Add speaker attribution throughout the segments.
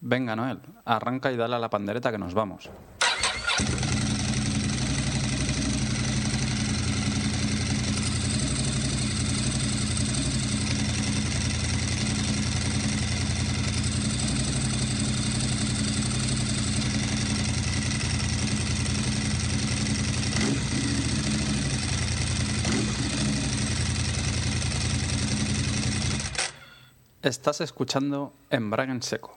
Speaker 1: Venga, Noel, arranca y dale a la pandereta que nos vamos. Estás escuchando Embrague en Seco,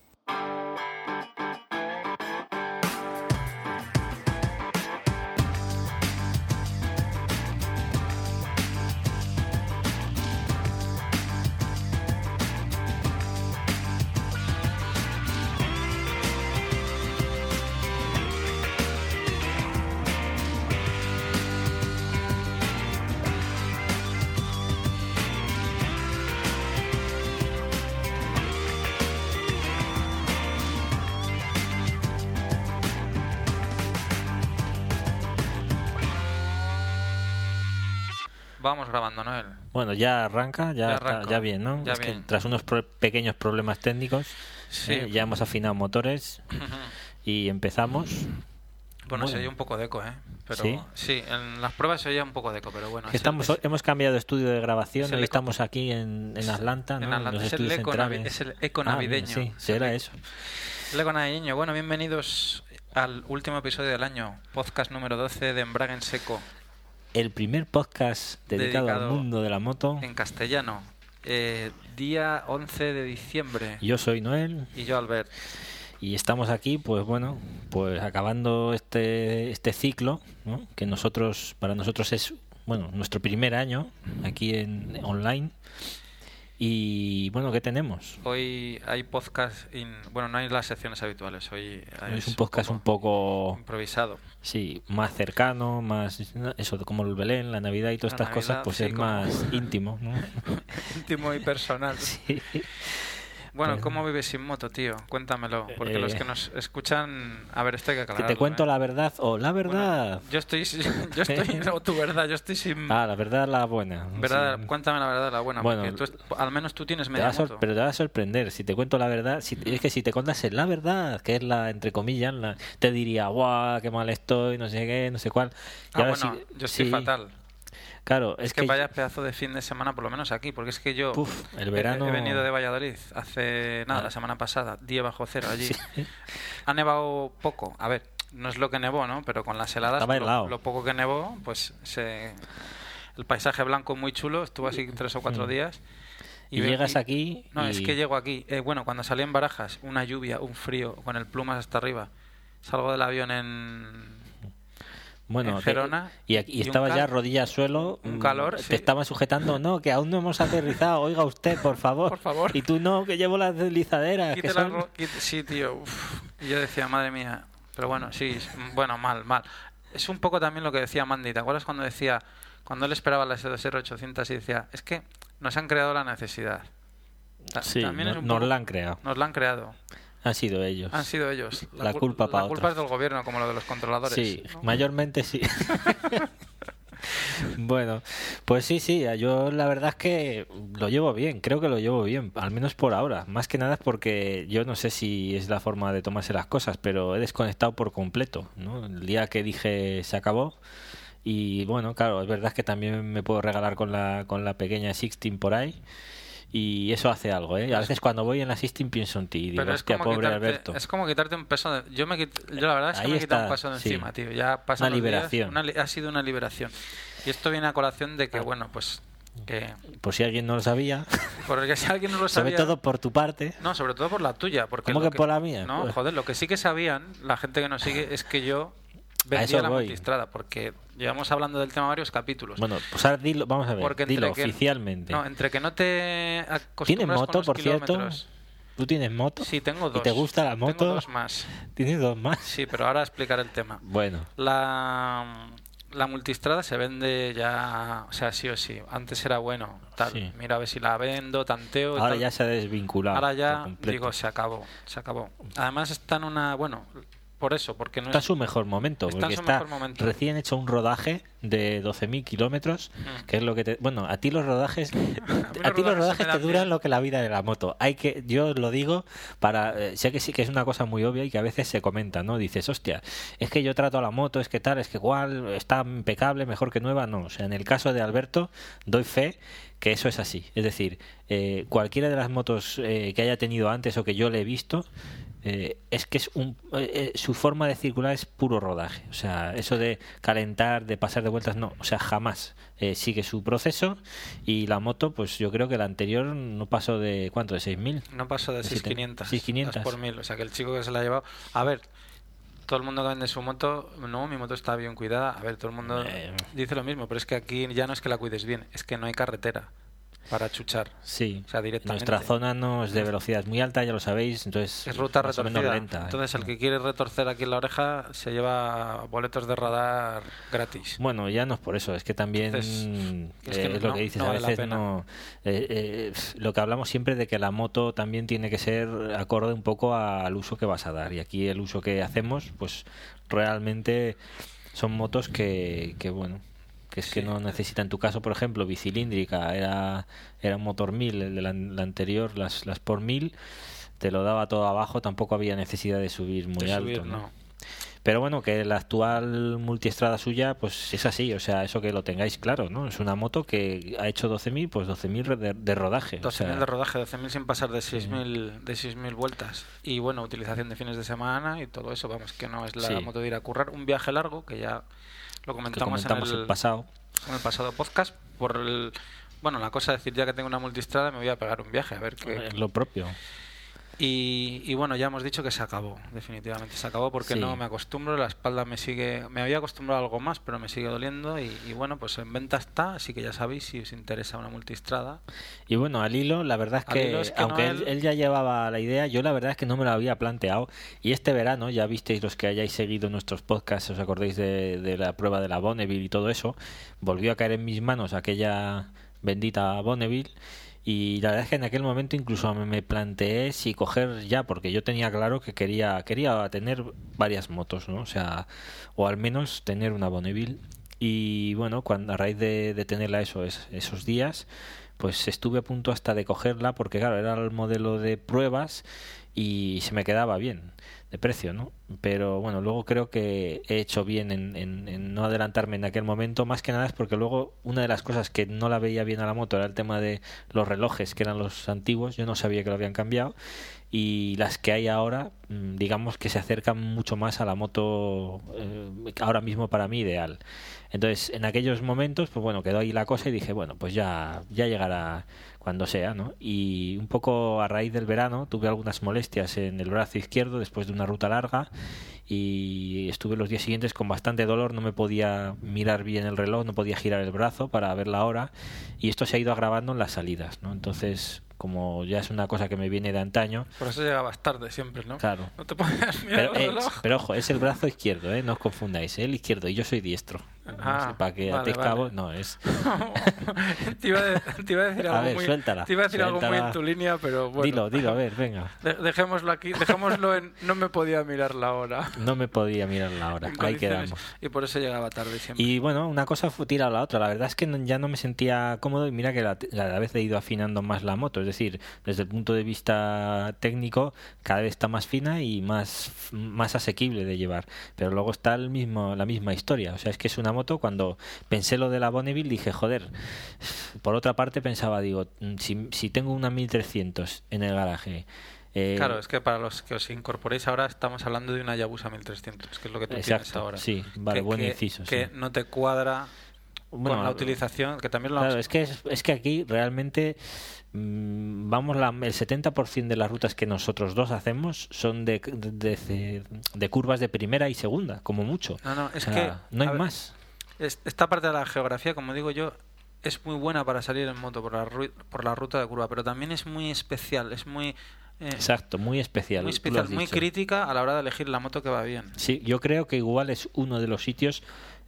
Speaker 2: Vamos grabando, Noel.
Speaker 3: Bueno, ya arranca, ya,
Speaker 2: Ya
Speaker 3: está-
Speaker 2: arranca.
Speaker 3: ya bien, ¿no?
Speaker 2: Ya
Speaker 3: es
Speaker 2: bien.
Speaker 3: que tras unos pro- pequeños problemas técnicos,
Speaker 2: Sí.
Speaker 3: eh, ya hemos afinado motores y empezamos.
Speaker 2: Bueno, se
Speaker 3: Bueno.
Speaker 2: oye un poco de eco, ¿eh? Pero,
Speaker 3: ¿Sí?
Speaker 2: en las pruebas se oía un poco de eco, pero bueno.
Speaker 3: Que
Speaker 2: es el-
Speaker 3: estamos,
Speaker 2: es-
Speaker 3: hemos cambiado de estudio de grabación,
Speaker 2: se
Speaker 3: hoy
Speaker 2: le-
Speaker 3: estamos aquí en, en Atlanta,
Speaker 2: en
Speaker 3: ¿no?
Speaker 2: Atlanta,
Speaker 3: los
Speaker 2: es el
Speaker 3: estudios
Speaker 2: eco
Speaker 3: centrales.
Speaker 2: navi- es el eco
Speaker 3: Ah, bien,
Speaker 2: navideño.
Speaker 3: sí,
Speaker 2: Es
Speaker 3: será
Speaker 2: el-
Speaker 3: eso.
Speaker 2: Hola, con Aeño. Bueno, bienvenidos al último episodio del año, podcast número 12 de Embrague en Seco,
Speaker 3: El primer podcast dedicado, al
Speaker 2: Dedicado
Speaker 3: mundo de la moto.
Speaker 2: en castellano. Eh, día 11 de diciembre.
Speaker 3: Yo soy Noel
Speaker 2: Y yo, Albert.
Speaker 3: y estamos aquí, pues bueno, pues acabando este, este ciclo, ¿no? que nosotros, para nosotros es, bueno, nuestro primer año aquí en online. Y bueno, ¿qué tenemos?
Speaker 2: Hoy hay podcast. in- Bueno, no hay las secciones habituales. Hoy
Speaker 3: Es un podcast un poco,
Speaker 2: improvisado.
Speaker 3: sí, más cercano, más, ¿no? eso de como el Belén, la Navidad y todas
Speaker 2: La
Speaker 3: estas cosas,
Speaker 2: Navidad,
Speaker 3: pues
Speaker 2: sí,
Speaker 3: es
Speaker 2: como-
Speaker 3: más íntimo, ¿no?
Speaker 2: Íntimo y personal.
Speaker 3: Sí.
Speaker 2: Bueno,
Speaker 3: Pues-
Speaker 2: ¿cómo vives sin moto, tío? Cuéntamelo, porque
Speaker 3: Eh,
Speaker 2: los que nos escuchan... A ver, esto hay que
Speaker 3: Que
Speaker 2: aclararlo.
Speaker 3: te cuento
Speaker 2: ¿eh?
Speaker 3: la verdad o la
Speaker 2: Bueno,
Speaker 3: verdad. ¿Eh?
Speaker 2: yo estoy... sin- Yo estoy... No, tu verdad, yo estoy sin...
Speaker 3: Ah, la verdad, la buena.
Speaker 2: verdad,
Speaker 3: Sí.
Speaker 2: Cuéntame la verdad, la buena,
Speaker 3: Bueno,
Speaker 2: porque tú es- al menos tú tienes
Speaker 3: Te va
Speaker 2: media
Speaker 3: a sor-
Speaker 2: moto.
Speaker 3: pero te va a sorprender si te cuento la verdad si- es que si te contase la verdad que es la entre comillas la- te diría guau qué mal estoy no sé qué no sé cuál Y
Speaker 2: Ah,
Speaker 3: ahora
Speaker 2: bueno,
Speaker 3: si-
Speaker 2: yo estoy
Speaker 3: sí,
Speaker 2: fatal.
Speaker 3: claro es,
Speaker 2: Es que, vaya pedazo de fin de semana, por lo menos aquí, porque es que yo
Speaker 3: Puf, el
Speaker 2: he-
Speaker 3: verano-
Speaker 2: he, venido de Valladolid hace nada,
Speaker 3: Ah.
Speaker 2: la semana pasada, 10 bajo cero allí.
Speaker 3: Sí.
Speaker 2: Ha nevado poco, a ver, no es lo que nevó, ¿no? Pero con las heladas,
Speaker 3: Estaba helado.
Speaker 2: lo, lo poco que nevó, pues se... el paisaje blanco muy chulo, estuvo así tres o cuatro días.
Speaker 3: Mm. y,
Speaker 2: ve-
Speaker 3: llegas
Speaker 2: y-
Speaker 3: aquí
Speaker 2: No,
Speaker 3: y-
Speaker 2: es que llego aquí. Eh, bueno, cuando salí en Barajas, una lluvia, un frío, con el plumas hasta arriba. Salgo del avión en...
Speaker 3: bueno
Speaker 2: en
Speaker 3: que-
Speaker 2: Gerona,
Speaker 3: y, aquí- y
Speaker 2: y un
Speaker 3: estabas ya
Speaker 2: cal-
Speaker 3: rodilla al suelo
Speaker 2: un
Speaker 3: mm,
Speaker 2: calor,
Speaker 3: te
Speaker 2: sí.
Speaker 3: estaba sujetando no que aún no hemos aterrizado oiga usted por favor
Speaker 2: Por favor.
Speaker 3: y tú no que llevo las deslizaderas que
Speaker 2: Quite la
Speaker 3: son-
Speaker 2: ro- quite- Sí, tío. uf. Y yo decía, madre mía. Pero bueno, sí, es- bueno, mal, mal. Es un poco también lo que decía Mandy. ¿Te acuerdas cuando decía, cuando él esperaba la S2R 800 y decía, es que nos han creado la necesidad? Ta-
Speaker 3: sí
Speaker 2: también
Speaker 3: no-
Speaker 2: es un
Speaker 3: nos
Speaker 2: poco-
Speaker 3: la han creado
Speaker 2: Nos la han creado.
Speaker 3: han sido ellos
Speaker 2: Han sido ellos.
Speaker 3: La
Speaker 2: cul-
Speaker 3: culpa pa'
Speaker 2: La culpa
Speaker 3: otros.
Speaker 2: es del gobierno, como lo de los controladores.
Speaker 3: Sí,
Speaker 2: ¿no?
Speaker 3: mayormente sí. bueno, pues sí, sí, yo la verdad es que lo llevo bien, creo que lo llevo bien, al menos por ahora. Más que nada es porque yo no sé si es la forma de tomarse las cosas, pero he desconectado por completo, ¿no? El día que dije se acabó. Y bueno, claro, es verdad que también me puedo regalar con la, con la pequeña Sixteen por ahí. Y eso hace algo, ¿eh? A veces cuando voy en la Sixteen pienso en ti y digo,
Speaker 2: Pero es
Speaker 3: hostia,
Speaker 2: como,
Speaker 3: pobre
Speaker 2: quitarte,
Speaker 3: Alberto.
Speaker 2: es como quitarte un peso. de- yo, me quit- yo la verdad es que
Speaker 3: Ahí
Speaker 2: me he quitado un
Speaker 3: está,
Speaker 2: peso de
Speaker 3: sí.
Speaker 2: encima, tío. Ya pasan
Speaker 3: Una
Speaker 2: los días,
Speaker 3: liberación.
Speaker 2: una li- ha sido una liberación. Y esto viene a colación de que, bueno, pues. que
Speaker 3: Por si alguien no lo sabía,
Speaker 2: Porque si alguien no lo
Speaker 3: sobre
Speaker 2: sabía.
Speaker 3: todo por tu parte.
Speaker 2: No, sobre todo por la tuya. Porque
Speaker 3: ¿Cómo
Speaker 2: lo
Speaker 3: que por la mía?
Speaker 2: No,
Speaker 3: Pues-
Speaker 2: joder, lo que sí que sabían, la gente que nos sigue, es que yo vendía
Speaker 3: eso
Speaker 2: la
Speaker 3: voy.
Speaker 2: multistrada. Porque llevamos hablando del tema varios capítulos.
Speaker 3: Bueno, pues ahora dilo, vamos a ver,
Speaker 2: porque entre
Speaker 3: dilo
Speaker 2: que-
Speaker 3: oficialmente.
Speaker 2: No, entre que no te acostumbras
Speaker 3: ¿Tienes
Speaker 2: con
Speaker 3: moto,
Speaker 2: los
Speaker 3: por cierto?
Speaker 2: kilómetros.
Speaker 3: ¿Tú tienes moto?
Speaker 2: Sí, tengo
Speaker 3: ¿Y
Speaker 2: dos.
Speaker 3: te gusta la moto?
Speaker 2: Tengo dos más.
Speaker 3: ¿Tienes dos más?
Speaker 2: Sí, pero ahora explicaré el tema.
Speaker 3: Bueno,
Speaker 2: La, la multistrada se vende ya, o sea, sí o sí. Antes era bueno, tal.
Speaker 3: Sí.
Speaker 2: Mira a ver si la vendo, tanteo. y
Speaker 3: ahora
Speaker 2: tal.
Speaker 3: ya se ha desvinculado.
Speaker 2: Ahora
Speaker 3: por
Speaker 2: ya
Speaker 3: completo.
Speaker 2: digo, se acabó, se acabó. Además está en una, bueno, por eso, porque no
Speaker 3: Está en
Speaker 2: es...
Speaker 3: su mejor momento,
Speaker 2: Está en
Speaker 3: porque
Speaker 2: su
Speaker 3: está
Speaker 2: mejor momento.
Speaker 3: recién hecho un rodaje de 12.000 kilómetros,
Speaker 2: Mm.
Speaker 3: que es lo que te... Bueno, a ti los rodajes,
Speaker 2: los
Speaker 3: a ti los
Speaker 2: rodajes se
Speaker 3: rodajes
Speaker 2: me
Speaker 3: te
Speaker 2: dan bien.
Speaker 3: duran lo que la vida de la moto. Hay que, yo lo digo para, eh, sé que sí que es una cosa muy obvia y que a veces se comenta, ¿no? Dices, hostia, es que yo trato a la moto, es que tal, es que igual, está impecable, mejor que nueva, no. O sea, en el caso de Alberto, doy fe que eso es así. Es decir, eh, cualquiera de las motos eh, que haya tenido antes o que yo le he visto, eh, es que es un, eh, eh, su forma de circular es puro rodaje. O sea, eso de calentar, de pasar de vueltas, no. O sea, jamás. Eh, sigue su proceso y la moto, pues yo creo que la anterior no pasó de, ¿cuánto? ¿De 6.000?
Speaker 2: No pasó de
Speaker 3: De siete-
Speaker 2: 6.500.
Speaker 3: 6.500.
Speaker 2: dos por mil. O sea, que el chico que se la ha llevado. A ver, todo el mundo que vende su moto. No, mi moto está bien cuidada. A ver, todo el mundo
Speaker 3: Eh.
Speaker 2: dice lo mismo. Pero es que aquí ya no es que la cuides bien, es que no hay carretera para chuchar.
Speaker 3: Sí.
Speaker 2: O sea, directamente.
Speaker 3: Nuestra zona no es de velocidad muy alta, ya lo sabéis, entonces
Speaker 2: Es ruta
Speaker 3: más o menos
Speaker 2: retorcida.
Speaker 3: lenta. ¿eh? Mm.
Speaker 2: Entonces, el que quiere retorcer aquí en la oreja se lleva boletos de radar gratis.
Speaker 3: Bueno, ya no es por eso, es que también
Speaker 2: Entonces, es que
Speaker 3: eh,
Speaker 2: no-
Speaker 3: es lo
Speaker 2: no-
Speaker 3: que dices,
Speaker 2: no
Speaker 3: a
Speaker 2: vale la
Speaker 3: veces
Speaker 2: pena.
Speaker 3: no. eh, eh, lo que hablamos siempre de que la moto también tiene que ser acorde un poco al uso que vas a dar. Y aquí el uso que hacemos, pues realmente son motos que, que bueno. Que es que
Speaker 2: Sí.
Speaker 3: no necesitan, en tu caso, por ejemplo, bicilíndrica, era, era un motor 1000, el de la, la anterior, las, las por 1000, te lo daba todo abajo, tampoco había necesidad de subir muy
Speaker 2: De
Speaker 3: alto.
Speaker 2: subir,
Speaker 3: ¿no?
Speaker 2: no.
Speaker 3: Pero bueno, que la actual multiestrada suya, pues es así, o sea, eso que lo tengáis claro, ¿no? Es una moto que ha hecho 12.000, pues 12.000 de, de rodaje. Eh, o
Speaker 2: 12.000
Speaker 3: sea,
Speaker 2: de rodaje, 12.000 sin pasar de 6.000 de 6.000 vueltas. Y bueno, utilización de fines de semana y todo eso, vamos, que no es la
Speaker 3: Sí.
Speaker 2: moto de ir a currar. Un viaje largo, que ya lo
Speaker 3: que
Speaker 2: comentamos,
Speaker 3: comentamos
Speaker 2: en,
Speaker 3: el...
Speaker 2: el,
Speaker 3: pasado.
Speaker 2: en el pasado podcast. Por el, bueno, la cosa es decir, ya que tengo una multistrada, me voy a pegar un viaje, a ver qué.
Speaker 3: eh, Lo propio.
Speaker 2: Y, y bueno, ya hemos dicho que se acabó, definitivamente se acabó porque
Speaker 3: Sí.
Speaker 2: no me acostumbro, la espalda me sigue, me había acostumbrado a algo más, pero me sigue doliendo y, y bueno, pues en venta está, así que ya sabéis si os interesa una multistrada.
Speaker 3: Y bueno, al hilo, la verdad es
Speaker 2: Al
Speaker 3: que,
Speaker 2: hilo es que
Speaker 3: aunque
Speaker 2: no,
Speaker 3: él,
Speaker 2: él-
Speaker 3: él ya llevaba la idea, yo la verdad es que no me lo había planteado. Y este verano, ya visteis los que hayáis seguido nuestros podcasts, os acordéis de, de la prueba de la Bonneville y todo eso, volvió a caer en mis manos aquella bendita Bonneville. Y la verdad es que en aquel momento incluso me- me planteé si coger ya, porque yo tenía claro que quería, quería tener varias motos, ¿no? O sea, o al menos tener una Bonneville. Y bueno, cuando, a raíz de, de tenerla eso, es- esos días, pues estuve a punto hasta de cogerla porque claro, era el modelo de pruebas y se me quedaba bien de precio, ¿no? Pero bueno, luego creo que he hecho bien en, en- en no adelantarme en aquel momento, más que nada es porque luego una de las cosas que no la veía bien a la moto era el tema de los relojes, que eran los antiguos, yo no sabía que lo habían cambiado, y las que hay ahora, mm, digamos que se acercan mucho más a la moto eh, ahora mismo para mí ideal. Entonces, en aquellos momentos, pues bueno, quedó ahí la cosa y dije, bueno, pues ya, ya llegará cuando sea, ¿no? Y un poco a raíz del verano tuve algunas molestias en el brazo izquierdo después de una ruta larga y estuve los días siguientes con bastante dolor, no me podía mirar bien el reloj, no podía girar el brazo para ver la hora y esto se ha ido agravando en las salidas, ¿no? Entonces, como ya es una cosa que me viene de antaño,
Speaker 2: Por eso llegabas tarde siempre, ¿no?
Speaker 3: claro.
Speaker 2: No te podías mirar
Speaker 3: Pero,
Speaker 2: el
Speaker 3: eh,
Speaker 2: reloj.
Speaker 3: pero ojo, es el brazo izquierdo, ¿eh? no os confundáis, ¿eh? el izquierdo y yo soy diestro.
Speaker 2: Ah,
Speaker 3: para que
Speaker 2: vale,
Speaker 3: atéis
Speaker 2: vale.
Speaker 3: cabo, no es.
Speaker 2: te, iba a de- te iba a decir
Speaker 3: A
Speaker 2: algo,
Speaker 3: ver,
Speaker 2: muy,
Speaker 3: suéltala,
Speaker 2: te iba a decir algo muy
Speaker 3: suéltala.
Speaker 2: en tu línea, pero bueno.
Speaker 3: Dilo, dilo, a ver, venga.
Speaker 2: De- dejémoslo aquí, dejémoslo en no me podía mirar la hora.
Speaker 3: No me podía mirar la hora,
Speaker 2: En
Speaker 3: ahí
Speaker 2: condiciones,
Speaker 3: quedamos.
Speaker 2: Y por eso llegaba tarde siempre.
Speaker 3: Y bueno, una cosa fue tirada a la otra. La verdad es que no- ya no me sentía cómodo y mira que la- cada vez he ido afinando más la moto. Es decir, desde el punto de vista técnico, cada vez está más fina y más, más asequible de llevar. Pero luego está el mismo, la misma historia. O sea, es que es una moto. Cuando pensé lo de la Bonneville, dije, joder. Por otra parte, pensaba, digo, mm, si, si tengo una 1300 en el garaje. eh,
Speaker 2: Claro, es que para los que os incorporéis ahora estamos hablando de una Yabusa 1300, que es lo que tú tienes
Speaker 3: Exacto,
Speaker 2: ahora.
Speaker 3: sí, vale,
Speaker 2: Que-
Speaker 3: buen
Speaker 2: que-
Speaker 3: inciso,
Speaker 2: Que
Speaker 3: sí.
Speaker 2: no te cuadra
Speaker 3: bueno,
Speaker 2: con la utilización, que también lo
Speaker 3: Claro,
Speaker 2: vamos-
Speaker 3: es que, es, es que aquí realmente mm, vamos la- el 70% de las rutas que nosotros dos hacemos son de, de- de- de curvas de primera y segunda, como mucho.
Speaker 2: No, no, Ah, es
Speaker 3: O sea,
Speaker 2: que
Speaker 3: no hay
Speaker 2: a ver,
Speaker 3: más.
Speaker 2: es- esta parte de la geografía, como digo yo, es muy buena para salir en moto por la, ru- por la ruta de curva, pero también es muy especial, es muy, eh,
Speaker 3: Exacto, muy especial.
Speaker 2: muy,
Speaker 3: tú lo has
Speaker 2: especial, muy
Speaker 3: dicho.
Speaker 2: crítica a la hora de elegir la moto que va bien.
Speaker 3: Sí, yo creo que igual es uno de los sitios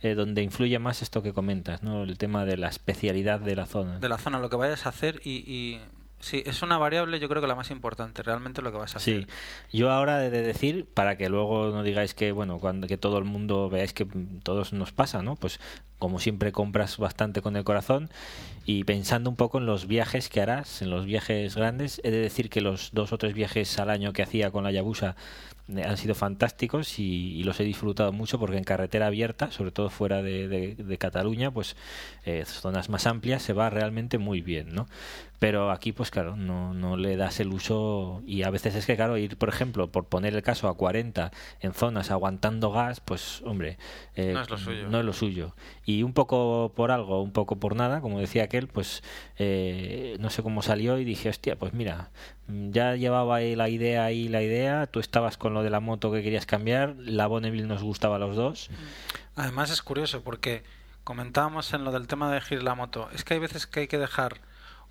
Speaker 3: eh, donde influye más esto que comentas, ¿no? El tema de la especialidad de la zona.
Speaker 2: de la zona, lo que vayas a hacer y, y Sí, es una variable, yo creo que la más importante, realmente lo que vas a hacer.
Speaker 3: Sí, yo ahora he de decir, para que luego no digáis que, bueno, cuando, que todo el mundo veáis que todos nos pasa, ¿no? Pues como siempre compras bastante con el corazón y pensando un poco en los viajes que harás, en los viajes grandes, he de decir que los dos o tres viajes al año que hacía con la Yabusa han sido fantásticos y, y los he disfrutado mucho porque en carretera abierta, sobre todo fuera de, de- de Cataluña, pues eh, zonas más amplias se va realmente muy bien, ¿no? Pero aquí, pues claro, no, no le das el uso y a veces es que, claro, ir, por ejemplo, por poner el caso a 40 en zonas aguantando gas, pues hombre, eh,
Speaker 2: No es lo suyo.
Speaker 3: no es lo suyo. Y un poco por algo, un poco por nada, como decía aquel, pues eh, no sé cómo salió y dije, hostia, pues mira, mm, ya llevaba ahí la idea ahí la idea, tú estabas con lo de la moto que querías cambiar, la Bonneville nos gustaba a los dos.
Speaker 2: Además es curioso porque comentábamos en lo del tema de elegir la moto, es que hay veces que hay que dejar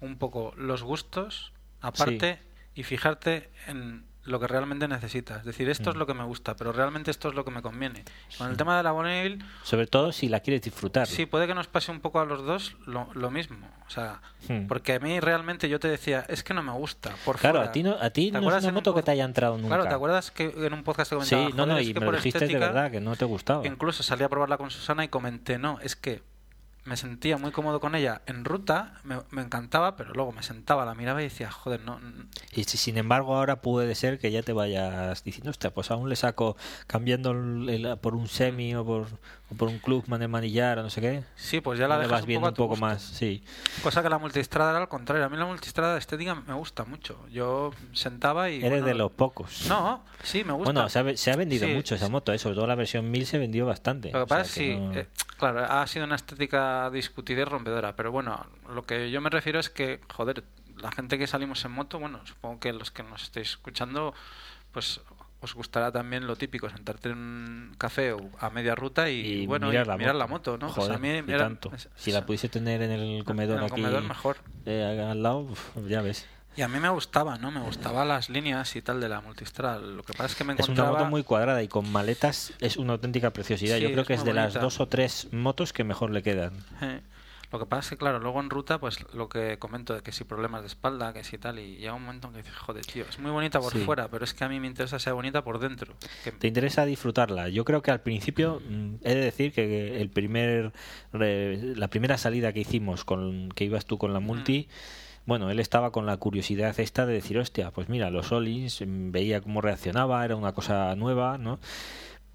Speaker 2: un poco los gustos aparte y fijarte en lo que realmente necesitas. Es decir, esto es
Speaker 3: Mm.
Speaker 2: lo que me gusta, pero realmente esto es lo que me conviene. Con el tema de la Bonneville,
Speaker 3: Sobre todo si la quieres disfrutar.
Speaker 2: sí, puede que nos pase un poco a los dos lo, lo mismo. O sea,
Speaker 3: Hmm.
Speaker 2: porque a mí realmente yo te decía, es que no me gusta. Por
Speaker 3: Claro,
Speaker 2: fuera".
Speaker 3: a ti no, a ti
Speaker 2: ¿Te
Speaker 3: no
Speaker 2: acuerdas
Speaker 3: es una
Speaker 2: en un
Speaker 3: moto que
Speaker 2: pod-
Speaker 3: te haya entrado nunca.
Speaker 2: Claro, ¿te acuerdas que en un podcast que
Speaker 3: Sí,
Speaker 2: comentaba
Speaker 3: no,
Speaker 2: "Joder,
Speaker 3: no,
Speaker 2: es
Speaker 3: y
Speaker 2: que
Speaker 3: me lo
Speaker 2: por
Speaker 3: dijiste de
Speaker 2: estética,
Speaker 3: verdad, que no te gustaba.
Speaker 2: Incluso salí a probarla con Susana y comenté, no, es que me sentía muy cómodo con ella en ruta, me, me encantaba, pero luego me sentaba, la miraba y decía, joder, no. n-
Speaker 3: Y si- sin embargo ahora puede ser que ya te vayas diciendo, hostia, pues aún le saco cambiando el- el- por un semi o por, o por un clubman de manillar o no sé qué.
Speaker 2: Sí, pues ya la
Speaker 3: le
Speaker 2: dejas
Speaker 3: vas
Speaker 2: un
Speaker 3: viendo
Speaker 2: poco a
Speaker 3: un
Speaker 2: tu
Speaker 3: poco
Speaker 2: gusto".
Speaker 3: más, sí.
Speaker 2: Cosa que la multistrada era al contrario. A mí la multistrada estética me gusta mucho. Yo sentaba y.
Speaker 3: Eres
Speaker 2: bueno,
Speaker 3: de los pocos.
Speaker 2: No, sí, me gusta.
Speaker 3: Bueno, se ha, ve- se ha vendido
Speaker 2: Sí,
Speaker 3: mucho esa moto, ¿eh? sobre todo la versión 1000 se vendió bastante.
Speaker 2: Lo que
Speaker 3: o sea
Speaker 2: pasa es que,
Speaker 3: que no-
Speaker 2: eh, claro, ha sido una estética discutida y rompedora, pero bueno, lo que yo me refiero es que, joder, la gente que salimos en moto, bueno, supongo que los que nos estéis escuchando, pues os gustará también lo típico, sentarte en un café o a media ruta y, bueno, y mirar, la, moto, ¿no? Pues
Speaker 3: Joder,
Speaker 2: a mí
Speaker 3: y
Speaker 2: era-
Speaker 3: tanto.
Speaker 2: es-
Speaker 3: si la
Speaker 2: es-
Speaker 3: pudiese tener en el comedor
Speaker 2: en el
Speaker 3: aquí
Speaker 2: comedor mejor.
Speaker 3: eh, al lado, uf, ya ves.
Speaker 2: Y a mí me gustaba, ¿no? Me gustaban las líneas y tal de la multistral. Lo que pasa es que me
Speaker 3: Es una
Speaker 2: encontraba...
Speaker 3: moto muy cuadrada y con maletas es una auténtica preciosidad.
Speaker 2: Sí,
Speaker 3: Yo creo
Speaker 2: es
Speaker 3: que es
Speaker 2: muy
Speaker 3: de las
Speaker 2: bonita.
Speaker 3: dos o tres motos que mejor le quedan.
Speaker 2: Eh, Lo que pasa es que, claro, luego en ruta, pues lo que comento de que si problemas de espalda, que si tal, y llega un momento en que dices, joder, tío, es muy bonita por
Speaker 3: Sí.
Speaker 2: fuera, pero es que a mí me interesa sea bonita por dentro. Que-
Speaker 3: ¿Te interesa disfrutarla? Yo creo que al principio mm, he de decir que el primer re- la primera salida que hicimos con que ibas tú con la multi Bueno, él estaba con la curiosidad esta de decir, hostia, pues mira, los Olins, mm, veía cómo reaccionaba, era una cosa nueva, ¿no?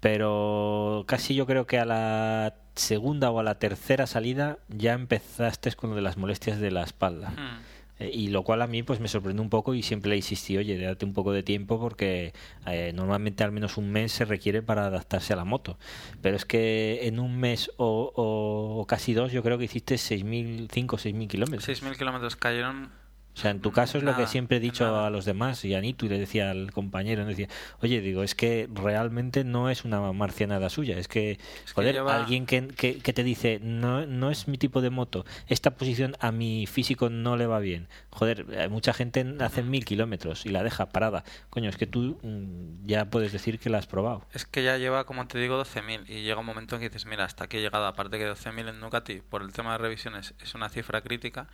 Speaker 3: Pero casi yo creo que a la segunda o a la tercera salida ya empezaste con lo de las molestias de la espalda.
Speaker 2: Mm.
Speaker 3: Eh, Y lo cual a mí pues me sorprende un poco y siempre le insistí, oye, date un poco de tiempo porque eh, normalmente al menos un mes se requiere para adaptarse a la moto. Pero es que en un mes o, o- o casi dos yo creo que hiciste 6.000, 5 o 6.000 kilómetros.
Speaker 2: 6.000 kilómetros cayeron.
Speaker 3: O sea, en tu caso es lo
Speaker 2: Nada,
Speaker 3: que siempre he dicho
Speaker 2: nada.
Speaker 3: a los demás y a Nitu y le decía al compañero, le decía, oye, digo, es que realmente no es una marcianada suya, es que,
Speaker 2: que
Speaker 3: joder,
Speaker 2: lleva-
Speaker 3: alguien que, que- que te dice, no, no es mi tipo de moto, esta posición a mi físico no le va bien, joder, eh, mucha gente hace mil kilómetros y la deja parada, coño, es que tú mm, ya puedes decir que la has probado.
Speaker 2: Es que ya lleva, como te digo, 12.000. Y llega un momento en que dices, mira, hasta aquí he llegado. Aparte que 12.000 en Ducati, por el tema de revisiones, es una cifra crítica.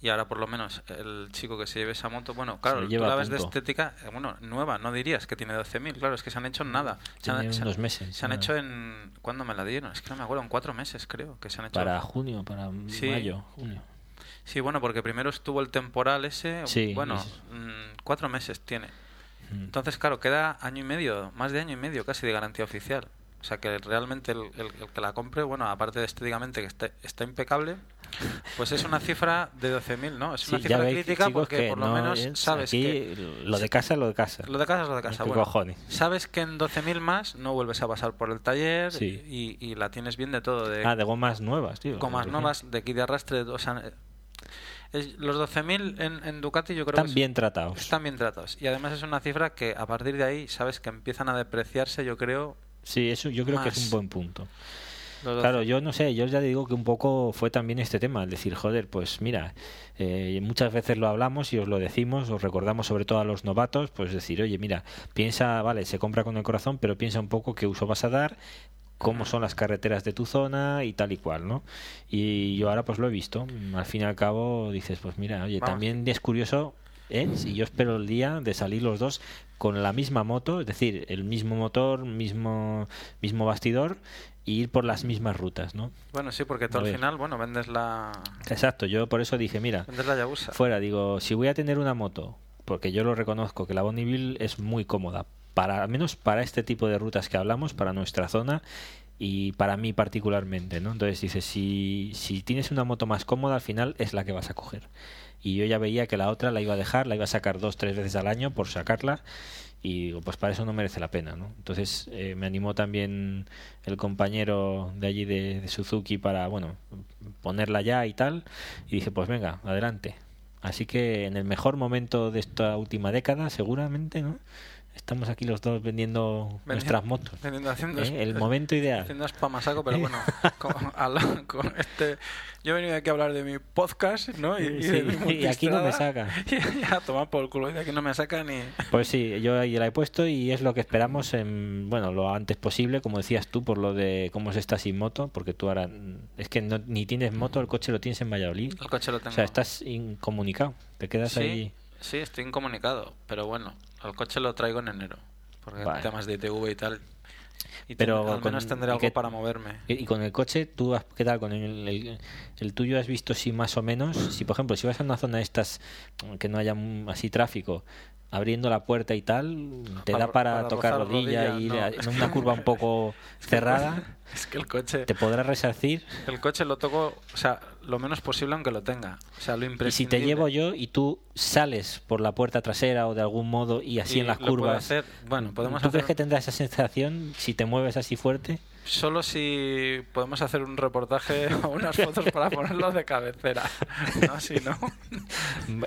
Speaker 2: Y ahora, por lo menos, el chico que se lleve esa moto, bueno, claro,
Speaker 3: lo
Speaker 2: tú
Speaker 3: lleva
Speaker 2: la
Speaker 3: a
Speaker 2: ves de
Speaker 3: punto.
Speaker 2: estética, eh, bueno, nueva, no dirías que tiene 12.000. Claro, es que se han hecho en nada. Se han,
Speaker 3: Tiene
Speaker 2: se han-
Speaker 3: unos meses,
Speaker 2: Se han
Speaker 3: ¿no?
Speaker 2: hecho en. ¿Cuándo me la dieron? Es que no me acuerdo, en cuatro meses creo que se han hecho.
Speaker 3: Para junio, para
Speaker 2: Sí.
Speaker 3: mayo, junio.
Speaker 2: Sí, bueno, porque primero estuvo el temporal ese.
Speaker 3: Sí,
Speaker 2: bueno,
Speaker 3: es-
Speaker 2: mm, cuatro meses tiene.
Speaker 3: Mm.
Speaker 2: Entonces, claro, queda año y medio, más de año y medio casi de garantía oficial. O sea que realmente el, el- el que la compre, bueno, aparte de estéticamente que está, está impecable, pues es una cifra de 12.000, ¿no? Es una
Speaker 3: Sí, ya
Speaker 2: cifra
Speaker 3: veis,
Speaker 2: crítica
Speaker 3: chicos,
Speaker 2: porque
Speaker 3: que
Speaker 2: por lo
Speaker 3: no
Speaker 2: menos
Speaker 3: es-
Speaker 2: sabes
Speaker 3: aquí
Speaker 2: que.
Speaker 3: Lo de casa es lo de casa.
Speaker 2: Lo de casa es lo de casa.
Speaker 3: ¿Qué
Speaker 2: Bueno,
Speaker 3: cojones?
Speaker 2: sabes que en 12.000 más no vuelves a pasar por el taller
Speaker 3: Sí.
Speaker 2: y, y la tienes bien de todo. De
Speaker 3: Ah, de gomas nuevas, tío.
Speaker 2: comas
Speaker 3: Sí.
Speaker 2: nuevas, de kit de arrastre. O sea, eh, es- los 12.000 en, en Ducati yo creo que
Speaker 3: Están
Speaker 2: es-
Speaker 3: bien tratados.
Speaker 2: están bien tratados. Y además es una cifra que a partir de ahí sabes que empiezan a depreciarse, yo creo.
Speaker 3: Sí, eso yo creo que es
Speaker 2: más.
Speaker 3: un buen punto.
Speaker 2: los 12.000.
Speaker 3: Claro, yo no sé, yo ya digo que un poco fue también este tema, el decir, joder, pues mira, eh, muchas veces lo hablamos y os lo decimos, os recordamos sobre todo a los novatos, pues decir, oye, mira, piensa, vale, se compra con el corazón, pero piensa un poco qué uso vas a dar, cómo son las carreteras de tu zona y tal y cual, ¿no? Y yo ahora pues lo he visto, al fin y al cabo dices, pues mira, oye,
Speaker 2: Vamos.
Speaker 3: también es curioso ¿eh? si yo espero el día de salir los dos con la misma moto, es decir, el mismo motor, mismo, mismo bastidor, e ir por las mismas rutas, ¿no?
Speaker 2: Bueno, sí, porque tú
Speaker 3: A
Speaker 2: al
Speaker 3: ver.
Speaker 2: final, bueno, vendes la,
Speaker 3: Exacto, yo por eso dije, mira,
Speaker 2: vendes la Yabusa.
Speaker 3: fuera, digo, si voy a tener una moto, porque yo lo reconozco que la Bonneville es muy cómoda, para, al menos para este tipo de rutas que hablamos, para nuestra zona y para mí particularmente, ¿no? Entonces dices, si, si tienes una moto más cómoda, al final es la que vas a coger. Y yo ya veía que la otra la iba a dejar, la iba a sacar dos, tres veces al año por sacarla. Y digo, pues para eso no merece la pena, ¿no? Entonces eh, me animó también el compañero de allí de, de Suzuki para, bueno, ponerla ya y tal. Y dije, pues venga, adelante. Así que en el mejor momento de esta última década, seguramente, ¿no? Estamos aquí los dos vendiendo nuestras motos.
Speaker 2: Vendiendo, haciendo
Speaker 3: ¿eh?
Speaker 2: es-
Speaker 3: El Eh. momento ideal.
Speaker 2: Haciendo spam a saco, pero bueno, con, al- con este, yo he venido aquí a hablar de mi podcast, ¿no? Y, y de
Speaker 3: Sí,
Speaker 2: mi
Speaker 3: y aquí no me saca.
Speaker 2: Y, a tomar por el culo, y de aquí no me saca ni...
Speaker 3: Pues sí, yo ahí la he puesto y es lo que esperamos, en, bueno, lo antes posible, como decías tú, por lo de cómo se está sin moto, porque tú ahora mm, es que no- ni tienes moto, el coche lo tienes en Valladolid.
Speaker 2: El coche lo tengo.
Speaker 3: O sea, estás incomunicado, te quedas
Speaker 2: sí,
Speaker 3: ahí.
Speaker 2: sí, estoy incomunicado, pero bueno, el coche lo traigo en enero, porque
Speaker 3: Vale.
Speaker 2: temas de ITV y tal. Y
Speaker 3: Pero
Speaker 2: ten- al
Speaker 3: con-
Speaker 2: menos tendré
Speaker 3: ¿y
Speaker 2: algo
Speaker 3: qué-
Speaker 2: para moverme.
Speaker 3: Y y con el coche, ¿tú has, qué tal? ¿Con el, el- el tuyo has visto si más o menos, si por ejemplo, si vas a una zona de estas mm, que no haya mm, así tráfico, abriendo la puerta y tal, te
Speaker 2: Para-
Speaker 3: da para,
Speaker 2: para
Speaker 3: tocar
Speaker 2: rozar
Speaker 3: rodilla,
Speaker 2: rodilla,
Speaker 3: y ir
Speaker 2: no.
Speaker 3: a- en una curva un poco cerrada,
Speaker 2: Es que el coche,
Speaker 3: te podrá resarcir?
Speaker 2: el coche lo toco, o sea, lo menos posible aunque lo tenga. O sea, lo
Speaker 3: Y si te
Speaker 2: imprescindible.
Speaker 3: llevo yo y tú sales por la puerta trasera o de algún modo y así
Speaker 2: Y
Speaker 3: en las
Speaker 2: lo puedo
Speaker 3: curvas,
Speaker 2: hacer. Bueno, podemos
Speaker 3: ¿tú
Speaker 2: hacer
Speaker 3: crees que tendrás esa sensación si te mueves así fuerte?
Speaker 2: Solo si podemos hacer un reportaje o unas fotos para ponerlo de cabecera. No, si no.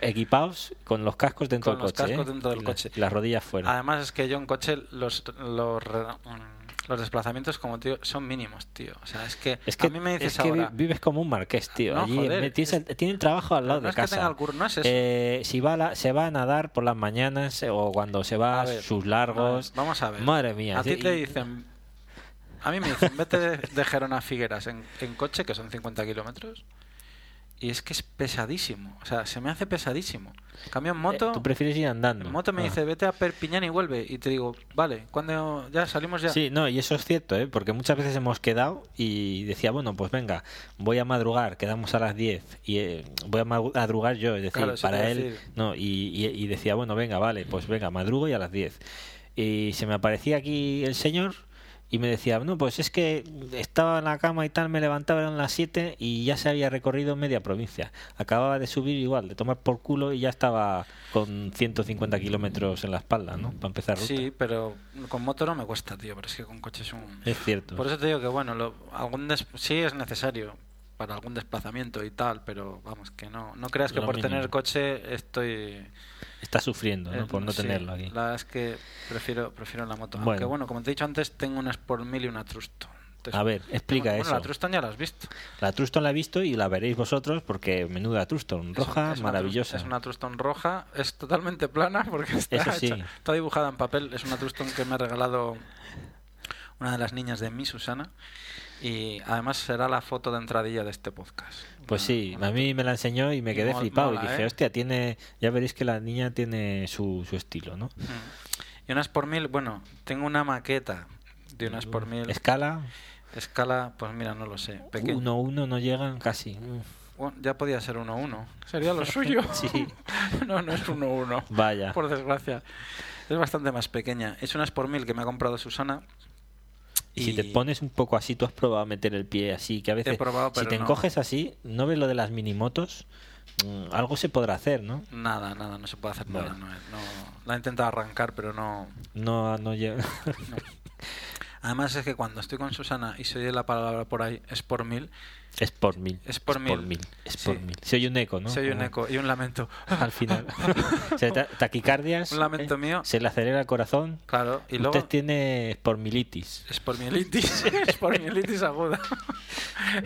Speaker 3: Equipados con los cascos dentro
Speaker 2: Con
Speaker 3: del
Speaker 2: los
Speaker 3: coche.
Speaker 2: cascos
Speaker 3: ¿eh?
Speaker 2: dentro del
Speaker 3: Y las-
Speaker 2: coche.
Speaker 3: y las rodillas fuera.
Speaker 2: Además es que yo en coche los, los, re- mm, los desplazamientos como tío son mínimos, tío. O sea, es que,
Speaker 3: Es que,
Speaker 2: a mí me dices
Speaker 3: es que vi-
Speaker 2: ahora...
Speaker 3: vives como un marqués, tío.
Speaker 2: No,
Speaker 3: Allí
Speaker 2: joder,
Speaker 3: me- tienes el-
Speaker 2: es-
Speaker 3: tienen trabajo al lado
Speaker 2: no
Speaker 3: de
Speaker 2: es que
Speaker 3: casa.
Speaker 2: tenga el curro, no es eso.
Speaker 3: Eh, si va a la- se va a nadar por las mañanas eh, o cuando se va
Speaker 2: A
Speaker 3: a
Speaker 2: ver,
Speaker 3: sus largos.
Speaker 2: Vamos a ver.
Speaker 3: Madre mía.
Speaker 2: A ti
Speaker 3: sí,
Speaker 2: te
Speaker 3: y- eh,
Speaker 2: dicen... A mí me dicen, vete de- de Gerona a Figueras en, en coche, que son 50 kilómetros. Y es que es pesadísimo. O sea, se me hace pesadísimo. Cambio en
Speaker 3: eh,
Speaker 2: moto...
Speaker 3: Tú prefieres ir andando.
Speaker 2: En moto me
Speaker 3: Ah.
Speaker 2: dice, vete a Perpiñán y vuelve. Y te digo, vale, cuando ya salimos ya.
Speaker 3: Sí, no, y eso es cierto, ¿eh? porque muchas veces hemos quedado y decía, bueno, pues venga, voy a madrugar, quedamos a las 10 y eh, voy a ma- madrugar yo, es decir,
Speaker 2: Claro, eso te iba
Speaker 3: para
Speaker 2: a
Speaker 3: él,
Speaker 2: decir.
Speaker 3: no, y, y- y decía, bueno, venga, vale, pues venga, madrugo y a las 10. Y se me aparecía aquí el señor y me decía, no, pues es que estaba en la cama y tal, me levantaba eran las 7 y ya se había recorrido media provincia. Acababa de subir igual, de tomar por culo y ya estaba con 150 kilómetros en la espalda, ¿no? Para empezar ruta.
Speaker 2: Sí, pero con moto no me cuesta, tío, pero es que con coche es un...
Speaker 3: Es cierto.
Speaker 2: Por eso te digo que, bueno, lo- algún des- sí es necesario para algún desplazamiento y tal, pero vamos, que no, no creas que
Speaker 3: Lo
Speaker 2: por
Speaker 3: mínimo.
Speaker 2: tener coche estoy...
Speaker 3: Está sufriendo, ¿no?
Speaker 2: eh,
Speaker 3: Por no
Speaker 2: sí,
Speaker 3: tenerlo aquí.
Speaker 2: La verdad es que prefiero, prefiero la moto.
Speaker 3: Bueno.
Speaker 2: Aunque bueno, como te he dicho antes, tengo una Sport Mil y una Truston. Entonces,
Speaker 3: A ver, explica
Speaker 2: bueno, La
Speaker 3: eso.
Speaker 2: Truston ya la has visto.
Speaker 3: La Truston la he visto y la veréis vosotros porque menuda Truston, roja,
Speaker 2: Es una
Speaker 3: maravillosa.
Speaker 2: trus- Es una Truston roja, es totalmente plana porque está,
Speaker 3: Eso sí.
Speaker 2: hecha- está dibujada en papel. Es una Truston que me ha regalado una de las niñas de mí, Susana. Y además será la foto de entradilla de este podcast.
Speaker 3: Pues
Speaker 2: Una-
Speaker 3: sí,
Speaker 2: una
Speaker 3: a mí me la enseñó y me quedé
Speaker 2: Mol-
Speaker 3: flipado
Speaker 2: mola,
Speaker 3: y dije,
Speaker 2: ¿eh?
Speaker 3: hostia, tiene, ya veréis que la niña tiene su, su estilo, ¿no?
Speaker 2: Truston. Mm. Y unas por mil, bueno, tengo una maqueta de unas por mil.
Speaker 3: Escala
Speaker 2: Escala, pues mira, no lo sé. Peque-
Speaker 3: 1-1 no llegan casi.
Speaker 2: Bueno, ya podía ser 1-1. Sería lo suyo.
Speaker 3: Sí.
Speaker 2: no, no es 1-1.
Speaker 3: Vaya.
Speaker 2: Por desgracia. Es bastante más pequeña. Es una por mil que me ha comprado Susana.
Speaker 3: Y si te pones un poco así, tú has probado a meter el pie así, que a veces
Speaker 2: probado,
Speaker 3: si
Speaker 2: pero
Speaker 3: te
Speaker 2: no.
Speaker 3: encoges así, no ves lo de las minimotos, Mm, algo se podrá hacer, ¿no?
Speaker 2: Nada, nada, no se puede hacer nada.
Speaker 3: Bueno.
Speaker 2: No, es- no- la he intentado arrancar, pero no,
Speaker 3: No, no llega.
Speaker 2: no. Además es que cuando estoy con Susana y se oye la palabra por ahí, es por mil,
Speaker 3: Es por mil.
Speaker 2: Es por mil.
Speaker 3: Es
Speaker 2: Sí.
Speaker 3: por mil. Se oye un eco, ¿no?
Speaker 2: se oye un
Speaker 3: Como-
Speaker 2: eco y un lamento.
Speaker 3: al final. O sea, ta- taquicardias. eh,
Speaker 2: Un lamento mío.
Speaker 3: Se le acelera el corazón.
Speaker 2: Claro, y
Speaker 3: Usted
Speaker 2: luego
Speaker 3: tiene spormilitis.
Speaker 2: es por militis, es por militis aguda.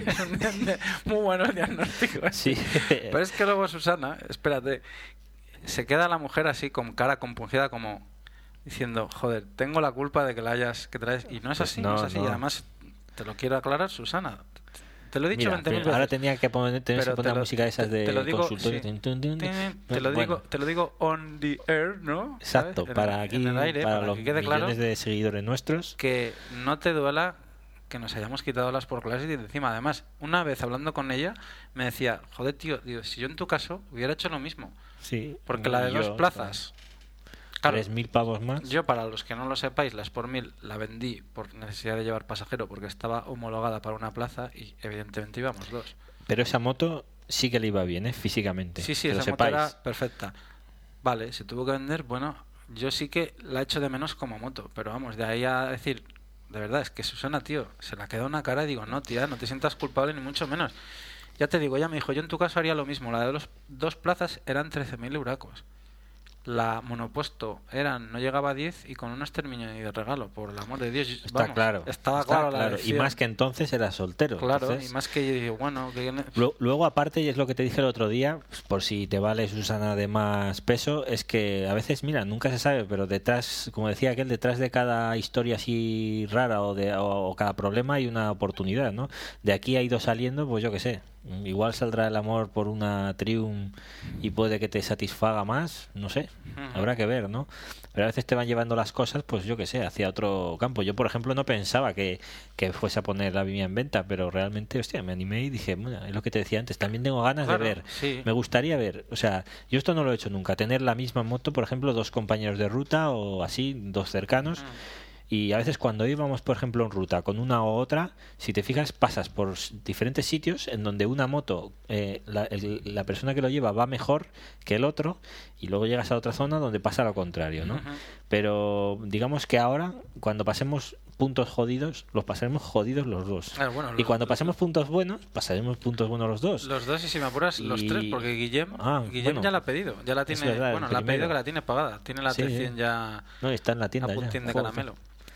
Speaker 2: Es un dia- Muy bueno el diagnóstico.
Speaker 3: Sí.
Speaker 2: Pero es que luego Susana, espérate, se queda la mujer así con cara compungida como diciendo, joder, tengo la culpa de que la hayas que traes y no es así, no,
Speaker 3: Pues No,
Speaker 2: es así
Speaker 3: no.
Speaker 2: y además te lo quiero aclarar, Susana, Te lo he dicho
Speaker 3: Mira,
Speaker 2: 20.000
Speaker 3: mira, Ahora
Speaker 2: veces.
Speaker 3: tenía que poner, tener
Speaker 2: Pero
Speaker 3: que
Speaker 2: te
Speaker 3: poner la
Speaker 2: lo-
Speaker 3: música de esas
Speaker 2: te-
Speaker 3: de
Speaker 2: te lo digo,
Speaker 3: consultorio.
Speaker 2: sí.
Speaker 3: Tin, tin, tin, tin.
Speaker 2: Te lo,
Speaker 3: Bueno,
Speaker 2: digo, te lo digo on the air, ¿no?
Speaker 3: Exacto,
Speaker 2: ¿Sabes? En
Speaker 3: para
Speaker 2: el-
Speaker 3: aquí,
Speaker 2: en el aire,
Speaker 3: para,
Speaker 2: para
Speaker 3: los
Speaker 2: que quede
Speaker 3: millones
Speaker 2: claro
Speaker 3: de seguidores nuestros.
Speaker 2: que no te duela que nos hayamos quitado las por clases y de encima. Además, una vez hablando con ella, me decía, joder, tío, digo, si yo en tu caso hubiera hecho lo mismo,
Speaker 3: Sí.
Speaker 2: porque la de
Speaker 3: yo,
Speaker 2: dos plazas, claro,
Speaker 3: 3.000 pavos más.
Speaker 2: yo para los que no lo sepáis, las por mil la vendí por necesidad de llevar pasajero porque estaba homologada para una plaza y evidentemente íbamos dos.
Speaker 3: Pero esa moto sí que le iba bien, ¿eh? Físicamente.
Speaker 2: Sí, sí,
Speaker 3: que lo
Speaker 2: esa moto
Speaker 3: sepáis.
Speaker 2: era perfecta. Vale, se tuvo que vender. Bueno, yo sí que la echo de menos como moto, pero vamos, de ahí a decir, de verdad, es que Susana, tío, se la queda una cara y digo, no, tía, no te sientas culpable ni mucho menos. Ya te digo, ella me dijo, yo en tu caso haría lo mismo. La de los dos plazas eran 13.000 euracos. La monopuesto eran, no llegaba a 10 y con unos términos de regalo, por el amor de Dios.
Speaker 3: Está
Speaker 2: vamos,
Speaker 3: claro.
Speaker 2: Estaba
Speaker 3: está
Speaker 2: claro, la
Speaker 3: Y
Speaker 2: elección.
Speaker 3: más que entonces era soltero.
Speaker 2: Claro,
Speaker 3: entonces-
Speaker 2: y más que yo digo, bueno, que... e-".
Speaker 3: Lu- Luego, aparte, y es lo que te dije el otro día, pues, por si te vale Susana de más peso, es que a veces, mira, nunca se sabe, pero detrás, como decía aquel, detrás de cada historia así rara o de o, o cada problema hay una oportunidad, ¿no? De aquí ha ido saliendo, pues yo qué sé, igual saldrá el amor por una Triumph y puede que te satisfaga más, no sé,
Speaker 2: Ujú.
Speaker 3: habrá que ver, ¿no? Pero a veces te van llevando las cosas, pues yo qué sé, hacia otro campo. Yo, por ejemplo, no pensaba que, que fuese a poner la vivienda en venta, pero realmente, hostia, me animé y dije, bueno, es lo que te decía antes, también tengo ganas
Speaker 2: Claro,
Speaker 3: de ver.
Speaker 2: sí.
Speaker 3: Me gustaría ver, o sea, yo esto no lo he hecho nunca, tener la misma moto, por ejemplo, dos compañeros de ruta o así, dos cercanos.
Speaker 2: Ah, Mm.
Speaker 3: Y a veces cuando íbamos, por ejemplo, en ruta con una u otra, si te fijas, pasas por s- diferentes sitios en donde una moto, eh, la, el- la persona que lo lleva va mejor que el otro, y luego llegas a otra zona donde pasa lo contrario, pues, ¿no?
Speaker 2: Ujú.
Speaker 3: Pero digamos que ahora, cuando pasemos puntos jodidos, los pasaremos jodidos los dos.
Speaker 2: Ah, bueno,
Speaker 3: y
Speaker 2: los-
Speaker 3: cuando pasemos puntos buenos, pasaremos puntos buenos los dos.
Speaker 2: Los dos y si me apuras los
Speaker 3: Y-
Speaker 2: tres, porque Guillem,
Speaker 3: Ah,
Speaker 2: Guillem
Speaker 3: bueno.
Speaker 2: ya la ha pedido, ya la
Speaker 3: Es
Speaker 2: tiene,
Speaker 3: verdad, el
Speaker 2: bueno, la ha pedido
Speaker 3: primero.
Speaker 2: que la tiene pagada, tiene la
Speaker 3: Sí,
Speaker 2: 300 ya
Speaker 3: No, está en la
Speaker 2: a
Speaker 3: tienda ya.
Speaker 2: puntín de
Speaker 3: Joder.
Speaker 2: caramelo.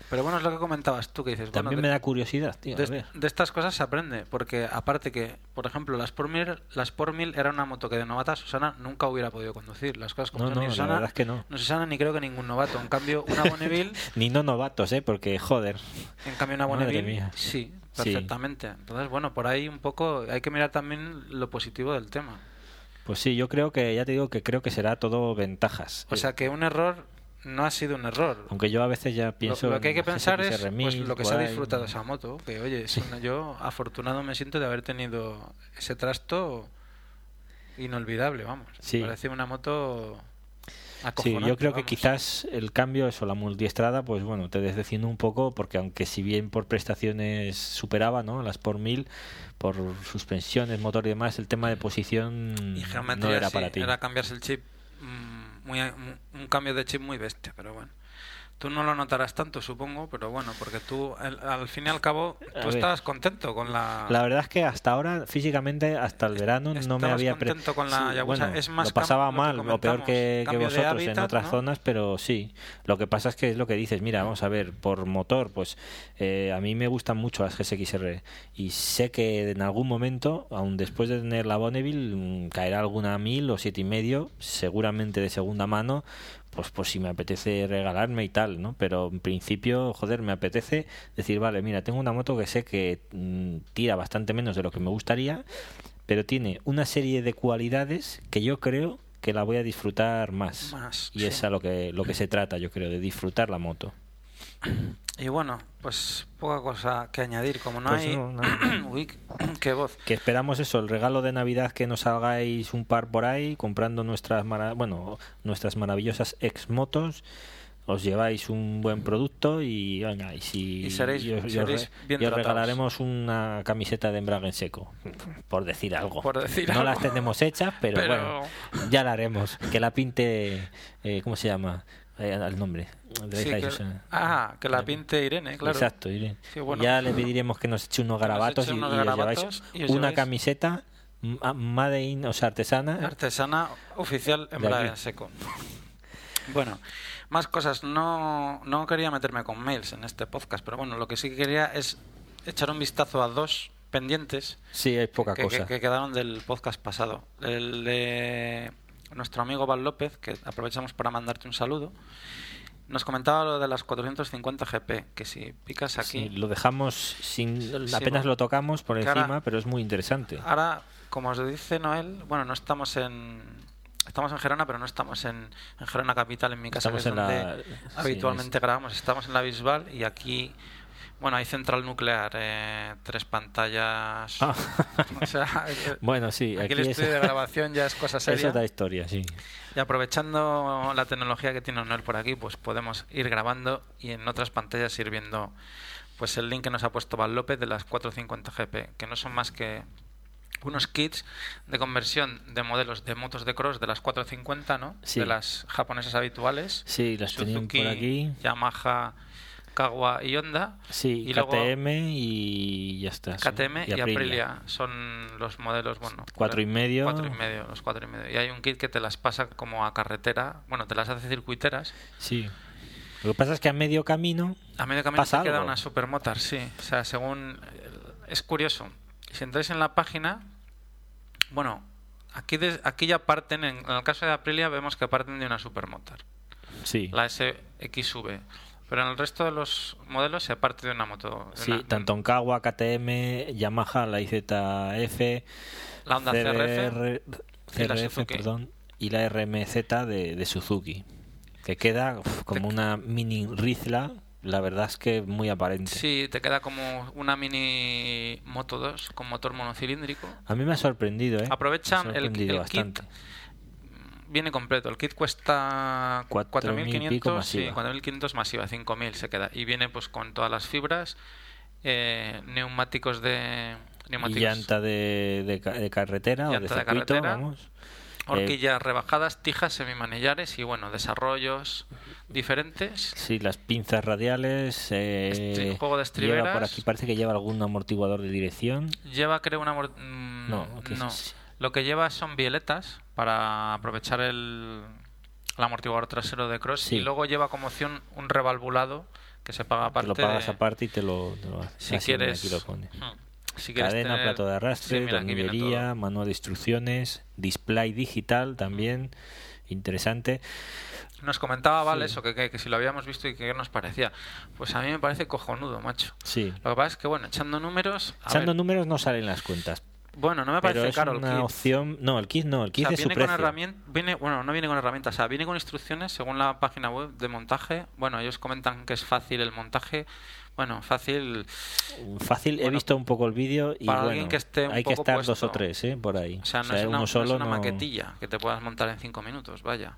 Speaker 2: Pero bueno, es lo que comentabas tú, que dices, bueno,
Speaker 3: También
Speaker 2: de-
Speaker 3: me da curiosidad, tío. a
Speaker 2: de,
Speaker 3: ver.
Speaker 2: de estas cosas se aprende, porque aparte que, por ejemplo, las por mil, las por mil era una moto que de novata Susana nunca hubiera podido conducir, las cosas como
Speaker 3: No,
Speaker 2: son,
Speaker 3: no,
Speaker 2: ni
Speaker 3: la
Speaker 2: Susana,
Speaker 3: verdad es que no.
Speaker 2: no Susana ni creo que ningún novato, en cambio una Bonneville,
Speaker 3: Ni no novatos, ¿eh? Porque, joder.
Speaker 2: en cambio una
Speaker 3: Madre
Speaker 2: Bonneville,
Speaker 3: mía.
Speaker 2: sí,
Speaker 3: Sí.
Speaker 2: perfectamente. Entonces, bueno, por ahí un poco hay que mirar también lo positivo del tema.
Speaker 3: Pues sí, yo creo que, ya te digo que creo que será todo ventajas.
Speaker 2: O sea que un error no ha sido un error.
Speaker 3: Aunque yo a veces ya
Speaker 2: Lo,
Speaker 3: pienso.
Speaker 2: lo que hay que
Speaker 3: en
Speaker 2: pensar
Speaker 3: GSX
Speaker 2: es pues,
Speaker 3: R1000,
Speaker 2: lo que se ha
Speaker 3: guay.
Speaker 2: disfrutado esa moto. Que oye, es una- yo afortunado me siento de haber tenido ese trasto inolvidable, vamos.
Speaker 3: Sí.
Speaker 2: Parece una moto
Speaker 3: Sí,
Speaker 2: acojonante,
Speaker 3: yo creo que
Speaker 2: vamos.
Speaker 3: quizás el cambio, eso, la multiestrada, pues bueno, te desdeciendo un poco, porque aunque si bien por prestaciones superaba, ¿no? Las por mil, por suspensiones, motor y demás, el tema de posición
Speaker 2: Y geometría
Speaker 3: no era
Speaker 2: sí,
Speaker 3: para ti.
Speaker 2: era cambiarse el chip. mm, Muy, un- un cambio de chip muy bestia, pero bueno. Tú no lo notarás tanto, supongo, pero bueno, porque tú, al, al fin y al cabo,
Speaker 3: A
Speaker 2: tú
Speaker 3: ver.
Speaker 2: estabas contento con la...
Speaker 3: La verdad es que hasta ahora, físicamente, hasta el verano, no me
Speaker 2: estabas
Speaker 3: había pre-
Speaker 2: contento con la Yakuza.
Speaker 3: bueno,
Speaker 2: Es más
Speaker 3: lo
Speaker 2: cam-
Speaker 3: pasaba
Speaker 2: lo que
Speaker 3: mal o peor que,
Speaker 2: comentamos,
Speaker 3: que
Speaker 2: cambio de
Speaker 3: vosotros en
Speaker 2: hábitat,
Speaker 3: otras
Speaker 2: ¿no?
Speaker 3: zonas, pero sí. Lo que pasa es que es lo que dices. Mira, vamos a ver, por motor, pues eh, a mí me gustan mucho las GSXR y sé que en algún momento, aun después de tener la Bonneville, mm, caerá alguna mil o siete y medio, seguramente de segunda mano. Pues, pues si me apetece regalarme y tal, ¿no? Pero en principio, joder, me apetece decir, vale, mira, tengo una moto que sé que mm, tira bastante menos de lo que me gustaría, pero tiene una serie de cualidades que yo creo que la voy a disfrutar más.
Speaker 2: Más,
Speaker 3: y
Speaker 2: sí.
Speaker 3: es a lo que, lo que se trata, yo creo, de disfrutar la moto.
Speaker 2: Y bueno, pues poca cosa que añadir, como no
Speaker 3: Pues
Speaker 2: hay...
Speaker 3: no, nada.
Speaker 2: Uy, qué voz.
Speaker 3: Que esperamos eso, el regalo de Navidad que nos hagáis un par por ahí, comprando nuestras, mara- bueno, nuestras maravillosas exmotos. Os lleváis un buen producto y venga, y si
Speaker 2: Y seréis-
Speaker 3: y os, y os
Speaker 2: seréis
Speaker 3: re-
Speaker 2: bien
Speaker 3: y os
Speaker 2: tratados.
Speaker 3: regalaremos una camiseta de embrague en seco, por decir algo.
Speaker 2: Por decir
Speaker 3: no
Speaker 2: algo.
Speaker 3: las tenemos hechas, pero,
Speaker 2: Pero-
Speaker 3: bueno, ya la haremos. Que la pinte, eh, ¿cómo se llama? Eh, al nombre. Le
Speaker 2: Sí,
Speaker 3: dejáis
Speaker 2: que-
Speaker 3: eso.
Speaker 2: ah, que la pinte Irene, claro.
Speaker 3: Exacto, Irene.
Speaker 2: Sí, bueno.
Speaker 3: Ya le pediremos que nos eche unos
Speaker 2: Que nos
Speaker 3: garabatos,
Speaker 2: eche
Speaker 3: y-
Speaker 2: unos
Speaker 3: y, os
Speaker 2: garabatos
Speaker 3: lleváis
Speaker 2: y os
Speaker 3: una
Speaker 2: lleváis-
Speaker 3: camiseta ma- made in, o sea, artesana.
Speaker 2: Artesana oficial en
Speaker 3: De
Speaker 2: braga
Speaker 3: aquí.
Speaker 2: en seco. Bueno, más cosas. No, no quería meterme con mails en este podcast, pero bueno, lo que sí que quería es echar un vistazo a dos pendientes
Speaker 3: sí, es poca
Speaker 2: que, que-
Speaker 3: cosa.
Speaker 2: que quedaron del podcast pasado. El de nuestro amigo Val López, que aprovechamos para mandarte un saludo, Nos comentaba lo de las 450 GP, que si picas
Speaker 3: Sí,
Speaker 2: aquí...
Speaker 3: lo dejamos sin.
Speaker 2: Sí,
Speaker 3: apenas
Speaker 2: bueno.
Speaker 3: lo tocamos por
Speaker 2: Que
Speaker 3: encima,
Speaker 2: ahora-
Speaker 3: pero es muy interesante.
Speaker 2: Ahora, como os dice Noel, bueno, no estamos en... Estamos en Gerona, pero no estamos en, en Gerona Capital, en mi casa,
Speaker 3: Estamos
Speaker 2: que es
Speaker 3: en la-
Speaker 2: donde
Speaker 3: sí, en este-
Speaker 2: habitualmente grabamos. Estamos en la Bisbal y aquí, bueno, hay central nuclear, eh, tres pantallas...
Speaker 3: Ah.
Speaker 2: O sea,
Speaker 3: Bueno, sí,
Speaker 2: aquí, el
Speaker 3: aquí es-
Speaker 2: estudio de grabación ya es cosa
Speaker 3: Es
Speaker 2: seria.
Speaker 3: otra historia, sí.
Speaker 2: Y aprovechando la tecnología que tiene Honor por aquí, pues podemos ir grabando y en otras pantallas ir viendo pues el link que nos ha puesto Val López de las 450 GP, que no son más que unos kits de conversión de modelos de motos de cross de las 450, ¿no?
Speaker 3: Sí.
Speaker 2: De las japonesas habituales.
Speaker 3: Sí, las tenían
Speaker 2: Suzuki,
Speaker 3: por aquí.
Speaker 2: Yamaha, Kawa y Honda.
Speaker 3: Sí,
Speaker 2: y luego
Speaker 3: KTM y ya está. sí.
Speaker 2: KTM y, Aprilia son los modelos, bueno,
Speaker 3: Cuatro y medio.
Speaker 2: cuatro y medio, los cuatro y medio. Y hay un kit que te las pasa como a carretera, bueno, te las hace circuiteras.
Speaker 3: Sí. Lo que pasa es que a medio camino.
Speaker 2: A medio camino
Speaker 3: Pasa
Speaker 2: te queda
Speaker 3: algo.
Speaker 2: una supermotar, sí. O sea, según eh, es curioso. Si entráis en la página, bueno, aquí des- aquí ya parten en, en el caso de Aprilia vemos que parten de una supermotar,
Speaker 3: Sí.
Speaker 2: la SXV. Pero en el resto de los modelos se parte de una moto. de
Speaker 3: Sí,
Speaker 2: una-
Speaker 3: tanto en Kawa, KTM, Yamaha, la IZF,
Speaker 2: la Honda CRF,
Speaker 3: CRR,
Speaker 2: y la
Speaker 3: CRF,
Speaker 2: Suzuki.
Speaker 3: perdón, y la RMZ de, de Suzuki, que queda uf, como una mini Rizla, la verdad es que muy aparente.
Speaker 2: Sí, te queda como una mini Moto 2 con motor monocilíndrico.
Speaker 3: A mí me ha sorprendido, ¿eh?
Speaker 2: Aprovechan
Speaker 3: Me ha
Speaker 2: el-
Speaker 3: sorprendido
Speaker 2: el kit
Speaker 3: bastante.
Speaker 2: Viene completo. El kit cuesta cu-
Speaker 3: Cuatro mil y pico
Speaker 2: 4.500 sí,
Speaker 3: masiva.
Speaker 2: 4.500 masiva, 5.000 se queda. Y viene pues con todas las fibras, eh, neumáticos de...
Speaker 3: Y
Speaker 2: Neumáticos,
Speaker 3: llanta eh, de, de ca- de carretera
Speaker 2: Llanta
Speaker 3: o
Speaker 2: de
Speaker 3: de circuito,
Speaker 2: carretera.
Speaker 3: vamos.
Speaker 2: horquillas rebajadas, tijas, semimanillares y bueno, desarrollos diferentes.
Speaker 3: Eh, Sí, las pinzas radiales. eh,
Speaker 2: Estri- Este juego de
Speaker 3: lleva por
Speaker 2: estriberas.
Speaker 3: aquí parece que lleva algún amortiguador de dirección.
Speaker 2: Lleva, creo, una... mor- mm,
Speaker 3: No, ¿qué es
Speaker 2: no.
Speaker 3: eso?
Speaker 2: Lo que lleva son violetas para aprovechar el, el amortiguador trasero de cross
Speaker 3: Sí.
Speaker 2: y luego lleva como opción un revalvulado que se paga
Speaker 3: Te
Speaker 2: aparte.
Speaker 3: lo pagas
Speaker 2: de-
Speaker 3: aparte y te lo. te lo-
Speaker 2: si
Speaker 3: así, mira,
Speaker 2: quieres,
Speaker 3: aquí lo pone.
Speaker 2: Mm. Si quieres
Speaker 3: Cadena,
Speaker 2: tener-
Speaker 3: plato de arrastre,
Speaker 2: Sí, mira, aquí viene
Speaker 3: tornillería,
Speaker 2: todo.
Speaker 3: manual de instrucciones, display digital también.
Speaker 2: Mm.
Speaker 3: Interesante.
Speaker 2: Nos comentaba Val
Speaker 3: Sí.
Speaker 2: eso, que, que- que si lo habíamos visto y que qué nos parecía. Pues a mí me parece cojonudo, macho.
Speaker 3: Sí.
Speaker 2: Lo que pasa es que, bueno, echando números. a
Speaker 3: Echando
Speaker 2: ver,
Speaker 3: números no salen las cuentas.
Speaker 2: Bueno, no me
Speaker 3: Pero
Speaker 2: parece
Speaker 3: es
Speaker 2: caro el
Speaker 3: una
Speaker 2: kit.
Speaker 3: opción. No, el kit no, el
Speaker 2: O sea,
Speaker 3: kit es su
Speaker 2: viene con
Speaker 3: precio.
Speaker 2: herramienta, viene, bueno, no viene con herramientas, o sea, viene con instrucciones según la página web de montaje. Bueno, ellos comentan que es fácil el montaje. Bueno, fácil.
Speaker 3: Fácil, he
Speaker 2: Bueno,
Speaker 3: visto un poco el vídeo y
Speaker 2: para
Speaker 3: bueno,
Speaker 2: alguien que esté un
Speaker 3: hay que
Speaker 2: poco
Speaker 3: estar dos
Speaker 2: puesto.
Speaker 3: o tres, ¿eh? Por ahí.
Speaker 2: O sea, no es una,
Speaker 3: uno
Speaker 2: no es
Speaker 3: solo
Speaker 2: una
Speaker 3: no-
Speaker 2: maquetilla que te puedas montar en cinco minutos, vaya.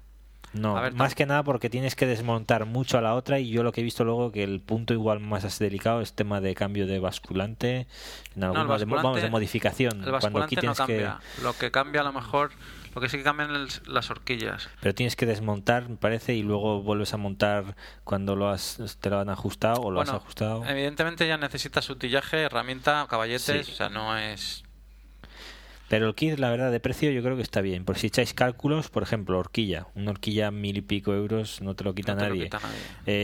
Speaker 3: No,
Speaker 2: A ver,
Speaker 3: más
Speaker 2: tam-
Speaker 3: que nada porque tienes que desmontar mucho a la otra y yo lo que he visto luego que el punto igual más as- delicado es tema de cambio de basculante, en
Speaker 2: No, el
Speaker 3: alguna de, mo- vamos,
Speaker 2: basculante-
Speaker 3: de modificación.
Speaker 2: El
Speaker 3: cuando
Speaker 2: basculante
Speaker 3: aquí
Speaker 2: no
Speaker 3: tienes que,
Speaker 2: cambia. Lo que cambia a lo mejor, lo que sí que cambian es las horquillas.
Speaker 3: pero tienes que desmontar, me parece, y luego vuelves a montar cuando lo has, te lo han ajustado o lo has
Speaker 2: Bueno, eh,
Speaker 3: ajustado.
Speaker 2: Evidentemente ya necesitas utillaje, herramienta, caballetes,
Speaker 3: Sí.
Speaker 2: o sea, no es...
Speaker 3: Pero el kit, la verdad, de precio yo creo que está bien. Por si echáis cálculos, por ejemplo, horquilla, una horquilla mil y pico euros no te lo quita
Speaker 2: no te lo
Speaker 3: nadie.
Speaker 2: quita nadie.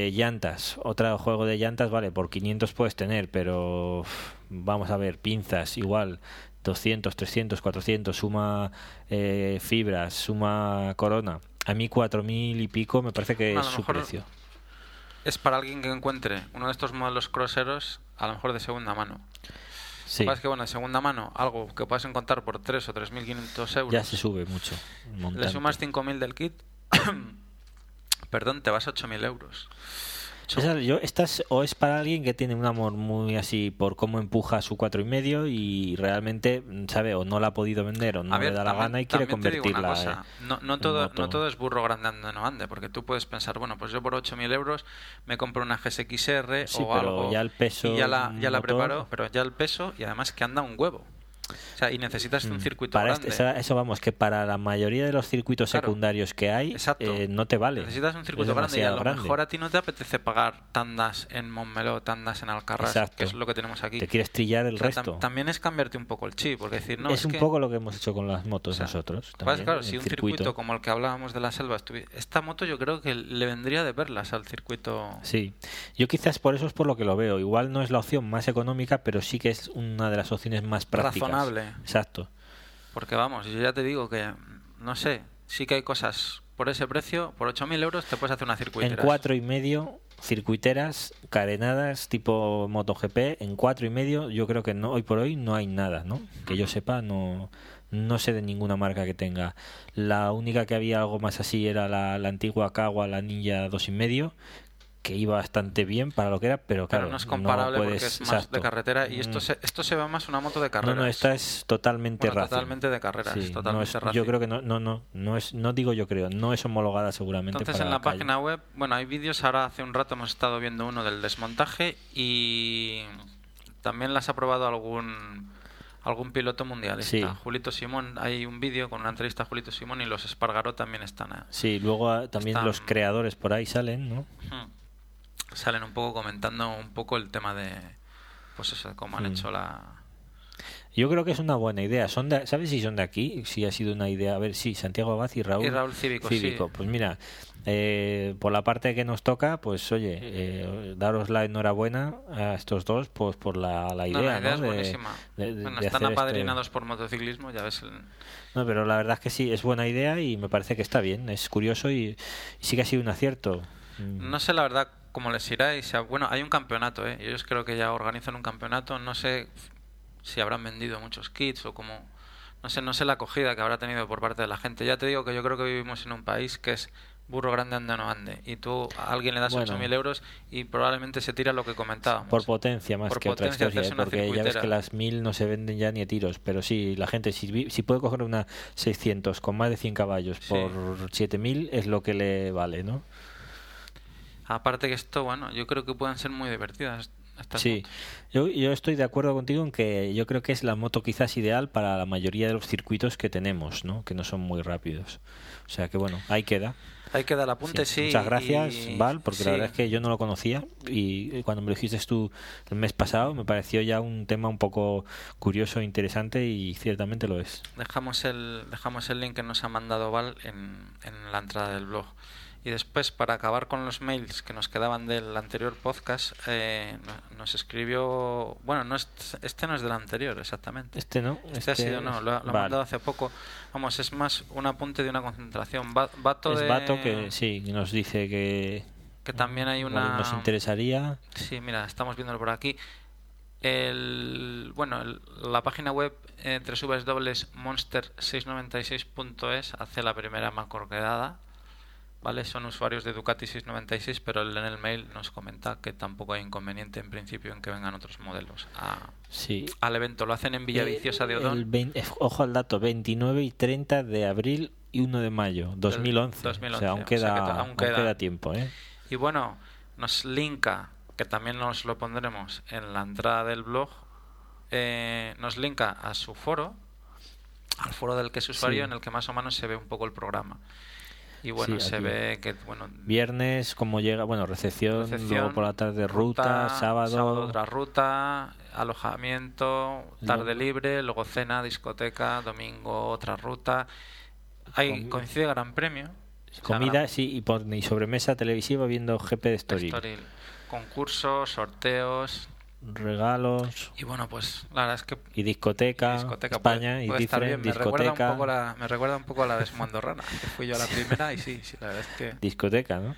Speaker 3: Eh, llantas, otro juego de llantas, vale, por 500 puedes tener, pero uf, vamos a ver, pinzas, igual, 200, 300, 400, suma eh, fibras, suma corona. A mí 4.000 y pico me parece que
Speaker 2: Bueno, a
Speaker 3: es
Speaker 2: lo
Speaker 3: su
Speaker 2: mejor-
Speaker 3: precio.
Speaker 2: Es para alguien que encuentre uno de estos modelos crosseros, a lo mejor de segunda mano.
Speaker 3: Sí,
Speaker 2: Lo que pasa es que, bueno, de segunda mano, algo que puedas encontrar por 3 o 3.500 euros,
Speaker 3: ya se sube mucho. un
Speaker 2: le
Speaker 3: montante.
Speaker 2: sumas 5.000 del kit, perdón, te vas a 8.000 euros. Ocho-
Speaker 3: Esa- yo, estas o es para alguien que tiene un amor muy así por cómo empuja su cuatro y medio y realmente mm, sabe o no la ha podido vender o no
Speaker 2: A ver,
Speaker 3: le da la
Speaker 2: también-
Speaker 3: gana y quiere
Speaker 2: también te digo
Speaker 3: convertirla.
Speaker 2: una cosa,
Speaker 3: eh.
Speaker 2: no, no
Speaker 3: en
Speaker 2: todo,
Speaker 3: moto.
Speaker 2: no todo es burro grande andando no ande, porque tú puedes pensar, bueno, pues yo por 8.000 euros me compro una GSXR
Speaker 3: Sí,
Speaker 2: o
Speaker 3: pero
Speaker 2: algo.
Speaker 3: ya el peso,
Speaker 2: Y ya la, ya la
Speaker 3: motor.
Speaker 2: preparo, pero ya el peso y además que anda un huevo. O sea, y necesitas un
Speaker 3: Mm,
Speaker 2: circuito
Speaker 3: para
Speaker 2: grande.
Speaker 3: este- esa- eso vamos, que para la mayoría de los circuitos
Speaker 2: Claro.
Speaker 3: secundarios que hay,
Speaker 2: Exacto.
Speaker 3: eh, no te vale.
Speaker 2: Necesitas un
Speaker 3: Es
Speaker 2: circuito grande y a
Speaker 3: demasiado
Speaker 2: lo
Speaker 3: grande.
Speaker 2: mejor a ti no te apetece pagar tandas en Montmeló, tandas en Alcarrás,
Speaker 3: Exacto.
Speaker 2: que es lo que tenemos aquí.
Speaker 3: Te quieres trillar el
Speaker 2: O sea, tam-
Speaker 3: resto.
Speaker 2: también es cambiarte un poco el chip, porque decir, no,
Speaker 3: es,
Speaker 2: es,
Speaker 3: un
Speaker 2: que-
Speaker 3: poco lo que hemos hecho con las
Speaker 2: o
Speaker 3: motos
Speaker 2: sea,
Speaker 3: nosotros.
Speaker 2: pasa
Speaker 3: también,
Speaker 2: claro,
Speaker 3: el
Speaker 2: si un circuito. como el que hablábamos de la selva estuviera... Esta moto yo creo que le vendría de verlas al circuito...
Speaker 3: Sí, yo quizás por eso es por lo que lo veo. Igual no es la opción más económica, pero sí que es una de las opciones más prácticas.
Speaker 2: Razonable.
Speaker 3: Exacto.
Speaker 2: Porque vamos, yo ya te digo que, no sé, sí que hay cosas por ese precio, por 8.000 euros, te puedes hacer una circuitera.
Speaker 3: En cuatro y medio, circuiteras, cadenadas, tipo MotoGP, en cuatro y medio, yo creo que no, hoy por hoy no hay nada, ¿no? Que yo sepa, no, no sé de ninguna marca que tenga. La única que había algo más así era la, la antigua Kawa, la Ninja dos y medio, que iba bastante bien para lo que era, pero claro,
Speaker 2: Pero no es comparable
Speaker 3: puedes-
Speaker 2: porque es más
Speaker 3: exacto.
Speaker 2: de carretera y esto
Speaker 3: Mm.
Speaker 2: se, esto se ve más una moto de
Speaker 3: No,
Speaker 2: carreras.
Speaker 3: no, esta es totalmente
Speaker 2: Bueno,
Speaker 3: racing.
Speaker 2: totalmente de carreras,
Speaker 3: Sí, no
Speaker 2: totalmente
Speaker 3: es-
Speaker 2: racing.
Speaker 3: Yo creo que no, no, no, no es, no digo yo creo, no es homologada seguramente.
Speaker 2: Entonces
Speaker 3: para
Speaker 2: en la
Speaker 3: calle.
Speaker 2: página web, bueno, hay vídeos, ahora hace un rato hemos estado viendo uno del desmontaje y también las ha probado algún algún piloto mundialista.
Speaker 3: Sí.
Speaker 2: Julito Simón, hay un vídeo con una entrevista a Julito Simón y los Espargaró también están. a-
Speaker 3: Sí, luego ah, también
Speaker 2: Están-
Speaker 3: los creadores por ahí salen, ¿no?
Speaker 2: Hmm. Salen un poco comentando un poco el tema de, pues eso, cómo han
Speaker 3: Hmm.
Speaker 2: hecho la...
Speaker 3: Yo creo que es una buena idea. Son de- ¿Sabes si son de aquí? Si ha sido una idea. A ver, sí, Santiago Abad y Raúl,
Speaker 2: Y Raúl Cívico, sí.
Speaker 3: Pues mira, eh, por la parte que nos toca, pues oye, eh, daros la enhorabuena a estos dos pues por la, la idea.
Speaker 2: no, la idea
Speaker 3: ¿no?
Speaker 2: es
Speaker 3: de-
Speaker 2: buenísima.
Speaker 3: de- de-
Speaker 2: bueno,
Speaker 3: de
Speaker 2: están
Speaker 3: hacer este-
Speaker 2: apadrinados por motociclismo, ya ves. el-
Speaker 3: No, pero la verdad es que sí, es buena idea y me parece que está bien. Es curioso y, y sí que ha sido un acierto. Mm.
Speaker 2: No sé la verdad cómo les irá. Y si ha- Bueno, hay un campeonato, ¿eh? Ellos creo que ya organizan un campeonato. No sé si habrán vendido muchos kits o cómo... No sé, no sé la acogida que habrá tenido por parte de la gente. Ya te digo que yo creo que vivimos en un país que es burro grande anda no ande. Y tú a alguien le das
Speaker 3: Bueno.
Speaker 2: 8.000 euros y probablemente se tira lo que comentábamos.
Speaker 3: Por potencia más
Speaker 2: Por
Speaker 3: que otra
Speaker 2: potencia,
Speaker 3: historia,
Speaker 2: hacerse
Speaker 3: ¿eh?
Speaker 2: una
Speaker 3: porque ya ves
Speaker 2: circuitera.
Speaker 3: que las mil no se venden ya ni a tiros, pero sí, la gente, si, vi- si puede coger una 600 con más de 100 caballos
Speaker 2: Sí.
Speaker 3: por 7000 es lo que le vale, ¿no?
Speaker 2: Aparte que esto, bueno, yo creo que pueden ser muy divertidas estas
Speaker 3: Sí,
Speaker 2: motos.
Speaker 3: yo, yo estoy de acuerdo contigo en que yo creo que es la moto quizás ideal para la mayoría de los circuitos que tenemos, ¿no? Que no son muy rápidos. O sea que bueno, ahí queda.
Speaker 2: Hay que dar apunte, sí.
Speaker 3: Sí. Muchas gracias,
Speaker 2: y-
Speaker 3: Val, porque
Speaker 2: sí.
Speaker 3: la verdad es que yo no lo conocía y eh, cuando me lo dijiste tú el mes pasado me pareció ya un tema un poco curioso, interesante y ciertamente lo es.
Speaker 2: Dejamos el, dejamos el link que nos ha mandado Val en, en la entrada del blog. Y después, para acabar con los mails que nos quedaban del anterior podcast, eh, no- nos escribió. Bueno, no es, este no es del anterior, exactamente.
Speaker 3: Este no.
Speaker 2: Este, ha sido, no, lo, ha- lo ha
Speaker 3: Vale.
Speaker 2: mandado hace poco. Vamos, es más un apunte de una concentración. Va- Vato de-
Speaker 3: Es Vato que sí, que nos dice que,
Speaker 2: que también hay
Speaker 3: igual
Speaker 2: una.
Speaker 3: nos interesaría.
Speaker 2: Sí, mira, estamos viéndolo por aquí. El, bueno, el- la página web eh, www.monster696.es hace la primera macorquedada. ¿Vale? Son usuarios de Ducati 696, pero él en el mail nos comenta que tampoco hay inconveniente en principio en que vengan otros modelos a-
Speaker 3: Sí.
Speaker 2: al evento. Lo hacen en Villaviciosa de
Speaker 3: El
Speaker 2: Odón.
Speaker 3: 20 ojo al dato, 29 y 30 de abril y 1 de mayo, 2011.
Speaker 2: 2011,
Speaker 3: O sea, aún
Speaker 2: o sea que
Speaker 3: queda,
Speaker 2: to- aún
Speaker 3: aún
Speaker 2: queda.
Speaker 3: queda tiempo, ¿eh?
Speaker 2: Y bueno, nos linka, que también nos lo pondremos en la entrada del blog, eh, nos linka a su foro, al foro del que es usuario,
Speaker 3: Sí.
Speaker 2: en el que más o menos se ve un poco el programa. Y bueno,
Speaker 3: Sí,
Speaker 2: se
Speaker 3: aquí.
Speaker 2: ve que, bueno,
Speaker 3: Viernes, como llega, bueno, recepción, luego
Speaker 2: recepción,
Speaker 3: por la tarde ruta, sábado,
Speaker 2: otra ruta, alojamiento, tarde
Speaker 3: Luego-
Speaker 2: libre, luego cena, discoteca, domingo otra ruta. Hay,
Speaker 3: Com-
Speaker 2: coincide Gran Premio. o sea, Gran
Speaker 3: comida, sí, y, por, y sobremesa televisiva viendo GP de Estoril.
Speaker 2: Estoril. Concursos, sorteos,
Speaker 3: Regalos
Speaker 2: Y bueno, pues la verdad es que
Speaker 3: y discoteca, España
Speaker 2: puede-
Speaker 3: y
Speaker 2: puede estar
Speaker 3: different,
Speaker 2: bien. Me recuerda, un
Speaker 3: discoteca,
Speaker 2: poco la, me recuerda un poco a la de Smondorrana, que fui yo a la primera y sí, sí, la verdad es que...
Speaker 3: discoteca, ¿no?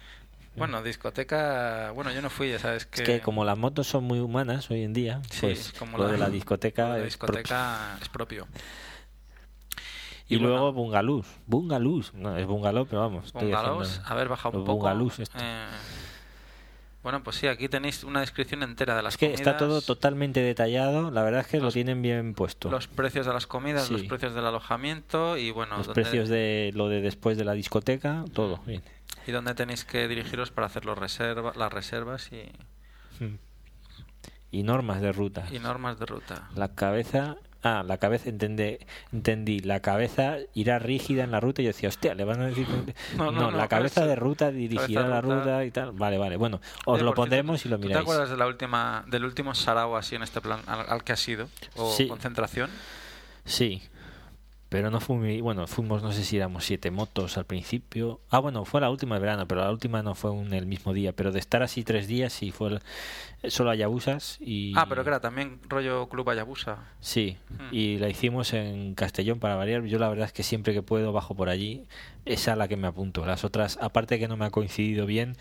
Speaker 2: Bueno, discoteca... Bueno, yo no fui, ya sabes que...
Speaker 3: Es que como las motos son muy humanas hoy en día,
Speaker 2: Sí,
Speaker 3: pues
Speaker 2: es como
Speaker 3: lo
Speaker 2: la-
Speaker 3: de la
Speaker 2: lo
Speaker 3: discoteca,
Speaker 2: de la
Speaker 3: es pro-
Speaker 2: discoteca es propio.
Speaker 3: y,
Speaker 2: y bueno.
Speaker 3: luego bungalows, bungalows, no es bungalow, pero vamos, estoy
Speaker 2: Bungalows,
Speaker 3: haciendo-
Speaker 2: a ver, baja un
Speaker 3: los
Speaker 2: poco.
Speaker 3: bungalows este. estos.
Speaker 2: eh, bueno, pues sí, aquí tenéis una descripción entera de las
Speaker 3: es que está todo
Speaker 2: comidas.
Speaker 3: totalmente detallado, la verdad es que lo
Speaker 2: Los-
Speaker 3: tienen bien puesto.
Speaker 2: Los precios de las comidas,
Speaker 3: Sí.
Speaker 2: los precios del alojamiento y bueno,
Speaker 3: los
Speaker 2: dónde-
Speaker 3: precios de lo de después de la discoteca, todo bien.
Speaker 2: y dónde tenéis que dirigiros para hacer los reserva, las reservas y,
Speaker 3: Mm. Y normas de ruta.
Speaker 2: y normas de ruta.
Speaker 3: La cabeza. Ah, la cabeza, entendé, entendí. La cabeza irá rígida en la ruta. Y yo decía, hostia, le van a decir. que-
Speaker 2: No,
Speaker 3: No,
Speaker 2: no, no,
Speaker 3: la cabeza
Speaker 2: cabeza-
Speaker 3: de ruta dirigirá
Speaker 2: cabeza de
Speaker 3: la
Speaker 2: ruta.
Speaker 3: ruta y tal. Vale, vale. Bueno, os
Speaker 2: Oye,
Speaker 3: lo
Speaker 2: por cierto,
Speaker 3: pondremos y lo
Speaker 2: ¿tú
Speaker 3: miráis.
Speaker 2: ¿Te acuerdas de la última, del último sarao así en este plan al, al que has ido? ¿O
Speaker 3: Sí.
Speaker 2: concentración?
Speaker 3: Sí. Pero no fui, bueno, fuimos, no sé si éramos siete motos al principio. Ah, bueno, fue la última de verano, pero la última no fue un, el mismo día. Pero de estar así tres días, sí, fue el- solo Ayabusas y...
Speaker 2: Ah, pero que era también rollo Club Ayabusa.
Speaker 3: Sí,
Speaker 2: Hmm.
Speaker 3: y la hicimos en Castellón para variar. Yo la verdad es que siempre que puedo bajo por allí. Es a la que me apunto. Las otras, aparte que no me ha coincidido bien,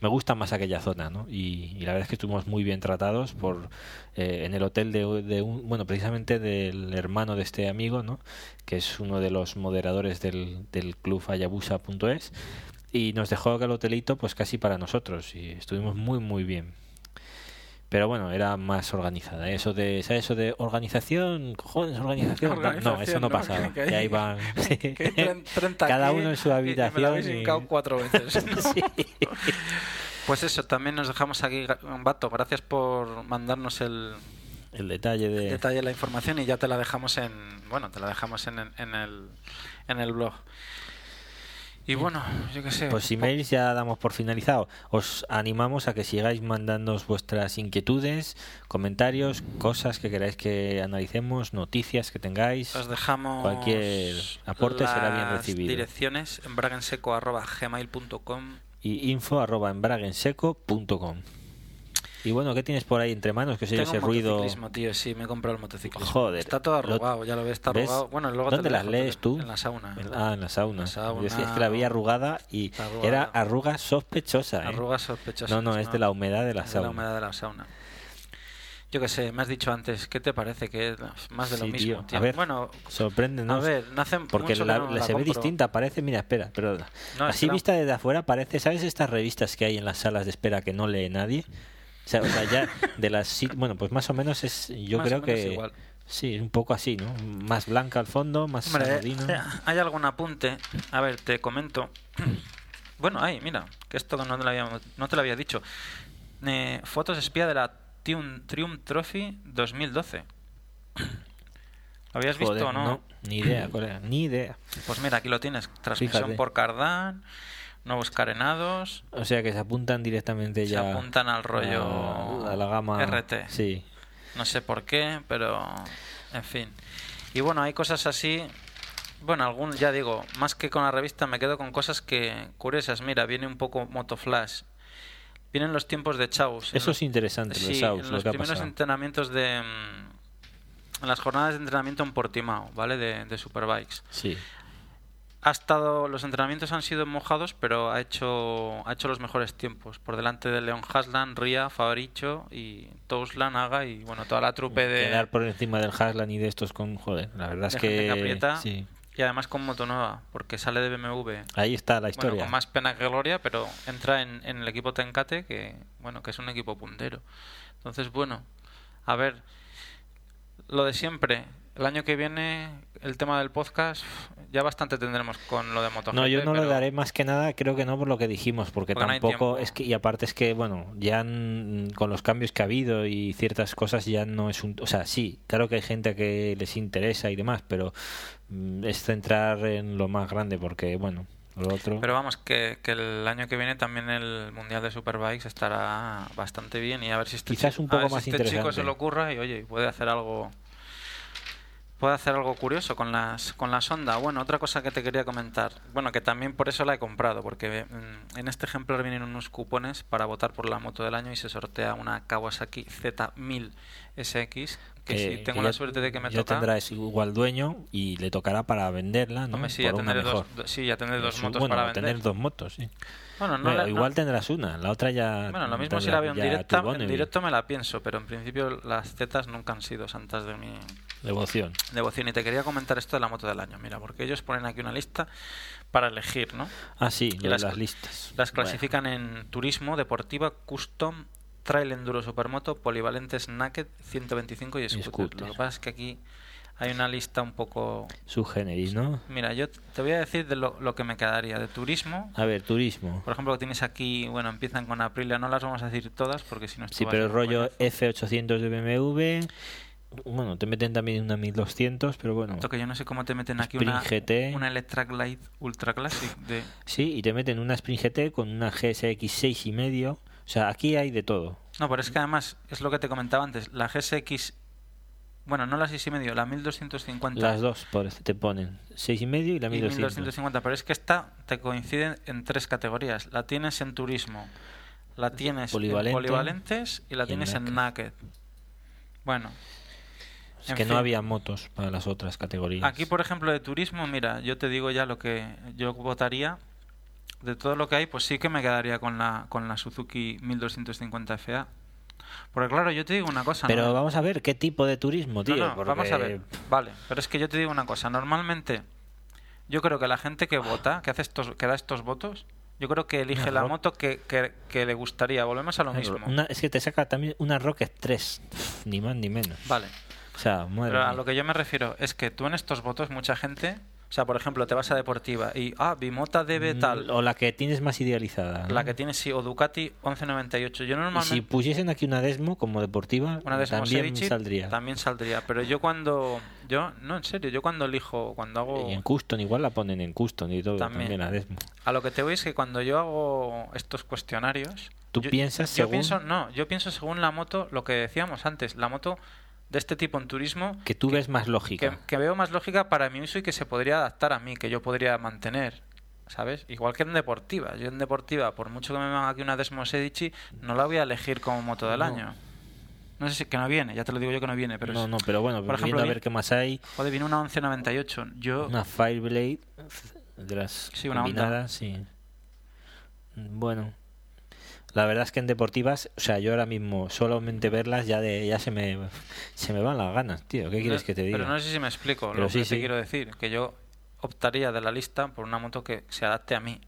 Speaker 3: me gusta más aquella zona, ¿no? Y, y la verdad es que estuvimos muy bien tratados por eh, en el hotel de, de un, bueno, precisamente del hermano de este amigo, ¿no? Que es uno de los moderadores del, del club Hayabusa.es y nos dejó aquel hotelito pues casi para nosotros y estuvimos muy muy bien. Pero bueno, era más organizada. Eso de, ¿sabes? Eso de organización, cojones, organización.
Speaker 2: Organización,
Speaker 3: no, eso no,
Speaker 2: ¿no?
Speaker 3: pasaba.
Speaker 2: Que- que
Speaker 3: Y ahí van. sí.
Speaker 2: Que hay tren- 30
Speaker 3: Cada
Speaker 2: aquí
Speaker 3: uno en su
Speaker 2: y- y me la habéis
Speaker 3: habitación y-
Speaker 2: hincado cuatro veces.
Speaker 3: Sí.
Speaker 2: Pues eso, también nos dejamos aquí, Bato. Gracias por mandarnos el
Speaker 3: El detalle de.
Speaker 2: detalle de la información y ya te la dejamos en, bueno, te la dejamos en, en- en el, en el blog. Y bueno, yo qué sé.
Speaker 3: Pues
Speaker 2: po-
Speaker 3: emails ya damos por finalizado. Os animamos a que sigáis mandándonos vuestras inquietudes, comentarios, cosas que queráis que analicemos, noticias que tengáis.
Speaker 2: Os dejamos
Speaker 3: Cualquier aporte será bien
Speaker 2: las
Speaker 3: recibido.
Speaker 2: Direcciones embragenseco@gmail.com.
Speaker 3: Y info arroba embragenseco.com. Y bueno, ¿qué tienes por ahí entre manos? Que se oye
Speaker 2: Tengo
Speaker 3: ese
Speaker 2: un
Speaker 3: ruido.
Speaker 2: motociclismo, tío, sí, me he comprado el motociclismo.
Speaker 3: Joder,
Speaker 2: Está todo
Speaker 3: lo-
Speaker 2: arrugado, ya lo ves, está
Speaker 3: ¿Ves?
Speaker 2: arrugado. Bueno, luego te
Speaker 3: ¿Dónde
Speaker 2: lo
Speaker 3: las
Speaker 2: dejo,
Speaker 3: lees
Speaker 2: te-
Speaker 3: tú?
Speaker 2: En la sauna.
Speaker 3: En- ah, en la sauna.
Speaker 2: La sauna,
Speaker 3: Yo decía, es que la vi arrugada y
Speaker 2: Está arrugada.
Speaker 3: era arruga sospechosa. ¿eh?
Speaker 2: Arrugas sospechosas.
Speaker 3: no, no, es de la humedad de la
Speaker 2: Es de
Speaker 3: sauna.
Speaker 2: humedad de la sauna. Yo qué sé, me has dicho antes, ¿qué te parece? Que es más de lo
Speaker 3: Sí,
Speaker 2: mismo.
Speaker 3: tío.
Speaker 2: tío.
Speaker 3: A ver,
Speaker 2: bueno, a
Speaker 3: sorpréndenos.
Speaker 2: ver, no hacen
Speaker 3: Porque
Speaker 2: mucho
Speaker 3: la,
Speaker 2: que no
Speaker 3: la se ve
Speaker 2: compro.
Speaker 3: distinta, parece, mira, espera, perdona.
Speaker 2: No, es
Speaker 3: Así
Speaker 2: que la-
Speaker 3: vista desde afuera parece, ¿sabes estas revistas que hay en las salas de espera que no lee nadie? O sea, o sea, ya de las sit- bueno, pues más o menos es yo
Speaker 2: Más o
Speaker 3: creo
Speaker 2: menos
Speaker 3: que
Speaker 2: igual.
Speaker 3: sí, es un poco así, ¿no? Más blanca al fondo, más
Speaker 2: Hombre,
Speaker 3: anodino.
Speaker 2: eh, ¿hay algún apunte? A ver, te comento. Bueno, ay, mira, que esto no te lo había, no te lo había dicho. Eh, fotos espía de la Trium- Triumph Trophy 2012. ¿Lo habías
Speaker 3: Joder,
Speaker 2: visto o no?
Speaker 3: Ni idea, colega, ni idea.
Speaker 2: Pues mira, aquí lo tienes. Transmisión
Speaker 3: Fíjate.
Speaker 2: por Cardán, nuevos carenados,
Speaker 3: O sea, que se apuntan directamente
Speaker 2: Se
Speaker 3: ya
Speaker 2: apuntan al
Speaker 3: a-
Speaker 2: rollo
Speaker 3: a, la gama
Speaker 2: RT.
Speaker 3: Sí.
Speaker 2: no sé por qué, pero en fin. Y bueno, hay cosas así. Bueno, algún, ya digo, más que con la revista me quedo con cosas que curiosas. Mira, viene un poco Motoflash. Vienen los tiempos de Chaus. En
Speaker 3: Eso
Speaker 2: los-
Speaker 3: es interesante,
Speaker 2: Sí,
Speaker 3: los outs,
Speaker 2: en
Speaker 3: lo
Speaker 2: los
Speaker 3: que ha
Speaker 2: primeros
Speaker 3: pasado.
Speaker 2: entrenamientos de... mm, En las jornadas de entrenamiento en Portimao, ¿vale? De, de Superbikes.
Speaker 3: Sí.
Speaker 2: Ha estado, los entrenamientos han sido mojados, pero ha hecho, ha hecho los mejores tiempos. Por delante de Leon Haslan, Ria, Fabricio y Touslan, Haga y bueno, toda la trupe de.
Speaker 3: Quedar por encima del Haslan y de estos con joder, la verdad es
Speaker 2: de gente
Speaker 3: que,
Speaker 2: que aprieta.
Speaker 3: sí.
Speaker 2: Y además con moto nueva, porque sale de BMW.
Speaker 3: Ahí está la
Speaker 2: Bueno,
Speaker 3: historia.
Speaker 2: con más pena que gloria, pero entra en, en el equipo Tencate, que bueno, que es un equipo puntero. Entonces, bueno, a ver, lo de siempre. El año que viene, el tema del podcast, ya bastante tendremos con lo de MotoGP.
Speaker 3: No, yo no lo
Speaker 2: pero-
Speaker 3: daré más que nada, creo que no por lo que dijimos, porque,
Speaker 2: Porque no hay
Speaker 3: tampoco
Speaker 2: tiempo.
Speaker 3: es que y aparte es que bueno, ya mm, con los cambios que ha habido y ciertas cosas ya no es un, o sea, sí, claro que hay gente que les interesa y demás, pero mm, es centrar en lo más grande porque bueno, lo otro
Speaker 2: Pero vamos, que, que el año que viene también el Mundial de Superbikes estará bastante bien y a ver si este,
Speaker 3: Quizás
Speaker 2: chi-
Speaker 3: un
Speaker 2: a
Speaker 3: poco
Speaker 2: ver si
Speaker 3: más
Speaker 2: este chico se
Speaker 3: interesante.
Speaker 2: le ocurra y oye, puede hacer algo puede hacer algo curioso con las con la sonda. Bueno, otra cosa que te quería comentar. Bueno, que también por eso la he comprado, porque mm, en este ejemplo vienen unos cupones para votar por la moto del año y se sortea una Kawasaki Z1000 SX, que
Speaker 3: que-
Speaker 2: si tengo
Speaker 3: que
Speaker 2: la
Speaker 3: ya-
Speaker 2: suerte de que me
Speaker 3: ya
Speaker 2: toca
Speaker 3: tendrá ese igual dueño y le tocará para venderla, ¿no?
Speaker 2: Hombre, sí,
Speaker 3: Por
Speaker 2: ya
Speaker 3: una
Speaker 2: tendré dos,
Speaker 3: mejor.
Speaker 2: do- sí, ya tendré dos
Speaker 3: Su-
Speaker 2: motos
Speaker 3: bueno,
Speaker 2: para
Speaker 3: va a
Speaker 2: vender.
Speaker 3: tener dos motos, sí.
Speaker 2: Bueno, no
Speaker 3: Bueno,
Speaker 2: la- no-
Speaker 3: igual tendrás una, la otra ya
Speaker 2: Bueno, lo mismo si
Speaker 3: tendrá
Speaker 2: la veo en,
Speaker 3: ya
Speaker 2: directa,
Speaker 3: tu Bonneville.
Speaker 2: en directo me la pienso, pero en principio las tetas nunca han sido santas de mi
Speaker 3: Devoción.
Speaker 2: devoción. Y te quería comentar esto de la moto del año, mira, porque ellos ponen aquí una lista para elegir, ¿no?
Speaker 3: Ah, sí, lo de
Speaker 2: las-
Speaker 3: las, listas.
Speaker 2: Las
Speaker 3: Bueno.
Speaker 2: clasifican en turismo, deportiva, custom, trail enduro supermoto, polivalentes naked, 125 y scooter.
Speaker 3: scooter.
Speaker 2: Lo que pasa es que aquí hay una lista un poco...
Speaker 3: Su generis, ¿no?
Speaker 2: Mira, yo te voy a decir de lo, lo que me quedaría. De turismo,
Speaker 3: A ver, turismo.
Speaker 2: por ejemplo, tienes aquí, bueno, empiezan con Aprilia, no las vamos a decir todas porque si pues no... esto
Speaker 3: Sí,
Speaker 2: va a
Speaker 3: pero el
Speaker 2: ser un
Speaker 3: rollo
Speaker 2: coñazo.
Speaker 3: F800 de BMW. Bueno, te meten también una 1200, pero bueno.
Speaker 2: Tanto que yo no sé cómo te meten aquí una,
Speaker 3: Spring GT.
Speaker 2: una Electra Glide Ultra Classic de...
Speaker 3: Sí, y te meten una Sprint GT con una GSX 6 y medio. O sea, aquí hay de todo.
Speaker 2: No, pero es que además, es lo que te comentaba antes, la GSX Bueno, no la 6,5, y medio, la 1250.
Speaker 3: Las dos, por este te ponen. Seis y medio y la
Speaker 2: Y
Speaker 3: 1200.
Speaker 2: 1250, pero es que esta te coincide en tres categorías. La tienes en turismo, la tienes
Speaker 3: Polivalente.
Speaker 2: en polivalentes y la
Speaker 3: Y en
Speaker 2: tienes en naked. Bueno,
Speaker 3: Es
Speaker 2: en
Speaker 3: que no
Speaker 2: fin.
Speaker 3: había motos para las otras categorías.
Speaker 2: aquí por ejemplo de turismo, mira, yo te digo ya lo que yo votaría. De todo lo que hay, pues sí que me quedaría con la, con la Suzuki 1250 FA. Porque claro, yo te digo una cosa.
Speaker 3: Pero
Speaker 2: ¿no? ¿eh?
Speaker 3: vamos a ver qué tipo de turismo, tío.
Speaker 2: No, no, vamos a
Speaker 3: porque-
Speaker 2: ver. Vale, pero es que yo te digo una cosa. Normalmente, yo creo que la gente que vota, que hace estos, que da estos votos, yo creo que elige
Speaker 3: Una
Speaker 2: la
Speaker 3: rock.
Speaker 2: moto que, que- que le gustaría. Volvemos a lo mismo.
Speaker 3: Una- es que te saca también una Rocket 3. Pff, Ni más ni menos.
Speaker 2: Vale.
Speaker 3: O sea, madre
Speaker 2: Pero a
Speaker 3: mía.
Speaker 2: lo que yo me refiero es que tú en estos votos, mucha gente, o sea, por ejemplo, te vas a Deportiva y, ah, Bimota
Speaker 3: Mm,
Speaker 2: debe tal,
Speaker 3: O la que tienes más idealizada. ¿no?
Speaker 2: la que tiene sí, o Ducati 1198. Yo
Speaker 3: Ah. Y
Speaker 2: normalmente.
Speaker 3: si pusiesen aquí una Desmo como deportiva,
Speaker 2: Una de
Speaker 3: también
Speaker 2: Smosevici
Speaker 3: saldría.
Speaker 2: También saldría. Pero yo cuando. Yo, no, en serio, yo cuando elijo, cuando hago.
Speaker 3: Y en Custom, igual la ponen en Custom y todo,
Speaker 2: También.
Speaker 3: también, la Desmo.
Speaker 2: A lo que te voy es que cuando yo hago estos cuestionarios.
Speaker 3: ¿Tú
Speaker 2: yo-
Speaker 3: piensas
Speaker 2: yo
Speaker 3: según-
Speaker 2: pienso, no, yo pienso según la moto, lo que decíamos antes, la moto de este tipo en turismo
Speaker 3: Que tú ves más lógica.
Speaker 2: que, que veo más lógica para mi uso y que se podría adaptar a mí, que yo podría mantener. ¿Sabes? Igual que en deportiva. Yo en deportiva, por mucho que me haga aquí una Desmosedici, no la voy a elegir como moto del
Speaker 3: No.
Speaker 2: año. No sé si que no viene, ya te lo digo yo que no viene, pero
Speaker 3: no,
Speaker 2: es-
Speaker 3: no, pero bueno,
Speaker 2: Por ejemplo,
Speaker 3: viendo a
Speaker 2: vi-
Speaker 3: ver qué más hay.
Speaker 2: Joder, viene una 1198. Yo
Speaker 3: Una Fireblade de las
Speaker 2: Sí, una Honda.
Speaker 3: combinadas, sí. Bueno, la verdad es que en deportivas, o sea, yo ahora mismo solamente verlas ya de ya se me se me van las ganas, tío. ¿Qué quieres
Speaker 2: No,
Speaker 3: que te diga?
Speaker 2: Pero no sé si me explico
Speaker 3: Pero
Speaker 2: lo
Speaker 3: sí,
Speaker 2: que te
Speaker 3: sí.
Speaker 2: quiero decir. Que yo optaría de la lista por una moto que se adapte a mí.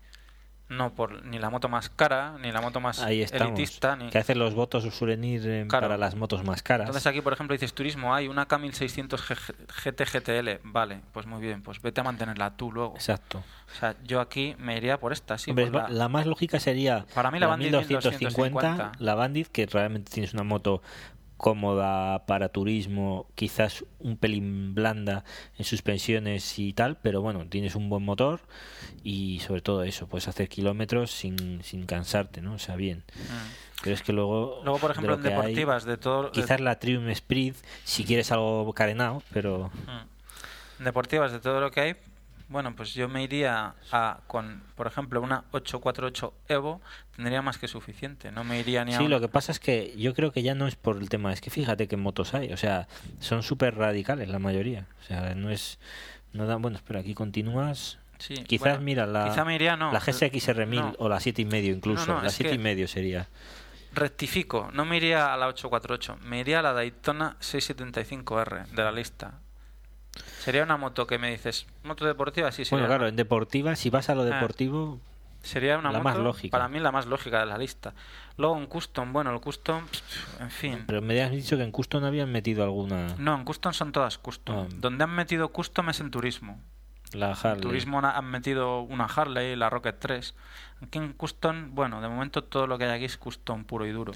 Speaker 2: No por ni la moto más cara, ni la moto más
Speaker 3: Ahí estamos.
Speaker 2: elitista. Ni...
Speaker 3: Que hacen los votos suelen ir eh,
Speaker 2: Claro.
Speaker 3: para las motos más caras.
Speaker 2: Entonces aquí, por ejemplo, dices turismo, hay una K1600 GG GT GTL. Vale, pues muy bien, pues vete a mantenerla tú luego.
Speaker 3: Exacto.
Speaker 2: O sea, yo aquí me iría por esta, sí.
Speaker 3: Hombre,
Speaker 2: por
Speaker 3: es va-
Speaker 2: la-
Speaker 3: la... más lógica sería
Speaker 2: Para mí la Bandit 1250.
Speaker 3: la Bandit, que realmente tienes una moto cómoda para turismo, quizás un pelín blanda en suspensiones y tal, pero bueno, tienes un buen motor y sobre todo eso, puedes hacer kilómetros sin, sin cansarte, ¿no? O sea, bien.
Speaker 2: Mm.
Speaker 3: Pero es que luego...
Speaker 2: Luego, por
Speaker 3: de
Speaker 2: ejemplo,
Speaker 3: lo
Speaker 2: en
Speaker 3: que hay,
Speaker 2: deportivas, de todo. de-
Speaker 3: Quizás la Triumph Sprint, si quieres algo carenado, pero...
Speaker 2: Mm. Deportivas de todo lo que hay, bueno, pues yo me iría a con, por ejemplo, una 848 Evo, tendría más que suficiente. No me iría ni a
Speaker 3: Sí,
Speaker 2: una-
Speaker 3: lo que pasa es que yo creo que ya no es por el tema, es que fíjate qué motos hay, o sea, son súper radicales la mayoría, o sea, no es, no dan, bueno, espera, aquí continúas,
Speaker 2: Sí,
Speaker 3: quizás
Speaker 2: bueno,
Speaker 3: mira la,
Speaker 2: quizá me iría, no.
Speaker 3: la GSX-R1000
Speaker 2: No.
Speaker 3: o la 7,5 incluso,
Speaker 2: No, no,
Speaker 3: la
Speaker 2: es que-
Speaker 3: 7,5 sería,
Speaker 2: Rectifico, no me iría a la 848, me iría a la Daytona 675R de la lista. Sería una moto que me dices, moto deportiva, sí, sería,
Speaker 3: bueno, claro, en deportiva, si vas a lo
Speaker 2: Ah.
Speaker 3: deportivo,
Speaker 2: sería una
Speaker 3: la
Speaker 2: moto
Speaker 3: más lógica.
Speaker 2: para mí la más lógica de la lista. Luego un custom, bueno, el custom, en fin.
Speaker 3: pero me has dicho que en Custom habían metido alguna,
Speaker 2: No, en custom son todas custom.
Speaker 3: Ah.
Speaker 2: Donde han metido custom es en turismo.
Speaker 3: la
Speaker 2: En
Speaker 3: Harley,
Speaker 2: turismo na- han metido una Harley, la Rocket 3. Aquí en Custom, bueno, de momento todo lo que hay aquí es Custom puro y duro.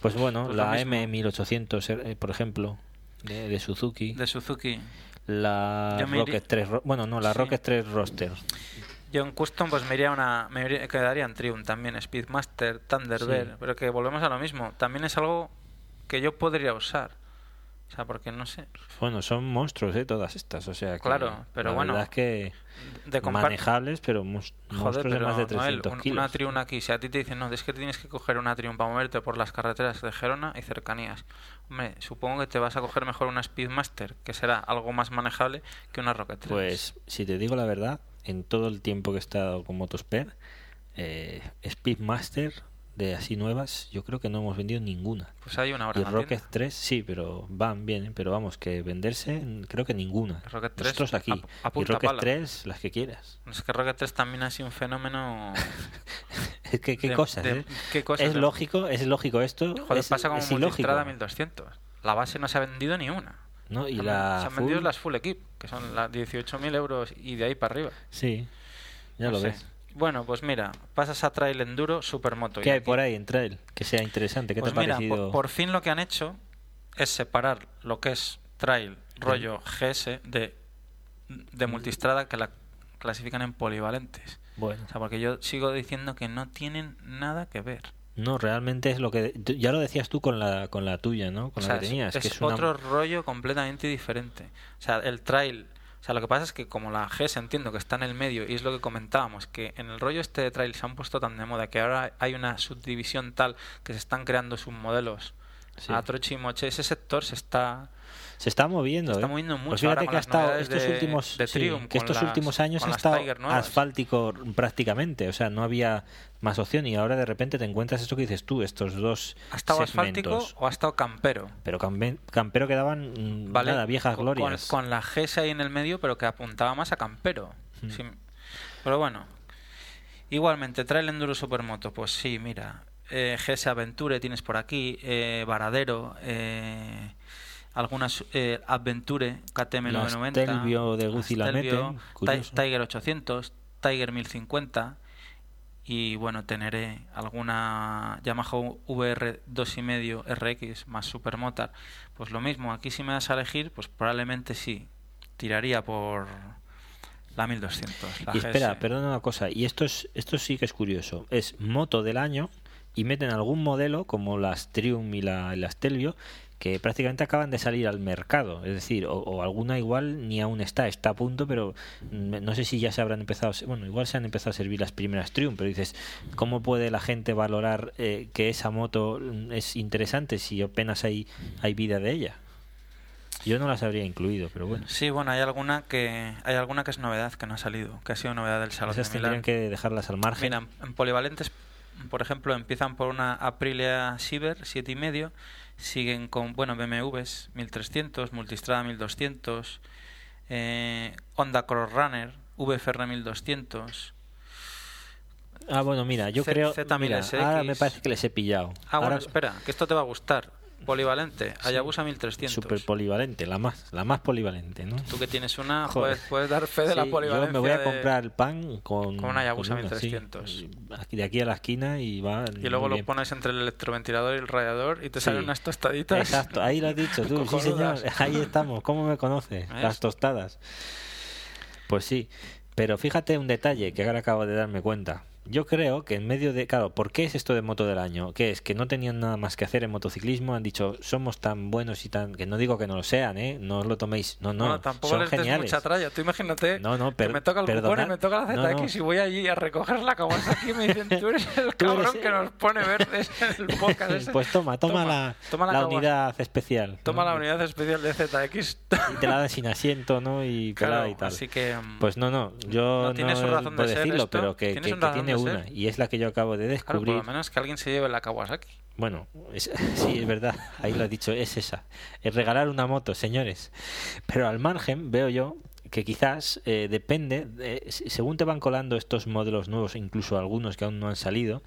Speaker 3: pues bueno,
Speaker 2: pues lo
Speaker 3: la
Speaker 2: mismo.
Speaker 3: M1800, eh, por ejemplo, de, de Suzuki,
Speaker 2: De Suzuki.
Speaker 3: la
Speaker 2: Yo me iría-
Speaker 3: Rocket 3, Ro- bueno, no, la
Speaker 2: Sí.
Speaker 3: Rocket 3 Roster,
Speaker 2: Yo en Custom pues me iría una... Me iría- quedaría en Triumph también, Speedmaster, Thunderbird.
Speaker 3: Sí.
Speaker 2: Pero que volvemos a lo mismo. También es algo que yo podría usar. O sea, porque no sé.
Speaker 3: Bueno, son monstruos, ¿eh? Todas estas, o sea, que
Speaker 2: Claro, pero
Speaker 3: la
Speaker 2: bueno,
Speaker 3: verdad es que
Speaker 2: De compar-
Speaker 3: manejables, pero mus-
Speaker 2: Joder,
Speaker 3: monstruos de
Speaker 2: pero
Speaker 3: más de
Speaker 2: Noel,
Speaker 3: 300
Speaker 2: un-
Speaker 3: kilos.
Speaker 2: una Triumph aquí, si a ti te dicen, no, es que tienes que coger una Triumph para moverte por las carreteras de Gerona y cercanías. Hombre, supongo que te vas a coger mejor una Speedmaster, que será algo más manejable que una Rocket 3.
Speaker 3: Pues, si te digo la verdad, en todo el tiempo que he estado con Motosper, eh, Speedmaster de así nuevas, yo creo que no hemos vendido ninguna.
Speaker 2: Pues hay una
Speaker 3: Y
Speaker 2: ahora. en
Speaker 3: el
Speaker 2: la tienda.
Speaker 3: Rocket 3, sí, pero van bien, ¿eh? pero vamos, que venderse, mm, creo que ninguna.
Speaker 2: El Rocket 3,
Speaker 3: Nosotros aquí.
Speaker 2: a- a
Speaker 3: y
Speaker 2: punta
Speaker 3: Rocket
Speaker 2: pala.
Speaker 3: 3, las que quieras.
Speaker 2: Es que Rocket 3 también ha sido un fenómeno.
Speaker 3: Es que, qué
Speaker 2: de-
Speaker 3: cosas,
Speaker 2: de-
Speaker 3: ¿eh?
Speaker 2: qué cosas,
Speaker 3: es
Speaker 2: de-
Speaker 3: lógico, es lógico esto.
Speaker 2: Joder,
Speaker 3: es,
Speaker 2: pasa como
Speaker 3: es ilógico.
Speaker 2: Multistrada 1200. La base no se ha vendido ni una.
Speaker 3: ¿no? Y
Speaker 2: Se han-
Speaker 3: la
Speaker 2: se han vendido
Speaker 3: full-
Speaker 2: las Full Equip, que son las 18.000 euros y de ahí para arriba.
Speaker 3: Sí, ya
Speaker 2: No
Speaker 3: lo
Speaker 2: sé.
Speaker 3: ves.
Speaker 2: Bueno, pues mira, pasas a Trail Enduro Supermoto. y
Speaker 3: ¿Qué hay
Speaker 2: aquí-
Speaker 3: por ahí en Trail que sea interesante? ¿Qué
Speaker 2: pues
Speaker 3: te ha
Speaker 2: mira,
Speaker 3: parecido?
Speaker 2: por, por fin lo que han hecho es separar lo que es Trail, rollo GS, de, de multistrada, que la clasifican en polivalentes.
Speaker 3: Bueno,
Speaker 2: O sea, porque yo sigo diciendo que no tienen nada que ver.
Speaker 3: No, realmente es lo que... Ya lo decías tú con la, con la tuya, ¿no? Con
Speaker 2: O sea,
Speaker 3: la que
Speaker 2: es-
Speaker 3: tenías.
Speaker 2: es,
Speaker 3: que es una-
Speaker 2: otro rollo completamente diferente. O sea, el trail. O sea, lo que pasa es que como la GS entiendo que está en el medio y es lo que comentábamos, que en el rollo este de trail se han puesto tan de moda que ahora hay una subdivisión tal que se están creando submodelos
Speaker 3: Sí.
Speaker 2: a troche y moche. Ese sector se está,
Speaker 3: Se está moviendo.
Speaker 2: se está
Speaker 3: ¿eh?
Speaker 2: moviendo
Speaker 3: Pues
Speaker 2: mucho. ahora
Speaker 3: fíjate
Speaker 2: con
Speaker 3: que ha
Speaker 2: las
Speaker 3: estado
Speaker 2: novedades
Speaker 3: estos
Speaker 2: de-
Speaker 3: últimos,
Speaker 2: de
Speaker 3: sí,
Speaker 2: Triumph,
Speaker 3: que
Speaker 2: con
Speaker 3: estos
Speaker 2: las-
Speaker 3: últimos años
Speaker 2: con
Speaker 3: ha
Speaker 2: las
Speaker 3: estado
Speaker 2: Tiger nuevas.
Speaker 3: asfáltico prácticamente, o sea, no había más opción y ahora de repente te encuentras esto que dices tú, estos dos
Speaker 2: ¿Ha estado
Speaker 3: segmentos.
Speaker 2: asfáltico o ha estado campero?
Speaker 3: Pero campe- campero quedaban mm,
Speaker 2: ¿Vale?
Speaker 3: nada, viejas
Speaker 2: Con- con-
Speaker 3: glorias.
Speaker 2: Con, la GS ahí en el medio, pero que apuntaba más a campero.
Speaker 3: Hmm.
Speaker 2: Sí. Pero bueno. Igualmente, trae el Enduro Supermoto. Pues sí, mira. Eh, GS Aventure tienes por aquí. eh, Varadero. eh, algunas eh, Adventure. KTM
Speaker 3: Las
Speaker 2: 990.
Speaker 3: Stelvio de Guzzi la
Speaker 2: Stelvio,
Speaker 3: meten,
Speaker 2: Ti-
Speaker 3: curioso.
Speaker 2: Tiger 800. Tiger 1050. Y bueno, teneré alguna Yamaha VR 2.5 RX más Supermotar. Pues lo mismo, aquí si me das a elegir, pues probablemente sí. Tiraría por la 1200. La
Speaker 3: Y espera,
Speaker 2: GS.
Speaker 3: perdona una cosa, y esto es esto sí que es curioso, es moto del año y meten algún modelo como las Triumph y la, y las Stelvio que prácticamente acaban de salir al mercado, es decir, o, o alguna igual ni aún está, está a punto, pero mm, no sé si ya se habrán empezado, a ser- bueno, igual se han empezado a servir las primeras Triumph, pero dices, ¿cómo puede la gente valorar eh, que esa moto mm, es interesante si apenas hay, hay vida de ella? Yo no las habría incluido, pero bueno.
Speaker 2: Sí, bueno, hay alguna que hay alguna que es novedad que no ha salido, que ha sido novedad del salón
Speaker 3: Esas
Speaker 2: de Milán.
Speaker 3: tendrían que dejarlas al margen.
Speaker 2: Mira, en- en polivalentes, por ejemplo, empiezan por una Aprilia Cyber 7,5, siguen con, bueno, BMWs 1300, Multistrada 1200, eh, Honda Cross Runner, VFR 1200.
Speaker 3: Ah, bueno, mira, yo
Speaker 2: Z-
Speaker 3: creo.
Speaker 2: Z1000
Speaker 3: mira,
Speaker 2: SX.
Speaker 3: ahora me parece que les he pillado.
Speaker 2: Ah, bueno,
Speaker 3: Ahora,
Speaker 2: espera, que esto te va a gustar. Polivalente, Hayabusa 1300.
Speaker 3: Super polivalente, la más, la más polivalente, ¿no?
Speaker 2: Tú que tienes una,
Speaker 3: Joder.
Speaker 2: puedes, puedes dar fe de la
Speaker 3: Sí,
Speaker 2: polivalencia.
Speaker 3: yo me voy a
Speaker 2: de-
Speaker 3: comprar el pan con,
Speaker 2: con una Hayabusa
Speaker 3: con uno, sí.
Speaker 2: 1300.
Speaker 3: Aquí- de aquí a la esquina y va.
Speaker 2: Y luego
Speaker 3: muy
Speaker 2: lo
Speaker 3: bien.
Speaker 2: pones entre el electroventilador y el radiador y te
Speaker 3: Sí.
Speaker 2: salen unas tostaditas.
Speaker 3: Exacto, ahí lo has dicho tú, sí señor,
Speaker 2: Cojonudas.
Speaker 3: ahí estamos, ¿cómo me conoces?
Speaker 2: ¿Ves?
Speaker 3: Las tostadas. Pues sí, pero fíjate un detalle que ahora acabo de darme cuenta. Yo creo que en medio de... Claro, ¿por qué es esto de moto del año? ¿Qué es? Que no tenían nada más que hacer en motociclismo, han dicho, somos tan buenos y tan... Que no digo que no lo sean, ¿eh? No os lo toméis. No, no,
Speaker 2: Bueno, tampoco
Speaker 3: son
Speaker 2: les des
Speaker 3: geniales.
Speaker 2: mucha tralla. Tú imagínate
Speaker 3: No, no,
Speaker 2: que
Speaker 3: per-
Speaker 2: me toca el cupón y
Speaker 3: perdonad-
Speaker 2: me toca la
Speaker 3: no, no.
Speaker 2: ZX y voy allí a recoger la Kawasaki y me dicen, tú eres el
Speaker 3: Tú eres
Speaker 2: cabrón
Speaker 3: el-
Speaker 2: que nos pone verdes en el podcast. ese".
Speaker 3: pues toma, toma, la,
Speaker 2: toma la
Speaker 3: la
Speaker 2: Kawasaki.
Speaker 3: unidad especial.
Speaker 2: Toma
Speaker 3: ¿no?
Speaker 2: la unidad especial de ZX.
Speaker 3: Y te la dan sin asiento, ¿no? Y
Speaker 2: Claro,
Speaker 3: pelada y tal.
Speaker 2: así que, mm,
Speaker 3: Pues no, no, yo
Speaker 2: no
Speaker 3: no,
Speaker 2: tiene su razón de
Speaker 3: puedo
Speaker 2: ser
Speaker 3: decirlo,
Speaker 2: esto,
Speaker 3: pero que,
Speaker 2: tiene
Speaker 3: que-
Speaker 2: su
Speaker 3: que
Speaker 2: razón de
Speaker 3: tiene una,
Speaker 2: ser.
Speaker 3: y es la que yo acabo de
Speaker 2: Claro, por
Speaker 3: descubrir.
Speaker 2: lo menos que alguien se lleve la Kawasaki.
Speaker 3: Bueno, es- sí, es verdad, ahí lo has dicho, es esa. Es regalar una moto, señores. Pero al margen veo yo que quizás eh, depende, de- se- según te van colando estos modelos nuevos, incluso algunos que aún no han salido,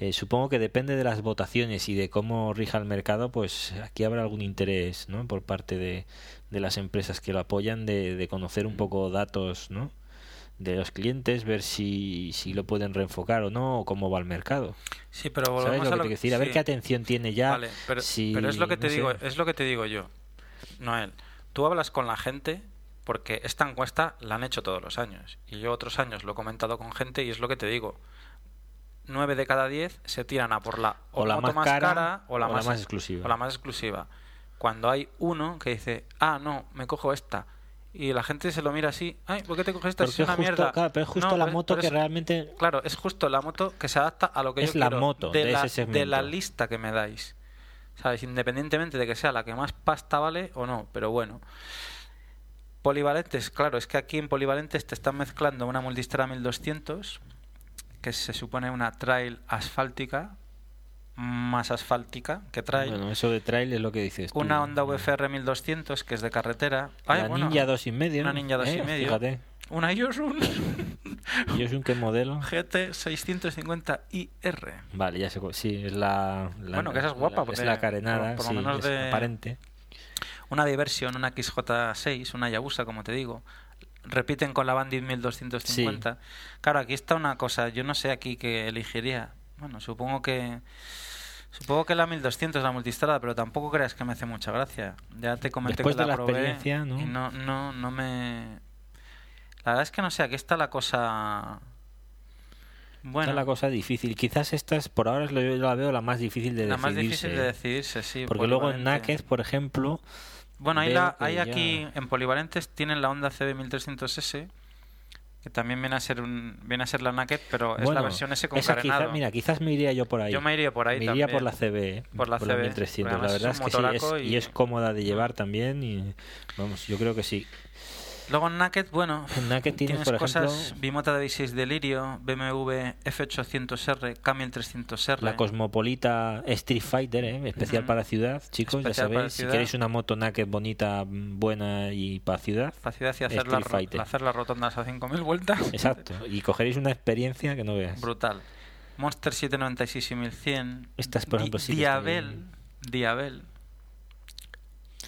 Speaker 3: eh, supongo que depende de las votaciones y de cómo rija el mercado, pues aquí habrá algún interés ¿no? por parte de, de las empresas que lo apoyan de, de conocer un poco datos ¿no? de los clientes, ver si, si lo pueden reenfocar o no, o cómo va el mercado.
Speaker 2: Sí, pero
Speaker 3: ¿Sabes
Speaker 2: volvemos a
Speaker 3: lo que te
Speaker 2: lo
Speaker 3: quiero decir? A ver
Speaker 2: sí.
Speaker 3: qué atención tiene ya.
Speaker 2: Vale, pero,
Speaker 3: si-
Speaker 2: pero es lo que
Speaker 3: no
Speaker 2: te
Speaker 3: sé.
Speaker 2: digo, es lo que te digo yo. Noel, tú hablas con la gente porque esta encuesta la han hecho todos los años. Y yo otros años lo he comentado con gente y es lo que te digo. 9 de cada 10 se tiran a por la
Speaker 3: O la
Speaker 2: moto
Speaker 3: más cara, o la más exclusiva.
Speaker 2: o la más exclusiva. Cuando hay uno que dice, ah, no, me cojo esta. Y la gente se lo mira así, ay, ¿por qué te coges esta?
Speaker 3: Porque
Speaker 2: Si Es una
Speaker 3: justo-
Speaker 2: mierda.
Speaker 3: claro, pero es justo
Speaker 2: No,
Speaker 3: la
Speaker 2: pero es-
Speaker 3: moto
Speaker 2: pero
Speaker 3: que
Speaker 2: es-
Speaker 3: realmente
Speaker 2: Claro, es justo la moto que se adapta a lo que
Speaker 3: Es
Speaker 2: yo
Speaker 3: la
Speaker 2: quiero
Speaker 3: moto de
Speaker 2: la,
Speaker 3: ese
Speaker 2: de la
Speaker 3: segmento.
Speaker 2: lista que me dais. ¿Sabes? Independientemente de que sea la que más pasta vale o no, pero bueno. Polivalentes, claro, es que aquí en polivalentes te están mezclando una Multistrada 1200, que se supone una trail asfáltica, más asfáltica que trail.
Speaker 3: Bueno, eso de trail es lo que dices. tú.
Speaker 2: una Honda VFR 1200, que es de carretera. Ay,
Speaker 3: La
Speaker 2: bueno,
Speaker 3: Ninja dos y medio.
Speaker 2: Una Ninja dos
Speaker 3: ¿eh?
Speaker 2: y medio.
Speaker 3: Fíjate.
Speaker 2: Una Yosun
Speaker 3: Yo soy un qué modelo.
Speaker 2: GT 650IR.
Speaker 3: Vale, ya sé. cu- Sí, es la. la-
Speaker 2: Bueno, que esa es guapa,
Speaker 3: la-
Speaker 2: porque-
Speaker 3: es la carenada.
Speaker 2: por lo
Speaker 3: sí,
Speaker 2: menos
Speaker 3: es
Speaker 2: de-
Speaker 3: aparente.
Speaker 2: una Diversion, una XJ6, una Yabusa, como te digo. Repiten con la Bandit 1250. Claro, aquí está una cosa. Yo no sé aquí qué elegiría. Bueno, supongo que. Supongo que la 1200 la multistrada, pero tampoco creas que me hace mucha gracia. Ya te comenté
Speaker 3: Después
Speaker 2: que
Speaker 3: de
Speaker 2: la
Speaker 3: la
Speaker 2: probé
Speaker 3: experiencia, ¿no?
Speaker 2: y no, no, no me. La verdad es que no sé, aquí está la cosa.
Speaker 3: Esta
Speaker 2: Bueno,
Speaker 3: es la cosa difícil. Quizás esta es, por ahora es lo- yo la veo la más difícil de
Speaker 2: la más
Speaker 3: decidirse.
Speaker 2: difícil de decidirse, sí. pues
Speaker 3: porque luego en
Speaker 2: polivalente.
Speaker 3: Naked, por ejemplo,
Speaker 2: Bueno, hay,
Speaker 3: veo
Speaker 2: la,
Speaker 3: que
Speaker 2: hay
Speaker 3: ya-
Speaker 2: aquí, en polivalentes tienen la Honda CB1300S, que también viene a ser, un, viene a ser la Naked, pero es la
Speaker 3: bueno,
Speaker 2: versión S con
Speaker 3: esa quizá-
Speaker 2: carenado.
Speaker 3: mira, quizás me iría yo por ahí.
Speaker 2: Yo me iría por ahí
Speaker 3: Me
Speaker 2: también.
Speaker 3: iría por la CB, eh,
Speaker 2: Por la CB,
Speaker 3: 1300. La
Speaker 2: porque
Speaker 3: verdad
Speaker 2: además
Speaker 3: es
Speaker 2: es
Speaker 3: que sí,
Speaker 2: un
Speaker 3: es,
Speaker 2: motoraco
Speaker 3: y...
Speaker 2: y-
Speaker 3: es cómoda de llevar también. Y vamos, yo creo que sí.
Speaker 2: Luego en Naked, bueno,
Speaker 3: En Naked tienes,
Speaker 2: tienes
Speaker 3: por
Speaker 2: cosas
Speaker 3: ejemplo,
Speaker 2: Bimota D6 Delirio, BMW F800R, Camion 300R.
Speaker 3: la Cosmopolita Street Fighter, eh, especial
Speaker 2: Ujú.
Speaker 3: para ciudad, chicos. ya
Speaker 2: Especial para
Speaker 3: sabéis, si
Speaker 2: ciudad.
Speaker 3: queréis una moto Naked bonita, mm, buena y para ciudad,
Speaker 2: la ciudad y hacer, las,
Speaker 3: Street Fighter.
Speaker 2: ro- hacer las rotondas a 5.000 vueltas.
Speaker 3: exacto. Y cogeréis una experiencia que no veas.
Speaker 2: Brutal. Monster 796 y 1100.
Speaker 3: Estas, por
Speaker 2: Di-
Speaker 3: ejemplo, sí que
Speaker 2: Diabel.
Speaker 3: están
Speaker 2: Diabel.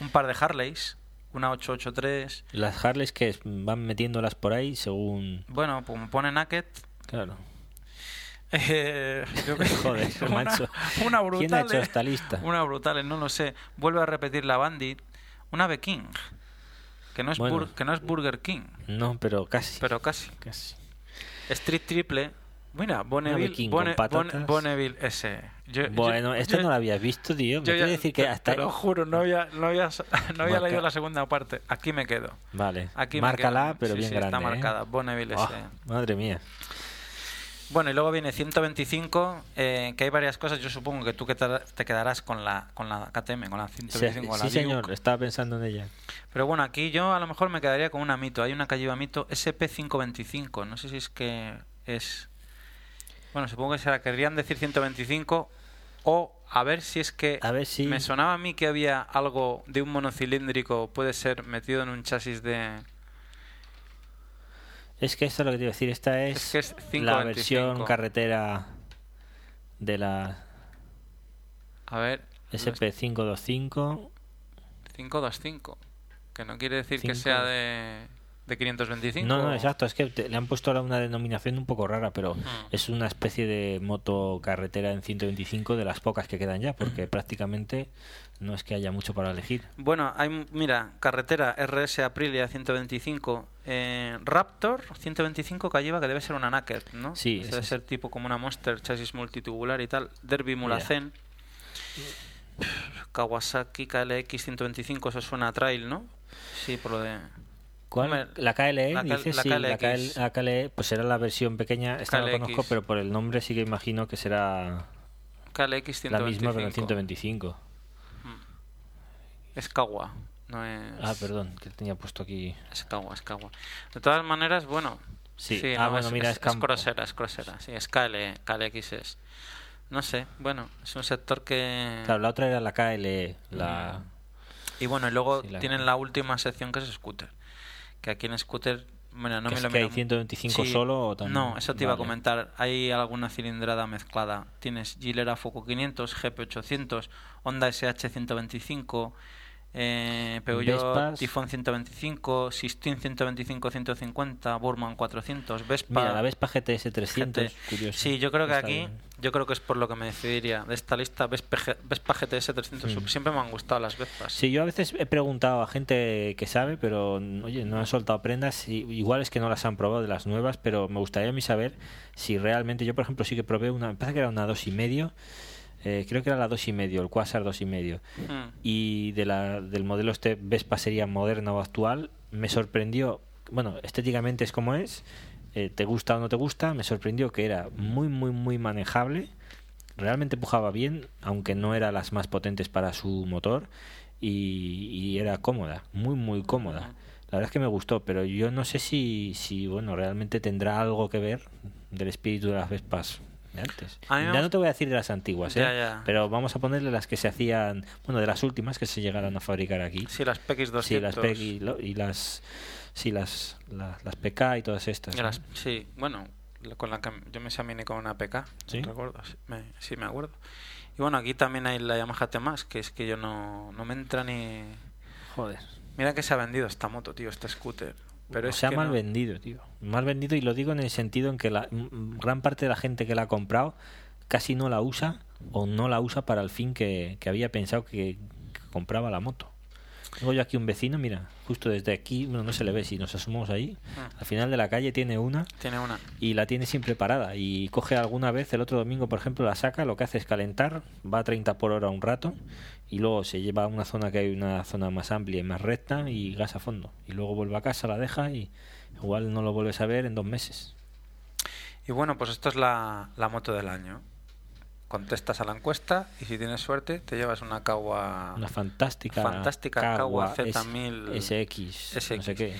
Speaker 2: Un par de Harleys. Una 883.
Speaker 3: Las Harleys que es- van metiéndolas por ahí según.
Speaker 2: Bueno, pum, pone Naked.
Speaker 3: Claro.
Speaker 2: Eh, yo qué sé,
Speaker 3: Joder,
Speaker 2: una,
Speaker 3: macho.
Speaker 2: Una brutal. eh?
Speaker 3: ¿Quién ha hecho esta lista?
Speaker 2: Una brutal, eh, no lo sé. Vuelve a repetir la Bandit. Una Beking. Que no es,
Speaker 3: Bueno.
Speaker 2: Bur- que no es Burger King.
Speaker 3: No, pero casi.
Speaker 2: Pero casi.
Speaker 3: casi.
Speaker 2: Street Triple. Mira, Bonneville,
Speaker 3: Beking
Speaker 2: Bonne-
Speaker 3: con patatas.
Speaker 2: Bonne- Bonneville S. Yo- yo-
Speaker 3: Bueno, esto
Speaker 2: yo-
Speaker 3: no lo habías visto, tío. Me
Speaker 2: Yo
Speaker 3: quiere
Speaker 2: ya-
Speaker 3: decir que
Speaker 2: te-
Speaker 3: hasta.
Speaker 2: te lo juro, no había, no había, no había
Speaker 3: Marca-
Speaker 2: leído la segunda parte. Aquí me quedo.
Speaker 3: Vale.
Speaker 2: Aquí me
Speaker 3: Márcala,
Speaker 2: quedo.
Speaker 3: pero
Speaker 2: Sí,
Speaker 3: bien
Speaker 2: sí,
Speaker 3: grande.
Speaker 2: Está
Speaker 3: ¿eh?
Speaker 2: marcada. Bonneville
Speaker 3: Ah,
Speaker 2: S.
Speaker 3: madre mía.
Speaker 2: Bueno, y luego viene 125, eh, que hay varias cosas. Yo supongo que tú que te, te quedarás con la, con la KTM, con la
Speaker 3: Sí,
Speaker 2: 125, con la
Speaker 3: sí,
Speaker 2: Duke.
Speaker 3: señor, estaba pensando en ella.
Speaker 2: Pero bueno, aquí yo a lo mejor me quedaría con una mito. Hay una que lleva mito SP525. No sé si es que es. Bueno, supongo que se la querrían decir 125. O a ver si es que.
Speaker 3: A ver si-
Speaker 2: Me sonaba a mí que había algo de un monocilíndrico, puede ser metido en un chasis de.
Speaker 3: Es que esto es lo que te iba a decir. Esta es,
Speaker 2: Es que es
Speaker 3: la
Speaker 2: 525.
Speaker 3: versión carretera de la
Speaker 2: A ver.
Speaker 3: SP525.
Speaker 2: 525. Que no quiere decir que
Speaker 3: Cinco.
Speaker 2: sea de. De 525.
Speaker 3: No, no, exacto. Es que te- le han puesto ahora una denominación un poco rara, pero es una especie de moto carretera en 125 de las pocas que quedan ya, porque prácticamente no es que haya mucho para elegir.
Speaker 2: Bueno, hay, mira, carretera RS Aprilia 125, eh, Raptor 125 que lleva que debe ser una Naked, ¿no?
Speaker 3: Sí,
Speaker 2: Ese
Speaker 3: esa
Speaker 2: debe
Speaker 3: es.
Speaker 2: ser tipo como una Monster, chasis multitubular y tal. Derby Mulacén, Kawasaki KLX 125, eso suena a trail, ¿no? Sí, por lo de.
Speaker 3: ¿Cuál?
Speaker 2: Hombre,
Speaker 3: la KLE,
Speaker 2: la K- E,
Speaker 3: dices,
Speaker 2: la
Speaker 3: sí, la,
Speaker 2: KLX.
Speaker 3: KL la KLE, pues será la versión pequeña, esta no la
Speaker 2: KLX.
Speaker 3: conozco, pero por el nombre sí que imagino que será
Speaker 2: KLX 125.
Speaker 3: la misma, pero en 125.
Speaker 2: Es Kawa, no es. Eh.
Speaker 3: Ah, perdón, que tenía puesto aquí.
Speaker 2: Es Kawa, es Kawa. De todas maneras, bueno.
Speaker 3: Sí. Ah, bueno, mira, es campo.
Speaker 2: crossera, es crossera. Sí, es KL, KLX es. No sé, bueno, es un sector que.
Speaker 3: Claro, la otra era la KLE, la...
Speaker 2: Mm. Y bueno, y luego
Speaker 3: Sí, la-
Speaker 2: tienen la última sección que es scooter. Que aquí en scooter. Bueno, no
Speaker 3: ¿Que
Speaker 2: me
Speaker 3: es
Speaker 2: lo
Speaker 3: que
Speaker 2: miro
Speaker 3: hay
Speaker 2: mu-
Speaker 3: 125 solo o también?
Speaker 2: No, eso te iba a
Speaker 3: Vale.
Speaker 2: comentar. Hay alguna cilindrada mezclada. Tienes Gilera Foco 500, GP800, Honda SH125, eh, Peugeot
Speaker 3: Vespas.
Speaker 2: Tifón 125, Sistine 125-150, Burman 400, Vespa.
Speaker 3: Mira, la Vespa GTS 300,
Speaker 2: GT.
Speaker 3: curioso.
Speaker 2: Sí, yo creo que
Speaker 3: Está
Speaker 2: aquí,
Speaker 3: bien.
Speaker 2: yo creo que es por lo que me decidiría. De esta lista, Vespa, G- Vespa GTS 300 Sub.
Speaker 3: Mm.
Speaker 2: Siempre me han gustado las Vespas.
Speaker 3: Sí, yo a veces he preguntado a gente que sabe, pero mm, oye, no han soltado prendas. y- igual es que no las han probado de las nuevas, pero me gustaría a mí saber si realmente. Yo, por ejemplo, sí que probé una. Me parece que era una dos y medio. eh, creo que era la dos y medio, el Quasar dos y medio.
Speaker 2: Mm.
Speaker 3: Y de la, del modelo este Vespa sería moderna o actual. Me sorprendió. Bueno, estéticamente es como es. eh, te gusta o no te gusta. Me sorprendió que era muy, muy, muy manejable realmente pujaba bien, aunque no era las más potentes para su motor, y, y era cómoda, muy, muy cómoda. La verdad es que me gustó, pero yo no sé si, si bueno, realmente tendrá algo que ver del espíritu de las Vespas de antes.
Speaker 2: A mí me
Speaker 3: Ya no
Speaker 2: gust-
Speaker 3: te voy a decir de las antiguas, ¿eh?
Speaker 2: Ya, ya.
Speaker 3: pero vamos a ponerle las que se hacían, bueno, de las últimas que se llegaron a fabricar aquí.
Speaker 2: Sí, las PX200.
Speaker 3: Sí, las PEC y, lo- y las, sí, las, las, las PK y todas estas.
Speaker 2: Y
Speaker 3: ¿no?
Speaker 2: las- sí, bueno, la- con la que yo me examiné con una PK,
Speaker 3: ¿Sí?
Speaker 2: no recuerdo, sí, me, sí, me acuerdo. Y bueno, aquí también hay la Yamaha t que es que yo no, no me entra ni...
Speaker 3: Joder.
Speaker 2: Mira que se ha vendido esta moto, tío, este scooter. Pero
Speaker 3: o
Speaker 2: es
Speaker 3: sea,
Speaker 2: que
Speaker 3: mal
Speaker 2: no-
Speaker 3: vendido, tío. Mal vendido y lo digo en el sentido en que la m- m- gran parte de la gente que la ha comprado casi no la usa o no la usa para el fin que, que había pensado que, que compraba la moto. Tengo yo aquí un vecino, mira, justo desde aquí, bueno, no se le ve, si nos asomamos ahí,
Speaker 2: Mm.
Speaker 3: al final de la calle tiene una
Speaker 2: Tiene una.
Speaker 3: y la tiene siempre parada. Y coge alguna vez, el otro domingo, por ejemplo, la saca, lo que hace es calentar, va a 30 por hora un rato y luego se lleva a una zona que hay una zona más amplia y más recta y gas a fondo. Y luego vuelve a casa, la deja y igual no lo vuelves a ver en dos meses.
Speaker 2: Y bueno, pues esto es la, la moto del año. Contestas a la encuesta y si tienes suerte te llevas una Kawa.
Speaker 3: Una fantástica,
Speaker 2: Ah. Fantástica Kawa
Speaker 3: S-
Speaker 2: Z1000
Speaker 3: SX, no sé
Speaker 2: SX.
Speaker 3: qué.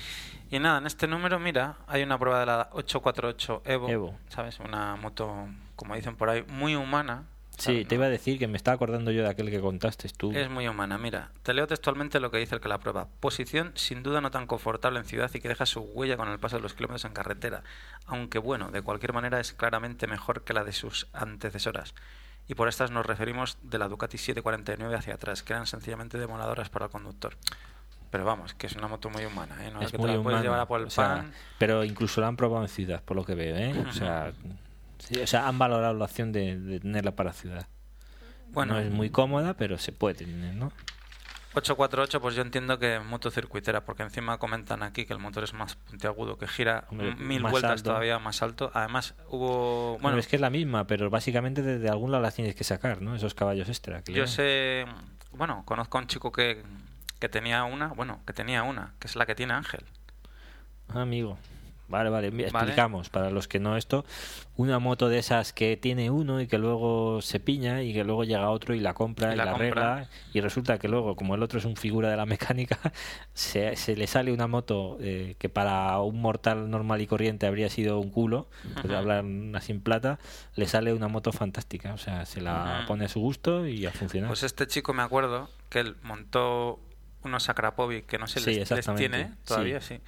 Speaker 2: Y nada, en este número, mira, hay una prueba de la 848 Evo.
Speaker 3: Evo.
Speaker 2: ¿Sabes? Una moto, como dicen por ahí, muy humana.
Speaker 3: Sí,
Speaker 2: ¿sabes?
Speaker 3: te iba a decir que me estaba acordando yo de aquel que contaste tú.
Speaker 2: Es muy humana, mira. Te leo textualmente lo que dice el que la prueba. Posición sin duda no tan confortable en ciudad y que deja su huella con el paso de los kilómetros en carretera. Aunque bueno, de cualquier manera es claramente mejor que la de sus antecesoras. Y por estas nos referimos de la Ducati 749 hacia atrás, que eran sencillamente demoladoras para el conductor. Pero vamos, que es una moto muy humana, ¿eh? No es
Speaker 3: Es
Speaker 2: que
Speaker 3: muy
Speaker 2: te la puedes
Speaker 3: humana,
Speaker 2: llevar a por el
Speaker 3: o sea,
Speaker 2: pan.
Speaker 3: pero incluso la han probado en ciudad, por lo que veo, ¿eh? O sea, sí, o sea, han valorado la opción de, de tenerla para ciudad.
Speaker 2: Bueno,
Speaker 3: no es muy cómoda, pero se puede tener, ¿no?
Speaker 2: 848, pues yo entiendo que es motocircuitera, porque encima comentan aquí que el motor es más puntiagudo, que gira
Speaker 3: Hombre,
Speaker 2: m- mil
Speaker 3: más
Speaker 2: vueltas
Speaker 3: alto.
Speaker 2: todavía más alto. Además, hubo.
Speaker 3: Bueno,
Speaker 2: Bueno,
Speaker 3: es que es la misma, pero básicamente desde algún lado las tienes que sacar, ¿no? Esos caballos extra. que le
Speaker 2: yo
Speaker 3: llaman.
Speaker 2: sé. Bueno, conozco a un chico que, que tenía una, bueno, que tenía una, que es la que tiene Ángel.
Speaker 3: Ah, Amigo. Vale, vale, mira,
Speaker 2: Vale.
Speaker 3: explicamos para los que no esto, una moto de esas que tiene uno y que luego se piña y que luego llega otro y la compra
Speaker 2: Y
Speaker 3: y,
Speaker 2: la
Speaker 3: la,
Speaker 2: compra.
Speaker 3: arregla y resulta que luego como el otro es un figura de la mecánica se, se le sale una moto eh, que para un mortal normal y corriente habría sido un culo, por
Speaker 2: Ujú.
Speaker 3: hablar así en plata, le sale una moto fantástica, o sea, se la
Speaker 2: Ujú.
Speaker 3: pone a su gusto y a funcionar.
Speaker 2: Pues este chico me acuerdo que él montó unos Akrapovic que no sé
Speaker 3: Sí,
Speaker 2: les, les
Speaker 3: exactamente,
Speaker 2: tiene todavía, sí.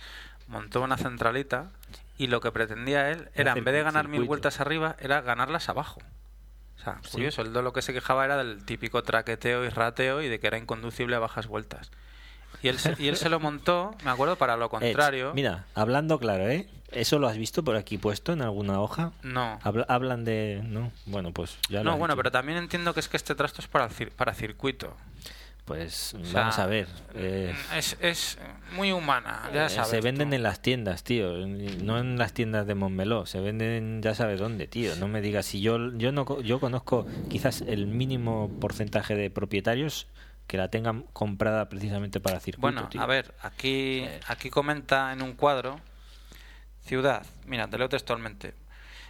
Speaker 2: Montó una centralita y lo que pretendía él era, en
Speaker 3: Hacer
Speaker 2: vez de ganar mil
Speaker 3: circuito.
Speaker 2: vueltas arriba, era ganarlas abajo. O sea,
Speaker 3: Sí.
Speaker 2: curioso, él de lo que se quejaba era del típico traqueteo y rateo y de que era inconducible a bajas vueltas. Y él, se, y él se lo montó, me acuerdo, para lo
Speaker 3: Eh,
Speaker 2: contrario.
Speaker 3: mira, hablando claro, ¿eh? ¿Eso lo has visto por aquí puesto en alguna hoja?
Speaker 2: No,
Speaker 3: Habla- hablan de. No, bueno, pues Ah, ya lo
Speaker 2: no
Speaker 3: has
Speaker 2: bueno,
Speaker 3: dicho.
Speaker 2: pero también entiendo que es que este trasto es para, el cir- para circuito.
Speaker 3: Pues
Speaker 2: sea,
Speaker 3: vamos a ver. eh,
Speaker 2: Es, es muy humana, ya
Speaker 3: eh,
Speaker 2: sabes.
Speaker 3: se venden
Speaker 2: tú.
Speaker 3: en las tiendas, tío. No en las tiendas de Montmeló. Se venden ya sabes dónde, tío. No me digas. Si yo, yo, no, co- yo conozco quizás el mínimo porcentaje de propietarios que la tengan comprada precisamente para circuito.
Speaker 2: Bueno,
Speaker 3: tío.
Speaker 2: a ver, aquí, aquí comenta en un cuadro ciudad. Mira, te leo textualmente.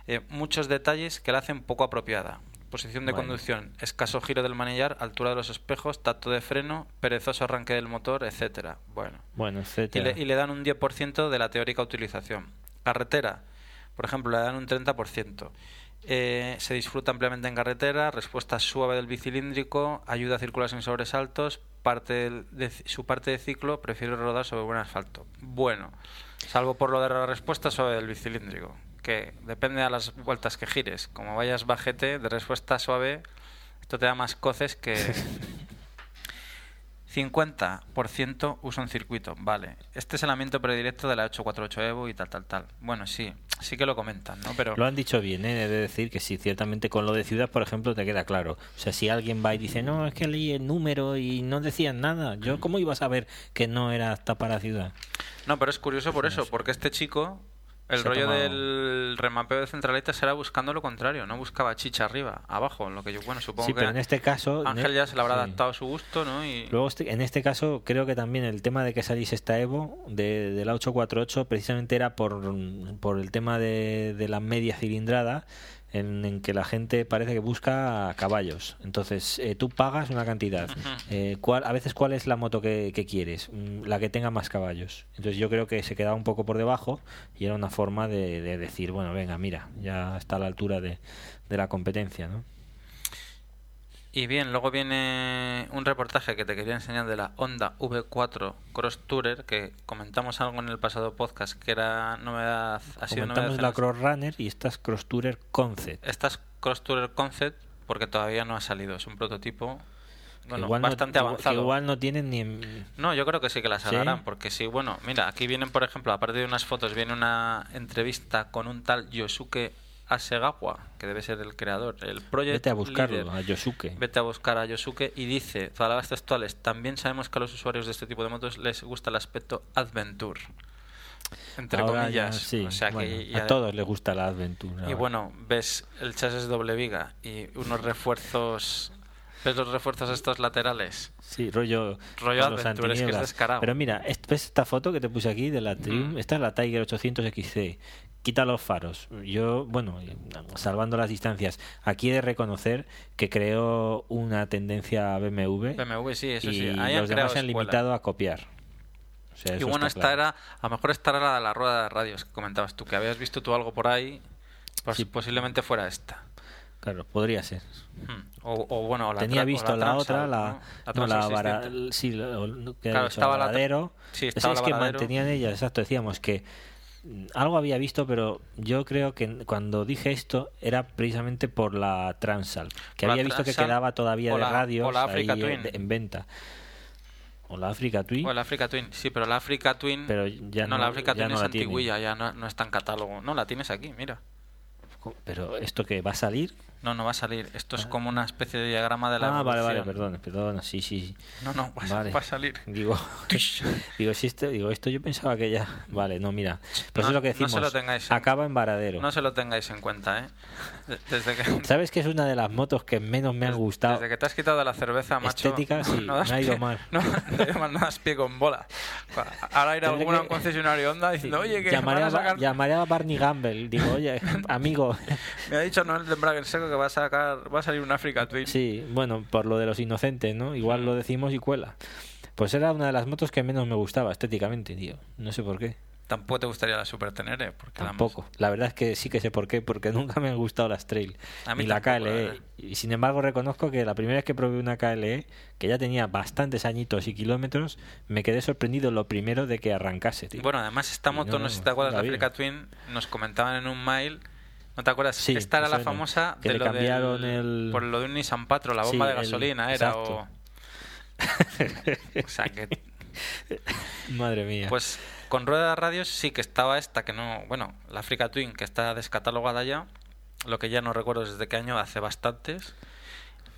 Speaker 2: Eh, muchos detalles que la hacen poco apropiada. Posición de
Speaker 3: Bueno.
Speaker 2: conducción, escaso giro del manillar, altura de los espejos, tacto de freno, perezoso arranque del motor, etcétera. Bueno. Y
Speaker 3: Bueno, etcétera.
Speaker 2: le, y le dan un 10% de la teórica utilización. Carretera, por ejemplo, le dan un 30%. Eh, se disfruta ampliamente en carretera, respuesta suave del bicilíndrico, ayuda a circular sin sobresaltos, parte del- de, su parte de ciclo prefiere rodar sobre buen asfalto. Bueno, salvo por lo de la respuesta suave del bicilíndrico, que depende de las vueltas que gires. Como vayas bajete de respuesta suave, esto te da más coces que, 50% uso en circuito, vale. Este es el ambiente predirecto de la 848 Evo y tal, tal, tal. Bueno, sí, sí que lo comentan, ¿no? Pero
Speaker 3: Lo han dicho bien, ¿eh? he de decir que sí, ciertamente con lo de ciudad, por ejemplo, te queda claro. O sea, si alguien va y dice, no, es que leí el número y no decían nada,
Speaker 2: Mm.
Speaker 3: yo cómo iba a saber que no era hasta para ciudad.
Speaker 2: no, pero es curioso por eso, porque este chico, el
Speaker 3: Se ha
Speaker 2: rollo
Speaker 3: tomado-
Speaker 2: del remapeo de centraletas era buscando lo contrario, no buscaba chicha arriba, abajo, lo que yo, bueno, supongo
Speaker 3: Sí,
Speaker 2: que
Speaker 3: pero en este caso...
Speaker 2: Ángel ya se le habrá
Speaker 3: sí.
Speaker 2: adaptado a su gusto, ¿no? Y
Speaker 3: Luego, este- en este caso, creo que también el tema de que salís esta Evo de, de la 848 precisamente era por, por el tema de, de la media cilindrada en, en que la gente parece que busca caballos. Entonces, eh, tú pagas una cantidad. Eh, ¿cuál- a veces, ¿cuál es la moto que, que quieres? Mm, La que tenga más caballos. Entonces, yo creo que se quedaba un poco por debajo y era una forma de, de decir, bueno, venga, mira, ya está a la altura de, de la competencia, ¿no?
Speaker 2: Y bien, luego viene un reportaje que te quería enseñar de la Honda V4 Cross Tourer, que comentamos algo en el pasado podcast, que era novedad, ha sido novedad.
Speaker 3: Comentamos
Speaker 2: en
Speaker 3: la
Speaker 2: los-
Speaker 3: Cross Runner y estas Cross Tourer Concept.
Speaker 2: Esta es Cross Tourer Concept porque todavía no ha salido, es un prototipo
Speaker 3: Que
Speaker 2: bueno,
Speaker 3: igual no-
Speaker 2: bastante
Speaker 3: que igual-
Speaker 2: avanzado.
Speaker 3: que igual no tienen ni. en-
Speaker 2: No, yo creo que sí que la
Speaker 3: ¿Sí?
Speaker 2: sacarán, porque sí, bueno, mira, aquí vienen, por ejemplo, aparte de unas fotos, viene una entrevista con un tal Yosuke Asegawa, que debe ser el creador, el proyecto.
Speaker 3: Vete a buscarlo, a Yosuke.
Speaker 2: Vete a buscar a Yosuke y dice, palabras textuales, también sabemos que a los usuarios de este tipo de motos les gusta el aspecto adventure. Entre
Speaker 3: Ahora ya,
Speaker 2: comillas.
Speaker 3: sí,
Speaker 2: O sea que
Speaker 3: bueno,
Speaker 2: ya-
Speaker 3: a todos les gusta la aventura.
Speaker 2: Y bueno, ves el chasis doble viga y unos refuerzos... ¿Ves los refuerzos estos laterales?
Speaker 3: Sí, rollo.
Speaker 2: Rollo
Speaker 3: con
Speaker 2: Adventure,
Speaker 3: los
Speaker 2: es que es
Speaker 3: antinieblas.
Speaker 2: descarado. Mm.
Speaker 3: Pero mira, est- ¿ves esta foto que te puse aquí de la Triumph? Esta es la Tiger 800 XC. Quita los faros. Yo, bueno, y- salvando las distancias, aquí he de reconocer que creo una tendencia BMW.
Speaker 2: BMW, sí, eso
Speaker 3: y
Speaker 2: sí. Ahí han
Speaker 3: los demás
Speaker 2: creado
Speaker 3: se han
Speaker 2: escuela.
Speaker 3: limitado a copiar. O sea,
Speaker 2: Y
Speaker 3: eso
Speaker 2: bueno,
Speaker 3: está
Speaker 2: esta
Speaker 3: claro.
Speaker 2: era, a lo mejor esta era la de la rueda de radios que comentabas tú, que habías visto tú algo por ahí, pues
Speaker 3: Sí.
Speaker 2: posiblemente fuera esta.
Speaker 3: Claro, podría ser.
Speaker 2: Hmm. O, o bueno, o la
Speaker 3: Tenía
Speaker 2: tra- o
Speaker 3: visto la,
Speaker 2: transa,
Speaker 3: otra, la,
Speaker 2: ¿no?
Speaker 3: no,
Speaker 2: transa
Speaker 3: la vara-
Speaker 2: existente.
Speaker 3: sí, la- o- no, que
Speaker 2: Claro,
Speaker 3: ha dicho,
Speaker 2: estaba la tra-
Speaker 3: varadero.
Speaker 2: Sí,
Speaker 3: Esa
Speaker 2: estaba
Speaker 3: es
Speaker 2: la
Speaker 3: que
Speaker 2: varadero.
Speaker 3: mantenían ellas, exacto, decíamos que mm, algo había visto, pero yo creo que n- cuando dije esto era precisamente por la Transal, que
Speaker 2: La
Speaker 3: había visto que
Speaker 2: Transal
Speaker 3: quedaba todavía
Speaker 2: o
Speaker 3: de
Speaker 2: la-
Speaker 3: radio
Speaker 2: o la Africa Twin.
Speaker 3: en venta. O la África Twin,
Speaker 2: O Pues la Africa Twin, sí, pero la Africa Twin.
Speaker 3: pero ya
Speaker 2: no,
Speaker 3: no,
Speaker 2: la Africa
Speaker 3: ya
Speaker 2: Twin
Speaker 3: no
Speaker 2: es
Speaker 3: la tienen.
Speaker 2: antiguilla, ya no, no está en catálogo. No, la tienes aquí, mira.
Speaker 3: Pero esto que va a salir.
Speaker 2: No, no va a salir. Esto es como una especie de diagrama de la.
Speaker 3: ah, vale, vale,
Speaker 2: evolución.
Speaker 3: perdón, perdón, sí, sí. sí.
Speaker 2: No, no, va, a-
Speaker 3: Vale.
Speaker 2: va a salir.
Speaker 3: Digo, digo, si este- digo, esto yo pensaba que ya. Vale, no, mira. Pues
Speaker 2: No-
Speaker 3: es lo que
Speaker 2: no se
Speaker 3: decimos.
Speaker 2: lo tengáis en-
Speaker 3: acaba en varadero.
Speaker 2: No se lo tengáis en cuenta, ¿eh? De- Desde que,
Speaker 3: ¿Sabes que es una de las motos que menos me han gustado?
Speaker 2: Desde que te has quitado de la cerveza, macho.
Speaker 3: Estética, sí,
Speaker 2: das
Speaker 3: me ha ido
Speaker 2: pie-
Speaker 3: mal.
Speaker 2: No, no, das mal, no das pie con bola. Ahora ir a
Speaker 3: Tendré
Speaker 2: algún
Speaker 3: que-
Speaker 2: concesionario Honda
Speaker 3: Sí,
Speaker 2: diciendo, oye, que
Speaker 3: llamaré,
Speaker 2: van
Speaker 3: a
Speaker 2: a
Speaker 3: Ba-
Speaker 2: sacar...
Speaker 3: llamaré a Barney Gamble. Digo, oye, amigo.
Speaker 2: Me ha dicho Noel de Braga en seco que va a sacar, va a salir un Africa Twin.
Speaker 3: Sí, bueno, por lo de los inocentes, ¿no? Igual lo decimos y cuela. Pues era una de las motos que menos me gustaba estéticamente, tío. No sé por qué.
Speaker 2: Tampoco te gustaría la Super Tenere, porque la hemos-
Speaker 3: Tampoco. La verdad es que sí que sé por qué, porque nunca me han gustado las trail.
Speaker 2: A mí
Speaker 3: ni la
Speaker 2: tampoco, eh. la
Speaker 3: KLE.
Speaker 2: verdad.
Speaker 3: y sin embargo reconozco que la primera vez que probé una KLE, que ya tenía bastantes añitos y kilómetros, me quedé sorprendido lo primero de que arrancase, tío.
Speaker 2: Bueno, además esta
Speaker 3: Y
Speaker 2: moto,
Speaker 3: no,
Speaker 2: no, sé si te acuerdas, la
Speaker 3: la vi.
Speaker 2: Africa Twin, nos comentaban en un mail... ¿No te acuerdas?
Speaker 3: Sí,
Speaker 2: Esta era
Speaker 3: me
Speaker 2: la
Speaker 3: suena.
Speaker 2: famosa
Speaker 3: Que
Speaker 2: de
Speaker 3: le
Speaker 2: lo del-
Speaker 3: cambiaron el-
Speaker 2: por lo de un Nissan Patro, la bomba
Speaker 3: Sí,
Speaker 2: de
Speaker 3: el-
Speaker 2: gasolina era o...
Speaker 3: exacto.
Speaker 2: o sea que
Speaker 3: Madre mía.
Speaker 2: Pues con rueda de radios sí que estaba esta, que no. Bueno, la Africa Twin, que está descatalogada ya. Lo que ya no recuerdo desde qué año, hace bastantes.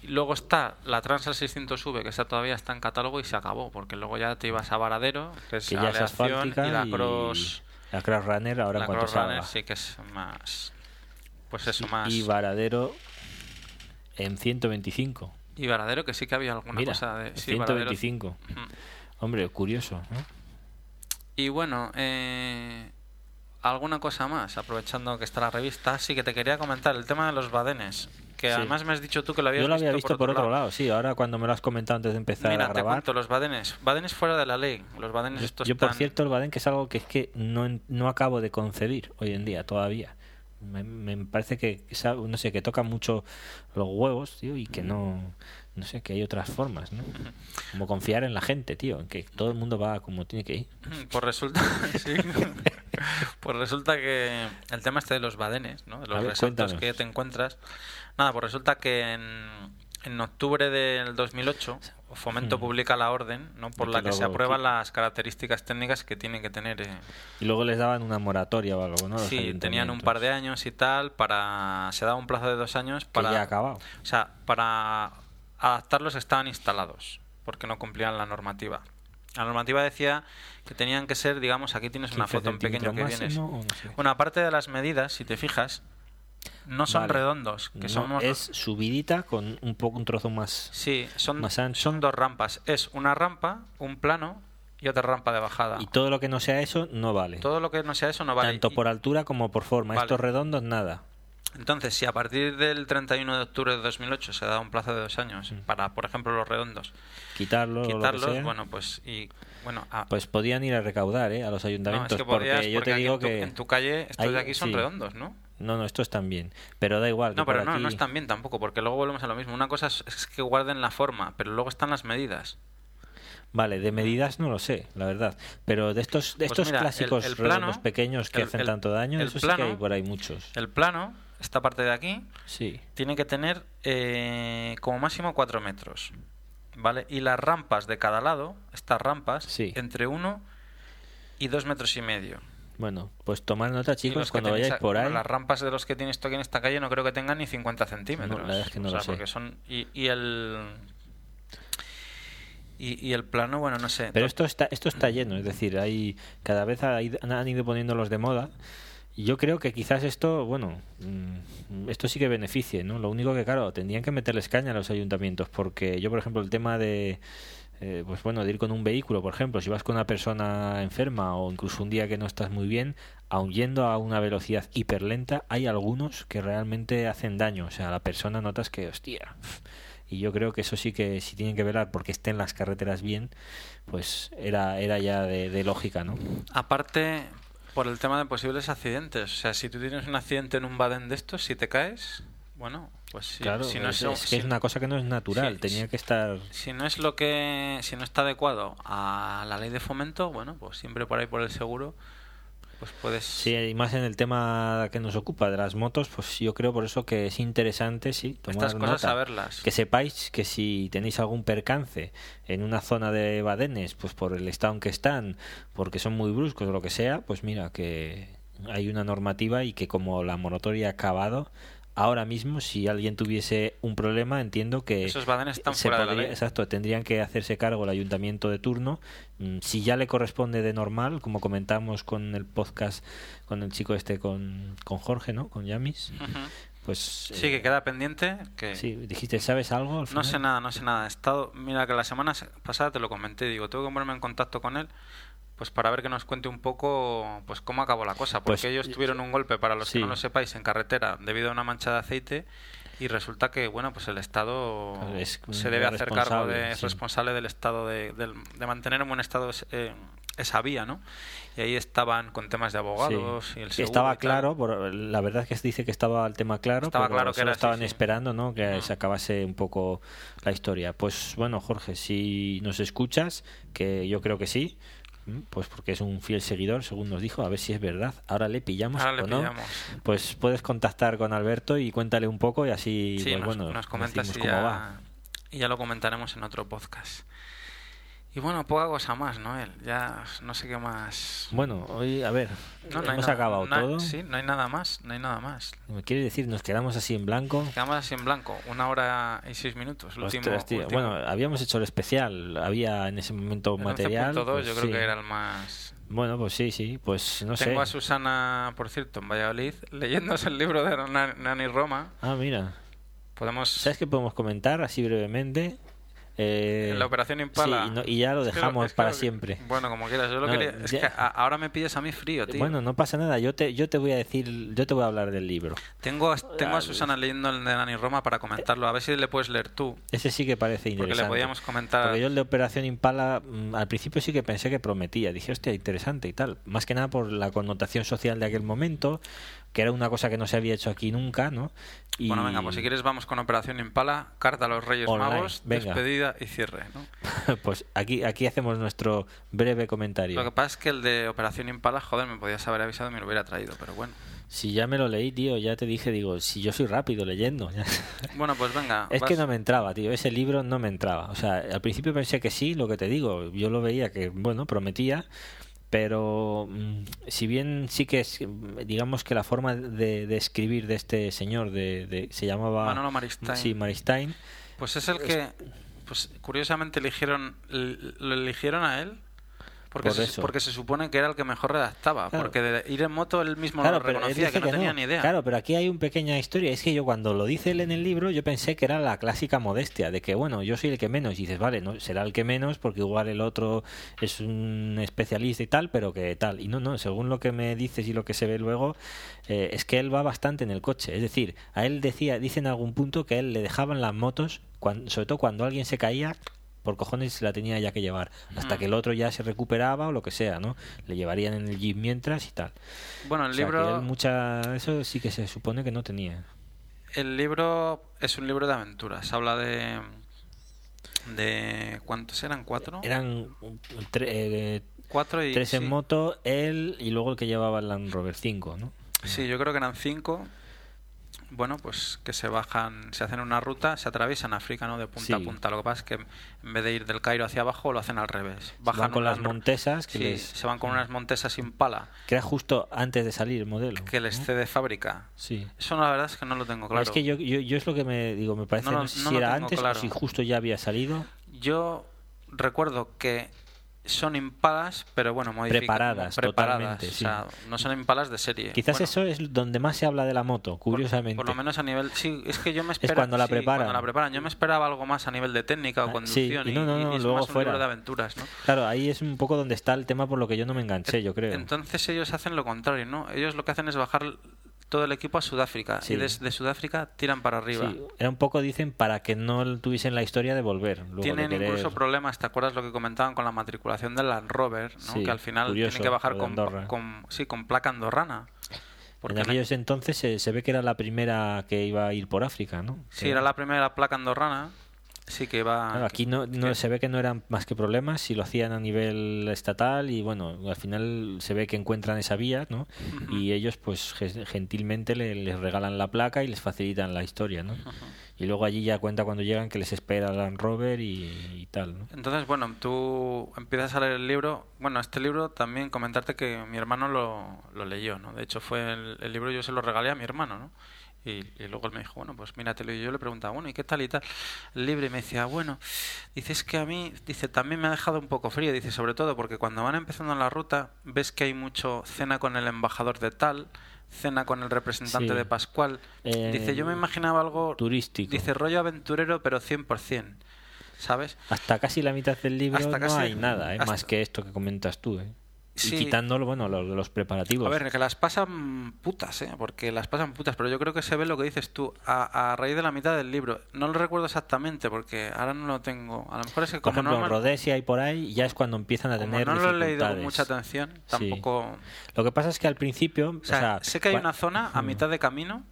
Speaker 2: Y luego está la Transal 600V, que esa todavía está en catálogo y se acabó, porque luego ya te ibas a Varadero, que es
Speaker 3: que ya es
Speaker 2: aleación,
Speaker 3: asfáltica
Speaker 2: y la Cross.
Speaker 3: y la Cross Runner ahora
Speaker 2: la
Speaker 3: en cuanto
Speaker 2: Cross Runner
Speaker 3: salga.
Speaker 2: sí que es más. Pues eso, más.
Speaker 3: Y Varadero en 125.
Speaker 2: y Varadero, que sí que había alguna
Speaker 3: Mira,
Speaker 2: cosa de. sí, Varadero.
Speaker 3: 125.
Speaker 2: Ujú.
Speaker 3: Hombre, curioso, ¿no?
Speaker 2: Y bueno, eh, alguna cosa más, aprovechando que está la revista, sí que te quería comentar el tema de los badenes, que
Speaker 3: Sí.
Speaker 2: además me has dicho tú que lo habías
Speaker 3: Yo lo había
Speaker 2: visto,
Speaker 3: visto por otro, lado. sí. Ahora cuando me lo has comentado antes de empezar
Speaker 2: Mira,
Speaker 3: a
Speaker 2: te
Speaker 3: grabar,
Speaker 2: cuento los badenes, badenes fuera de la ley, los badenes
Speaker 3: Yo,
Speaker 2: estos
Speaker 3: yo, por
Speaker 2: tan-
Speaker 3: cierto, el Baden, que es algo que es que no, en- no acabo de concebir hoy en día todavía. Me, me parece que, que sa- no sé, que toca mucho los huevos, tío, y que no, no sé, que hay otras formas, ¿no? Como confiar en la gente, tío, en que todo el mundo va como tiene que ir.
Speaker 2: pues resulta, sí. pues resulta que el tema este de los badenes, ¿no? De
Speaker 3: A
Speaker 2: los
Speaker 3: ver,
Speaker 2: resaltos
Speaker 3: cuéntanos.
Speaker 2: que te encuentras. Nada, pues resulta que en, en octubre del 2008 Fomento
Speaker 3: Mm.
Speaker 2: publica la orden, ¿no? Por
Speaker 3: Y
Speaker 2: la
Speaker 3: que
Speaker 2: que se
Speaker 3: luego-
Speaker 2: aprueban las características técnicas que tienen que tener. eh,
Speaker 3: Y luego les daban una moratoria o algo, ¿no? Ah, Los
Speaker 2: Sí, tenían un
Speaker 3: ayuntamientos.
Speaker 2: par de años y tal para se daba un plazo de dos años
Speaker 3: Que
Speaker 2: para
Speaker 3: ya ha acabado.
Speaker 2: o sea para adaptarlos estaban instalados porque no cumplían la normativa. La normativa decía que tenían que ser, digamos, aquí tienes una
Speaker 3: 15
Speaker 2: foto en pequeño que
Speaker 3: centímetros
Speaker 2: tienes.
Speaker 3: máximo, o no sé.
Speaker 2: Bueno, aparte de las medidas, si te fijas, no son
Speaker 3: Vale.
Speaker 2: redondos, que
Speaker 3: No,
Speaker 2: somos
Speaker 3: Es subidita con un poco un trozo más.
Speaker 2: sí, son
Speaker 3: más ancho.
Speaker 2: son dos rampas, es una rampa, un plano y otra rampa de bajada.
Speaker 3: Y todo lo que no sea eso no vale.
Speaker 2: Todo lo que no sea eso no vale.
Speaker 3: Tanto
Speaker 2: Y-
Speaker 3: por altura como por forma.
Speaker 2: Vale.
Speaker 3: Estos redondos, nada.
Speaker 2: Entonces, si a partir del 31 de octubre de 2008 se da un plazo de dos años
Speaker 3: Mm.
Speaker 2: para, por ejemplo, los redondos,
Speaker 3: Quitarlo, o lo que
Speaker 2: quitarlos,
Speaker 3: sea.
Speaker 2: bueno, pues y bueno, a-
Speaker 3: Pues podían ir a recaudar, ¿eh? A los
Speaker 2: no,
Speaker 3: ayuntamientos.
Speaker 2: es que podías,
Speaker 3: porque yo
Speaker 2: porque
Speaker 3: te
Speaker 2: aquí
Speaker 3: digo
Speaker 2: en tu,
Speaker 3: que.
Speaker 2: en tu calle estos
Speaker 3: hay-
Speaker 2: de aquí son
Speaker 3: sí. Pues
Speaker 2: redondos, ¿no?
Speaker 3: No, no, estos también. Pero da igual.
Speaker 2: No,
Speaker 3: que
Speaker 2: pero
Speaker 3: por
Speaker 2: no, no
Speaker 3: aquí-
Speaker 2: están bien tampoco, porque luego volvemos a lo mismo. Una cosa es, es que guarden la forma, pero luego están las medidas.
Speaker 3: Vale, de medidas no lo sé, la verdad. Pero de estos, de
Speaker 2: Pues
Speaker 3: estos
Speaker 2: mira, el-
Speaker 3: clásicos
Speaker 2: el plano,
Speaker 3: redondos pequeños que
Speaker 2: el-
Speaker 3: hacen
Speaker 2: el-
Speaker 3: tanto daño,
Speaker 2: el
Speaker 3: eso sí
Speaker 2: plano-
Speaker 3: que hay por ahí muchos.
Speaker 2: El plano, esta parte de aquí,
Speaker 3: Sí.
Speaker 2: tiene que tener eh, como máximo 4 metros. ¿Vale? Y las rampas de cada lado, estas rampas,
Speaker 3: Sí.
Speaker 2: entre 1 y 2 metros y medio.
Speaker 3: Bueno, pues tomar nota,
Speaker 2: Y
Speaker 3: chicos,
Speaker 2: los que
Speaker 3: cuando
Speaker 2: tenéis a-
Speaker 3: vayáis por
Speaker 2: bueno,
Speaker 3: ahí.
Speaker 2: Las rampas de los que tiene esto aquí en esta calle no creo que tengan ni 50 centímetros.
Speaker 3: No, la verdad es que no
Speaker 2: o
Speaker 3: lo
Speaker 2: sea,
Speaker 3: sé.
Speaker 2: porque son. Y, y el. Y, y el plano, bueno, no sé.
Speaker 3: Pero esto está, esto está lleno, es decir, hay cada vez ha ido- han ido poniéndolos de moda. Y Yo creo que quizás esto, bueno, mm, esto sí que beneficie, ¿no? Lo único que, claro, tendrían que meterles caña a los ayuntamientos, porque yo, por ejemplo, el tema de, eh, pues bueno, de ir con un vehículo, por ejemplo, si vas con una persona enferma o incluso un día que no estás muy bien, aun yendo a una velocidad hiperlenta, hay algunos que realmente hacen daño. O sea, a la persona notas que, hostia. Y yo creo que eso sí que si tienen que velar porque estén las carreteras bien, pues era, era ya de, de lógica, ¿no?
Speaker 2: Aparte, por el tema de posibles accidentes. O sea, si tú tienes un accidente en un baden de estos, si te caes, bueno, pues si,
Speaker 3: claro,
Speaker 2: si no
Speaker 3: es,
Speaker 2: un-
Speaker 3: es que
Speaker 2: si-
Speaker 3: es una cosa que no es natural,
Speaker 2: sí,
Speaker 3: tenía
Speaker 2: sí.
Speaker 3: que estar...
Speaker 2: si no es lo que. Si no está adecuado a la ley de fomento, bueno, pues siempre por ahí por el seguro, pues puedes.
Speaker 3: Sí, y más en el tema que nos ocupa de las motos, pues yo creo por eso que es interesante, sí, tomar
Speaker 2: Estas cosas
Speaker 3: nota.
Speaker 2: saberlas.
Speaker 3: Que sepáis que si tenéis algún percance en una zona de badenes, pues por el estado en que están, porque son muy bruscos o lo que sea, pues mira que hay una normativa y que como la moratoria ha acabado, ahora mismo si alguien tuviese un problema, entiendo que
Speaker 2: Esos badenes están
Speaker 3: Eh, se
Speaker 2: fuera de la
Speaker 3: podría-
Speaker 2: ley.
Speaker 3: Exacto, tendrían que hacerse cargo el ayuntamiento de turno. Mm, Si ya le corresponde de normal, como comentamos con el podcast con el chico este, con, con Jorge, ¿no? Con Yamis,
Speaker 2: Ujú.
Speaker 3: pues...
Speaker 2: Sí,
Speaker 3: eh,
Speaker 2: que queda pendiente. Que
Speaker 3: sí, dijiste, ¿sabes algo? al
Speaker 2: No
Speaker 3: final?
Speaker 2: sé nada, no sé nada. He estado, mira que la semana se- pasada te lo comenté, digo, tengo que ponerme en contacto con él, pues para ver que nos cuente un poco, pues cómo acabó la cosa, porque
Speaker 3: Pues,
Speaker 2: ellos tuvieron un golpe, para los que no
Speaker 3: sí.
Speaker 2: lo sepáis, en carretera debido a una mancha de aceite y resulta que, bueno, pues el Estado
Speaker 3: Claro, es
Speaker 2: se debe hacer cargo
Speaker 3: responsable,
Speaker 2: de es
Speaker 3: sí.
Speaker 2: responsable del Estado de, del- de mantener en buen estado eh, esa vía, ¿no? Y ahí estaban con temas de abogados
Speaker 3: Sí.
Speaker 2: y el
Speaker 3: Que
Speaker 2: seguro
Speaker 3: Estaba
Speaker 2: y tal.
Speaker 3: claro, por, la verdad es que se dice que estaba el tema claro,
Speaker 2: Estaba
Speaker 3: pero
Speaker 2: claro que
Speaker 3: solo
Speaker 2: era así,
Speaker 3: estaban
Speaker 2: sí.
Speaker 3: esperando ¿no? que
Speaker 2: Mm.
Speaker 3: se acabase un poco la historia. Pues bueno, Jorge, si nos escuchas, que yo creo que sí, mm, pues porque es un fiel seguidor, según nos dijo, a ver si es verdad. Ahora le pillamos
Speaker 2: Ahora le
Speaker 3: o no.
Speaker 2: pillamos.
Speaker 3: Pues puedes contactar con Alberto y cuéntale un poco y así
Speaker 2: Sí,
Speaker 3: pues,
Speaker 2: nos,
Speaker 3: bueno,
Speaker 2: nos comentas
Speaker 3: decimos
Speaker 2: y ya,
Speaker 3: cómo va.
Speaker 2: y ya lo comentaremos en otro podcast. Y bueno, poca cosa más, Noel. Ya no sé qué más.
Speaker 3: Bueno, hoy, a ver,
Speaker 2: No, no hay
Speaker 3: hemos
Speaker 2: nada-
Speaker 3: acabado
Speaker 2: no hay-
Speaker 3: todo.
Speaker 2: Sí, no hay nada más, no hay nada más.
Speaker 3: Quiere decir, nos quedamos así en blanco.
Speaker 2: Quedamos así en blanco, una hora y seis minutos. el último,
Speaker 3: Ostras, tío.
Speaker 2: último.
Speaker 3: Bueno, habíamos hecho el especial, había en ese momento
Speaker 2: El
Speaker 3: material.
Speaker 2: 11.2
Speaker 3: pues
Speaker 2: yo creo
Speaker 3: sí.
Speaker 2: que era el más...
Speaker 3: Bueno, pues sí, sí, pues no
Speaker 2: Tengo a
Speaker 3: sé.
Speaker 2: Susana, por cierto, en Valladolid, leyéndose el libro de Nan- Nani Roma.
Speaker 3: Ah, mira.
Speaker 2: Podemos...
Speaker 3: ¿Sabes qué podemos comentar así brevemente? Eh,
Speaker 2: En la operación Impala.
Speaker 3: sí, y, no- y ya lo
Speaker 2: Es que
Speaker 3: dejamos
Speaker 2: es que
Speaker 3: para
Speaker 2: lo que-
Speaker 3: siempre.
Speaker 2: Bueno, como quieras. Yo lo
Speaker 3: No,
Speaker 2: quería... Es
Speaker 3: ya-
Speaker 2: que a- ahora me pillas a mí frío, tío.
Speaker 3: Bueno, no pasa nada, yo te, yo te voy a decir, yo te voy a hablar del libro.
Speaker 2: Tengo a, tengo a Susana leyendo el de Nani Roma para comentarlo. A ver si le puedes leer tú.
Speaker 3: Ese sí que parece
Speaker 2: Porque
Speaker 3: interesante.
Speaker 2: le podíamos comentar.
Speaker 3: Porque yo el de Operación Impala, mm, al principio sí que pensé que prometía. Dije, hostia, interesante y tal. Más que nada por la connotación social de aquel momento, que era una cosa que no se había hecho aquí nunca, ¿no? Y-
Speaker 2: Bueno, venga, pues si quieres vamos con Operación Impala, carta a los Reyes
Speaker 3: Online,
Speaker 2: Magos,
Speaker 3: venga.
Speaker 2: despedida y cierre. ¿no?
Speaker 3: pues aquí, aquí hacemos nuestro breve comentario.
Speaker 2: Lo que pasa es que el de Operación Impala, joder, me podías haber avisado y me lo hubiera traído, pero bueno.
Speaker 3: Si ya me lo leí, tío, ya te dije, digo, si yo soy rápido leyendo.
Speaker 2: Bueno, pues venga.
Speaker 3: Es
Speaker 2: vas.
Speaker 3: que no me entraba, tío. Ese libro no me entraba. O sea, al principio pensé que sí, lo que te digo. Yo lo veía que, bueno, prometía. Pero mm, si bien sí que es, mm, digamos que la forma de, de escribir de este señor, de, de- se llamaba...
Speaker 2: Manolo Maristain.
Speaker 3: Sí, Maristain.
Speaker 2: Pues es el que, pues curiosamente eligieron, l- lo eligieron a él. Porque,
Speaker 3: Por
Speaker 2: se,
Speaker 3: eso.
Speaker 2: porque se supone que era el que mejor redactaba.
Speaker 3: Claro.
Speaker 2: Porque de ir en moto él mismo lo
Speaker 3: pero él
Speaker 2: reconocía,
Speaker 3: dice
Speaker 2: que no tenía ni idea.
Speaker 3: Claro, pero aquí hay una pequeña historia. Es que yo cuando lo dice él en el libro, yo pensé que era la clásica modestia, de que bueno, yo soy el que menos. Y dices, vale, no será el que menos, porque igual el otro es un especialista y tal, pero que tal. Y no, no, según lo que me dices y lo que se ve luego, eh, es que él va bastante en el coche. Es decir, a él decía, dice en algún punto que a él le dejaban las motos, cuan- sobre todo cuando alguien se caía. Por cojones la tenía ya que llevar, hasta
Speaker 2: Mm.
Speaker 3: que el otro ya se recuperaba o lo que sea, ¿no? Le llevarían en el jeep mientras y tal.
Speaker 2: Bueno, el
Speaker 3: O sea, que
Speaker 2: libro.
Speaker 3: él mucha eso sí que se supone que no tenía
Speaker 2: El libro es un libro de aventuras. Habla de. de ¿Cuántos eran? ¿Cuatro?
Speaker 3: eran um, tre- eh,
Speaker 2: Cuatro y.
Speaker 3: tres en
Speaker 2: sí.
Speaker 3: moto él y luego el que llevaba el Land Rover 5 no
Speaker 2: Sí, yo creo que eran cinco. bueno, pues que se bajan, se hacen una ruta, se atraviesan África, ¿no? De punta a
Speaker 3: Sí.
Speaker 2: punta. Lo que pasa es que en vez de ir del Cairo hacia abajo, lo hacen al revés. Bajan
Speaker 3: van con
Speaker 2: unas-
Speaker 3: las montesas que
Speaker 2: Sí,
Speaker 3: les- Mm.
Speaker 2: se van con unas montesas sin pala
Speaker 3: que era justo antes de salir el modelo.
Speaker 2: que les cede fábrica.
Speaker 3: Sí.
Speaker 2: Eso la verdad es que no lo tengo claro.
Speaker 3: Es que yo, yo, yo es lo que me digo, me parece
Speaker 2: No
Speaker 3: no,
Speaker 2: lo-
Speaker 3: sé
Speaker 2: no
Speaker 3: si
Speaker 2: lo
Speaker 3: era
Speaker 2: tengo
Speaker 3: antes
Speaker 2: claro.
Speaker 3: o si justo ya había salido.
Speaker 2: Yo recuerdo que son impalas, pero bueno, modificadas.
Speaker 3: Preparadas, totalmente,
Speaker 2: o sea, no son impalas de serie.
Speaker 3: Quizás
Speaker 2: Bueno,
Speaker 3: eso es donde más se habla de la moto,
Speaker 2: por-
Speaker 3: curiosamente.
Speaker 2: Por, lo menos a nivel. Sí, es que yo me esperaba.
Speaker 3: cuando la preparan.
Speaker 2: Cuando la preparan. Yo me esperaba algo más a nivel de técnica o
Speaker 3: Ah,
Speaker 2: conducción.
Speaker 3: sí, y no, no, no,
Speaker 2: es
Speaker 3: luego
Speaker 2: más un
Speaker 3: fuera.
Speaker 2: libro de aventuras, ¿no?
Speaker 3: Claro, ahí es un poco donde está el tema por lo que yo no me enganché, yo creo.
Speaker 2: Entonces ellos hacen lo contrario, ¿no? Ellos lo que hacen es bajar todo el equipo a Sudáfrica y
Speaker 3: Sí.
Speaker 2: desde Sudáfrica tiran para arriba.
Speaker 3: Sí, era un poco, dicen, para que no tuviesen la historia de volver. Luego de
Speaker 2: tienen
Speaker 3: querer-
Speaker 2: incluso problemas, ¿te acuerdas lo que comentaban con la matriculación del Land Rover? ¿no?
Speaker 3: Sí,
Speaker 2: que al final
Speaker 3: curioso,
Speaker 2: tienen que bajar
Speaker 3: lo de
Speaker 2: con,
Speaker 3: Andorra.
Speaker 2: con- sí, con placa andorrana.
Speaker 3: En
Speaker 2: Porque en
Speaker 3: aquellos entonces se, se ve que era la primera que iba a ir por África, ¿no?
Speaker 2: aqu- sí, era la primera placa andorrana, sí que va...
Speaker 3: Claro, aquí no, no
Speaker 2: que-
Speaker 3: se ve que no eran más que problemas, si lo hacían a nivel estatal y bueno, al final se ve que encuentran esa vía, ¿no? Y ellos pues ge- gentilmente le- les regalan la placa y les facilitan la historia, ¿no? Y luego allí ya cuenta cuando llegan que les espera Land Rover y, y tal, ¿no?
Speaker 2: Entonces, bueno, tú empiezas a leer el libro. Bueno, este libro también comentarte que mi hermano lo, lo leyó, ¿no? De hecho, fue el, el libro yo se lo regalé a mi hermano, ¿no? Y, y luego él me dijo, bueno, pues míratelo. Y yo le preguntaba, bueno, ¿y qué tal y tal? El libro y me decía, bueno, dices que a mí, dice, también me ha dejado un poco frío. Dice, sobre todo porque cuando van empezando en la ruta, ves que hay mucho cena con el embajador de tal, cena con el representante
Speaker 3: Sí.
Speaker 2: de Pascual. dice, yo me
Speaker 3: Eh,
Speaker 2: imaginaba algo.
Speaker 3: turístico.
Speaker 2: Dice, rollo aventurero, pero 100%. ¿Sabes?
Speaker 3: Hasta casi la mitad del libro
Speaker 2: Hasta
Speaker 3: no
Speaker 2: casi-
Speaker 3: hay nada, ¿eh?
Speaker 2: hasta-
Speaker 3: más que esto que comentas tú, ¿eh?
Speaker 2: Sí.
Speaker 3: Y quitándolo, bueno, los, los preparativos.
Speaker 2: A ver, que las pasan putas, ¿eh? Porque las pasan putas, pero yo creo que se ve lo que dices tú a, a raíz de la mitad del libro. No lo recuerdo exactamente porque ahora no lo tengo. A lo mejor es que
Speaker 3: Por
Speaker 2: como
Speaker 3: ejemplo,
Speaker 2: no,
Speaker 3: en
Speaker 2: me-
Speaker 3: Rhodesia y por ahí ya es cuando empiezan a
Speaker 2: como
Speaker 3: tener
Speaker 2: no lo he leído con
Speaker 3: dificultades.
Speaker 2: mucha atención,
Speaker 3: Sí.
Speaker 2: tampoco...
Speaker 3: Lo que pasa es que al principio,
Speaker 2: O sea, sé que hay
Speaker 3: cua-
Speaker 2: una zona a mitad de camino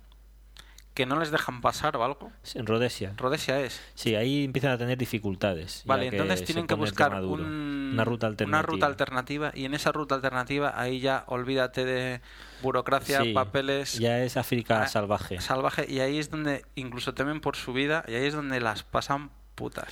Speaker 2: que no les dejan pasar o algo.
Speaker 3: en Rhodesia.
Speaker 2: Rodesia es.
Speaker 3: Sí, ahí empiezan a tener dificultades.
Speaker 2: Vale,
Speaker 3: ya que
Speaker 2: entonces
Speaker 3: se
Speaker 2: tienen que
Speaker 3: pone el
Speaker 2: buscar
Speaker 3: tema duro.
Speaker 2: un-
Speaker 3: una ruta alternativa.
Speaker 2: ruta alternativa, y en esa ruta alternativa ahí ya olvídate de burocracia,
Speaker 3: Sí,
Speaker 2: papeles...
Speaker 3: Ya es África
Speaker 2: Ah,
Speaker 3: salvaje.
Speaker 2: Salvaje. Y ahí es donde incluso temen por su vida y ahí es donde las pasan putas.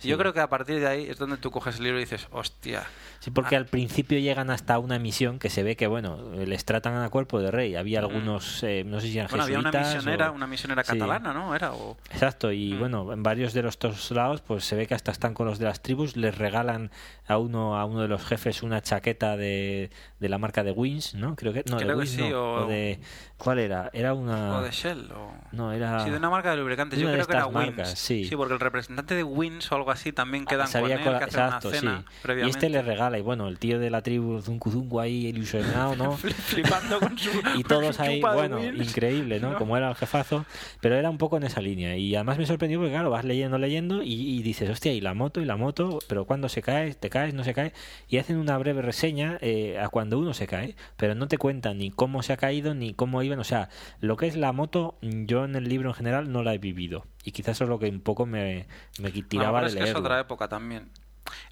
Speaker 2: Y Yo
Speaker 3: Sí.
Speaker 2: creo que a partir de ahí es donde tú coges el libro y dices, hostia.
Speaker 3: Sí, porque
Speaker 2: ah.
Speaker 3: al principio llegan hasta una misión que se ve que, bueno, les tratan a cuerpo de rey. Había algunos, eh, no sé si eran
Speaker 2: Mm. Bueno, había una
Speaker 3: jesuitas
Speaker 2: misionera,
Speaker 3: o-
Speaker 2: una misionera
Speaker 3: Sí.
Speaker 2: catalana, ¿no? Era o...
Speaker 3: Exacto, y
Speaker 2: Mm.
Speaker 3: bueno, en varios de los dos lados, pues se ve que hasta están con los de las tribus, les regalan a uno a uno de los jefes una chaqueta de, de la marca de Wins, ¿no? Creo que no, de
Speaker 2: Creo que
Speaker 3: Wins
Speaker 2: sí,
Speaker 3: no,
Speaker 2: o-
Speaker 3: de ¿cuál era? Era una
Speaker 2: o de Shell. O...
Speaker 3: no era
Speaker 2: Sí, de una marca de lubricantes.
Speaker 3: de
Speaker 2: Yo
Speaker 3: Ah. una
Speaker 2: creo
Speaker 3: de
Speaker 2: que era
Speaker 3: estas
Speaker 2: Wins.
Speaker 3: marcas, sí. Ah,
Speaker 2: porque el representante de Wins o algo así también quedan
Speaker 3: se había
Speaker 2: con él,
Speaker 3: cola-
Speaker 2: que hacen una
Speaker 3: exacto,
Speaker 2: cena
Speaker 3: sí. Y
Speaker 2: previamente.
Speaker 3: este le regala y bueno, el tío de la tribu Zuncu Zuncu ahí ilusionado, ¿no?
Speaker 2: Flipando con su. con
Speaker 3: y todos
Speaker 2: su
Speaker 3: ahí,
Speaker 2: chupa de
Speaker 3: bueno,
Speaker 2: Wins.
Speaker 3: increíble, ¿no?
Speaker 2: ¿No?
Speaker 3: Como era el jefazo, pero era un poco en esa línea. Y además me sorprendió porque, claro, vas leyendo, leyendo y, y dices, hostia, y la moto, y la moto, pero cuando se cae, te caes, no se cae. Y hacen una breve reseña eh, a cuando uno se cae, pero no te cuentan ni cómo se ha caído, ni cómo iban. O sea, lo que es la moto, yo en el libro en general no la he vivido. Y quizás eso es lo que un poco me, me tiraba
Speaker 2: A lo mejor
Speaker 3: de
Speaker 2: es que es
Speaker 3: leerlo.
Speaker 2: otra época también.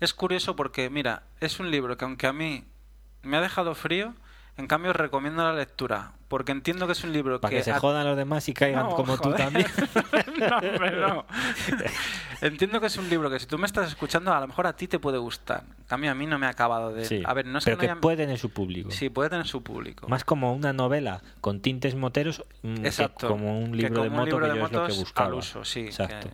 Speaker 2: Es curioso porque, mira, es un libro que aunque a mí me ha dejado frío, en cambio recomiendo la lectura, porque entiendo que es un libro
Speaker 3: Para que,
Speaker 2: que...
Speaker 3: se
Speaker 2: a-
Speaker 3: jodan los demás y caigan
Speaker 2: No,
Speaker 3: como tú
Speaker 2: joder.
Speaker 3: también.
Speaker 2: no, hombre, no. Entiendo que es un libro que si tú me estás escuchando, a lo mejor a ti te puede gustar. En cambio, a mí no me ha acabado de...
Speaker 3: Sí,
Speaker 2: A ver, no es
Speaker 3: pero
Speaker 2: que, no haya-
Speaker 3: puede tener su público.
Speaker 2: Sí, puede tener su público.
Speaker 3: Más como una novela con tintes moteros, mm, que
Speaker 2: Exacto.
Speaker 3: como un
Speaker 2: Que
Speaker 3: libro de
Speaker 2: como un
Speaker 3: moto
Speaker 2: libro
Speaker 3: que
Speaker 2: de
Speaker 3: yo es lo que
Speaker 2: motos al
Speaker 3: buscaba.
Speaker 2: uso, sí, que-
Speaker 3: Exacto.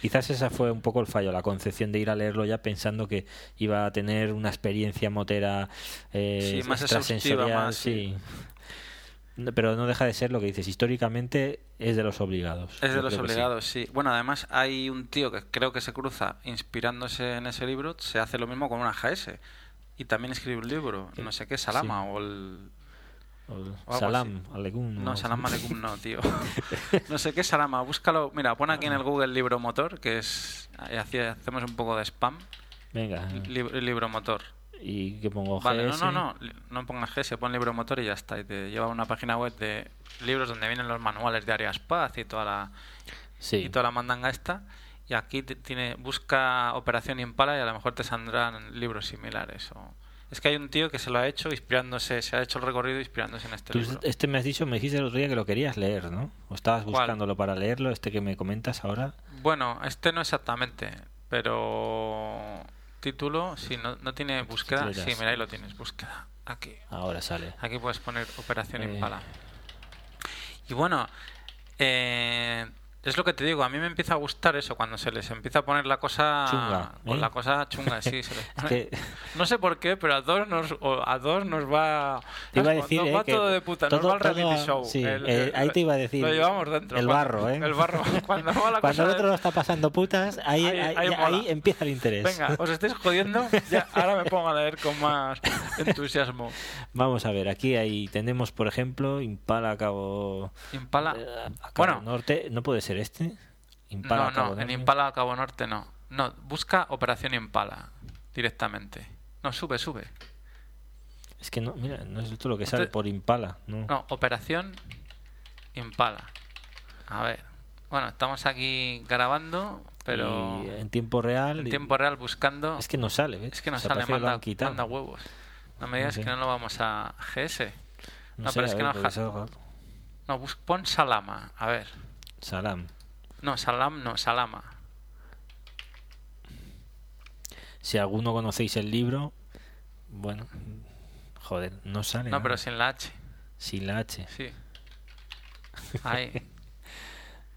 Speaker 3: Quizás esa fue un poco el fallo, la concepción de ir a leerlo ya pensando que iba a tener una experiencia motera eh,
Speaker 2: Sí, más
Speaker 3: extrasensorial,
Speaker 2: exhaustiva, más,
Speaker 3: sí. No, Pero no deja de ser lo que dices, históricamente es de los obligados.
Speaker 2: Es de
Speaker 3: yo
Speaker 2: los
Speaker 3: creo que sí.
Speaker 2: obligados, sí. Bueno, además hay un tío que creo que se cruza inspirándose en ese libro, se hace lo mismo con una GS. E. Y también escribe un libro,
Speaker 3: Eh,
Speaker 2: no sé qué, Salama o el...
Speaker 3: O-
Speaker 2: así.
Speaker 3: Salam, Aleikum,
Speaker 2: No, Salama Aleikum no, tío. No sé qué Salama, búscalo. Mira, pon aquí en el Google libro motor, que es... ahí hacía- hacemos un poco de spam.
Speaker 3: Venga,
Speaker 2: Lib- libro motor.
Speaker 3: y que pongo
Speaker 2: Vale, no,
Speaker 3: GS.
Speaker 2: no, no, li- no pongas GS, pon libro motor y ya está. Y te lleva a una página web de libros donde vienen los manuales de Arias Paz y toda la...
Speaker 3: Sí.
Speaker 2: y toda la mandanga esta. Y aquí te- tiene busca Operación Impala y a lo mejor te saldrán libros similares. O... Es que hay un tío que se lo ha hecho inspirándose, se ha hecho el recorrido inspirándose en este
Speaker 3: Tú
Speaker 2: libro.
Speaker 3: este me has dicho, me dijiste el otro día que lo querías leer, ¿no? O estabas
Speaker 2: ¿Cuál?
Speaker 3: buscándolo para leerlo, este que me comentas ahora.
Speaker 2: Bueno, este no exactamente, pero título, si no, no tiene
Speaker 3: Pues
Speaker 2: búsqueda,
Speaker 3: Título ya
Speaker 2: sí,
Speaker 3: está.
Speaker 2: mira, ahí lo tienes, búsqueda. Aquí,
Speaker 3: Ahora sale.
Speaker 2: aquí puedes poner Operación
Speaker 3: Eh.
Speaker 2: Impala. Y bueno, eh, es lo que te digo, a mí me empieza a gustar eso, cuando se les empieza a poner la cosa...
Speaker 3: Chunga,
Speaker 2: Con
Speaker 3: ¿eh?
Speaker 2: la cosa chunga, sí, se les
Speaker 3: Es
Speaker 2: pone-
Speaker 3: que
Speaker 2: No sé por qué, pero a dos nos, o a dos nos va...
Speaker 3: te iba a
Speaker 2: nos-
Speaker 3: decir
Speaker 2: nos
Speaker 3: eh,
Speaker 2: va
Speaker 3: que
Speaker 2: todo de puta, nos
Speaker 3: todo-
Speaker 2: va el reality
Speaker 3: todo-
Speaker 2: show.
Speaker 3: sí,
Speaker 2: el-
Speaker 3: eh,
Speaker 2: el-
Speaker 3: ahí te iba a decir.
Speaker 2: Lo llevamos dentro.
Speaker 3: El
Speaker 2: cuando-
Speaker 3: barro, ¿eh?
Speaker 2: El barro. Cuando va la
Speaker 3: Cuando
Speaker 2: cosa
Speaker 3: el
Speaker 2: de-
Speaker 3: otro lo está pasando putas, ahí,
Speaker 2: Ahí-
Speaker 3: ahí-
Speaker 2: ahí
Speaker 3: ahí
Speaker 2: mola.
Speaker 3: empieza el interés.
Speaker 2: Venga, os estáis jodiendo. Ya, ahora me pongo a leer con más entusiasmo.
Speaker 3: Vamos a ver, aquí ahí tenemos, por ejemplo, Impala Cabo,
Speaker 2: Impala.
Speaker 3: eh, a Cabo
Speaker 2: Bueno.
Speaker 3: Norte. ¿No puede ser este? Impala
Speaker 2: No,
Speaker 3: Cabo
Speaker 2: no, en
Speaker 3: Norte.
Speaker 2: Impala Cabo Norte no. No, busca Operación Impala directamente. No, sube, sube.
Speaker 3: Es que no, mira, no es esto lo que sale
Speaker 2: Este-
Speaker 3: por Impala. No.
Speaker 2: No, Operación Impala. A ver. Bueno, estamos aquí grabando, pero
Speaker 3: Y eh, en tiempo real.
Speaker 2: en
Speaker 3: y-
Speaker 2: tiempo real buscando.
Speaker 3: Es que no sale, ¿ves?
Speaker 2: Es que no
Speaker 3: O sea,
Speaker 2: sale,
Speaker 3: parece que lo
Speaker 2: manda,
Speaker 3: han quitado.
Speaker 2: manda huevos. No me digas
Speaker 3: No sé.
Speaker 2: que no lo vamos a GS. No,
Speaker 3: sé,
Speaker 2: pero
Speaker 3: a
Speaker 2: es que
Speaker 3: ver,
Speaker 2: no
Speaker 3: porque
Speaker 2: ja-
Speaker 3: salga-
Speaker 2: No, bus- pon Salama. A ver.
Speaker 3: Salam.
Speaker 2: No, Salam no, Salama.
Speaker 3: Si alguno conocéis el libro, bueno, joder, no sale.
Speaker 2: No,
Speaker 3: nada.
Speaker 2: pero sin la H.
Speaker 3: Sin la H.
Speaker 2: Sí. Ahí.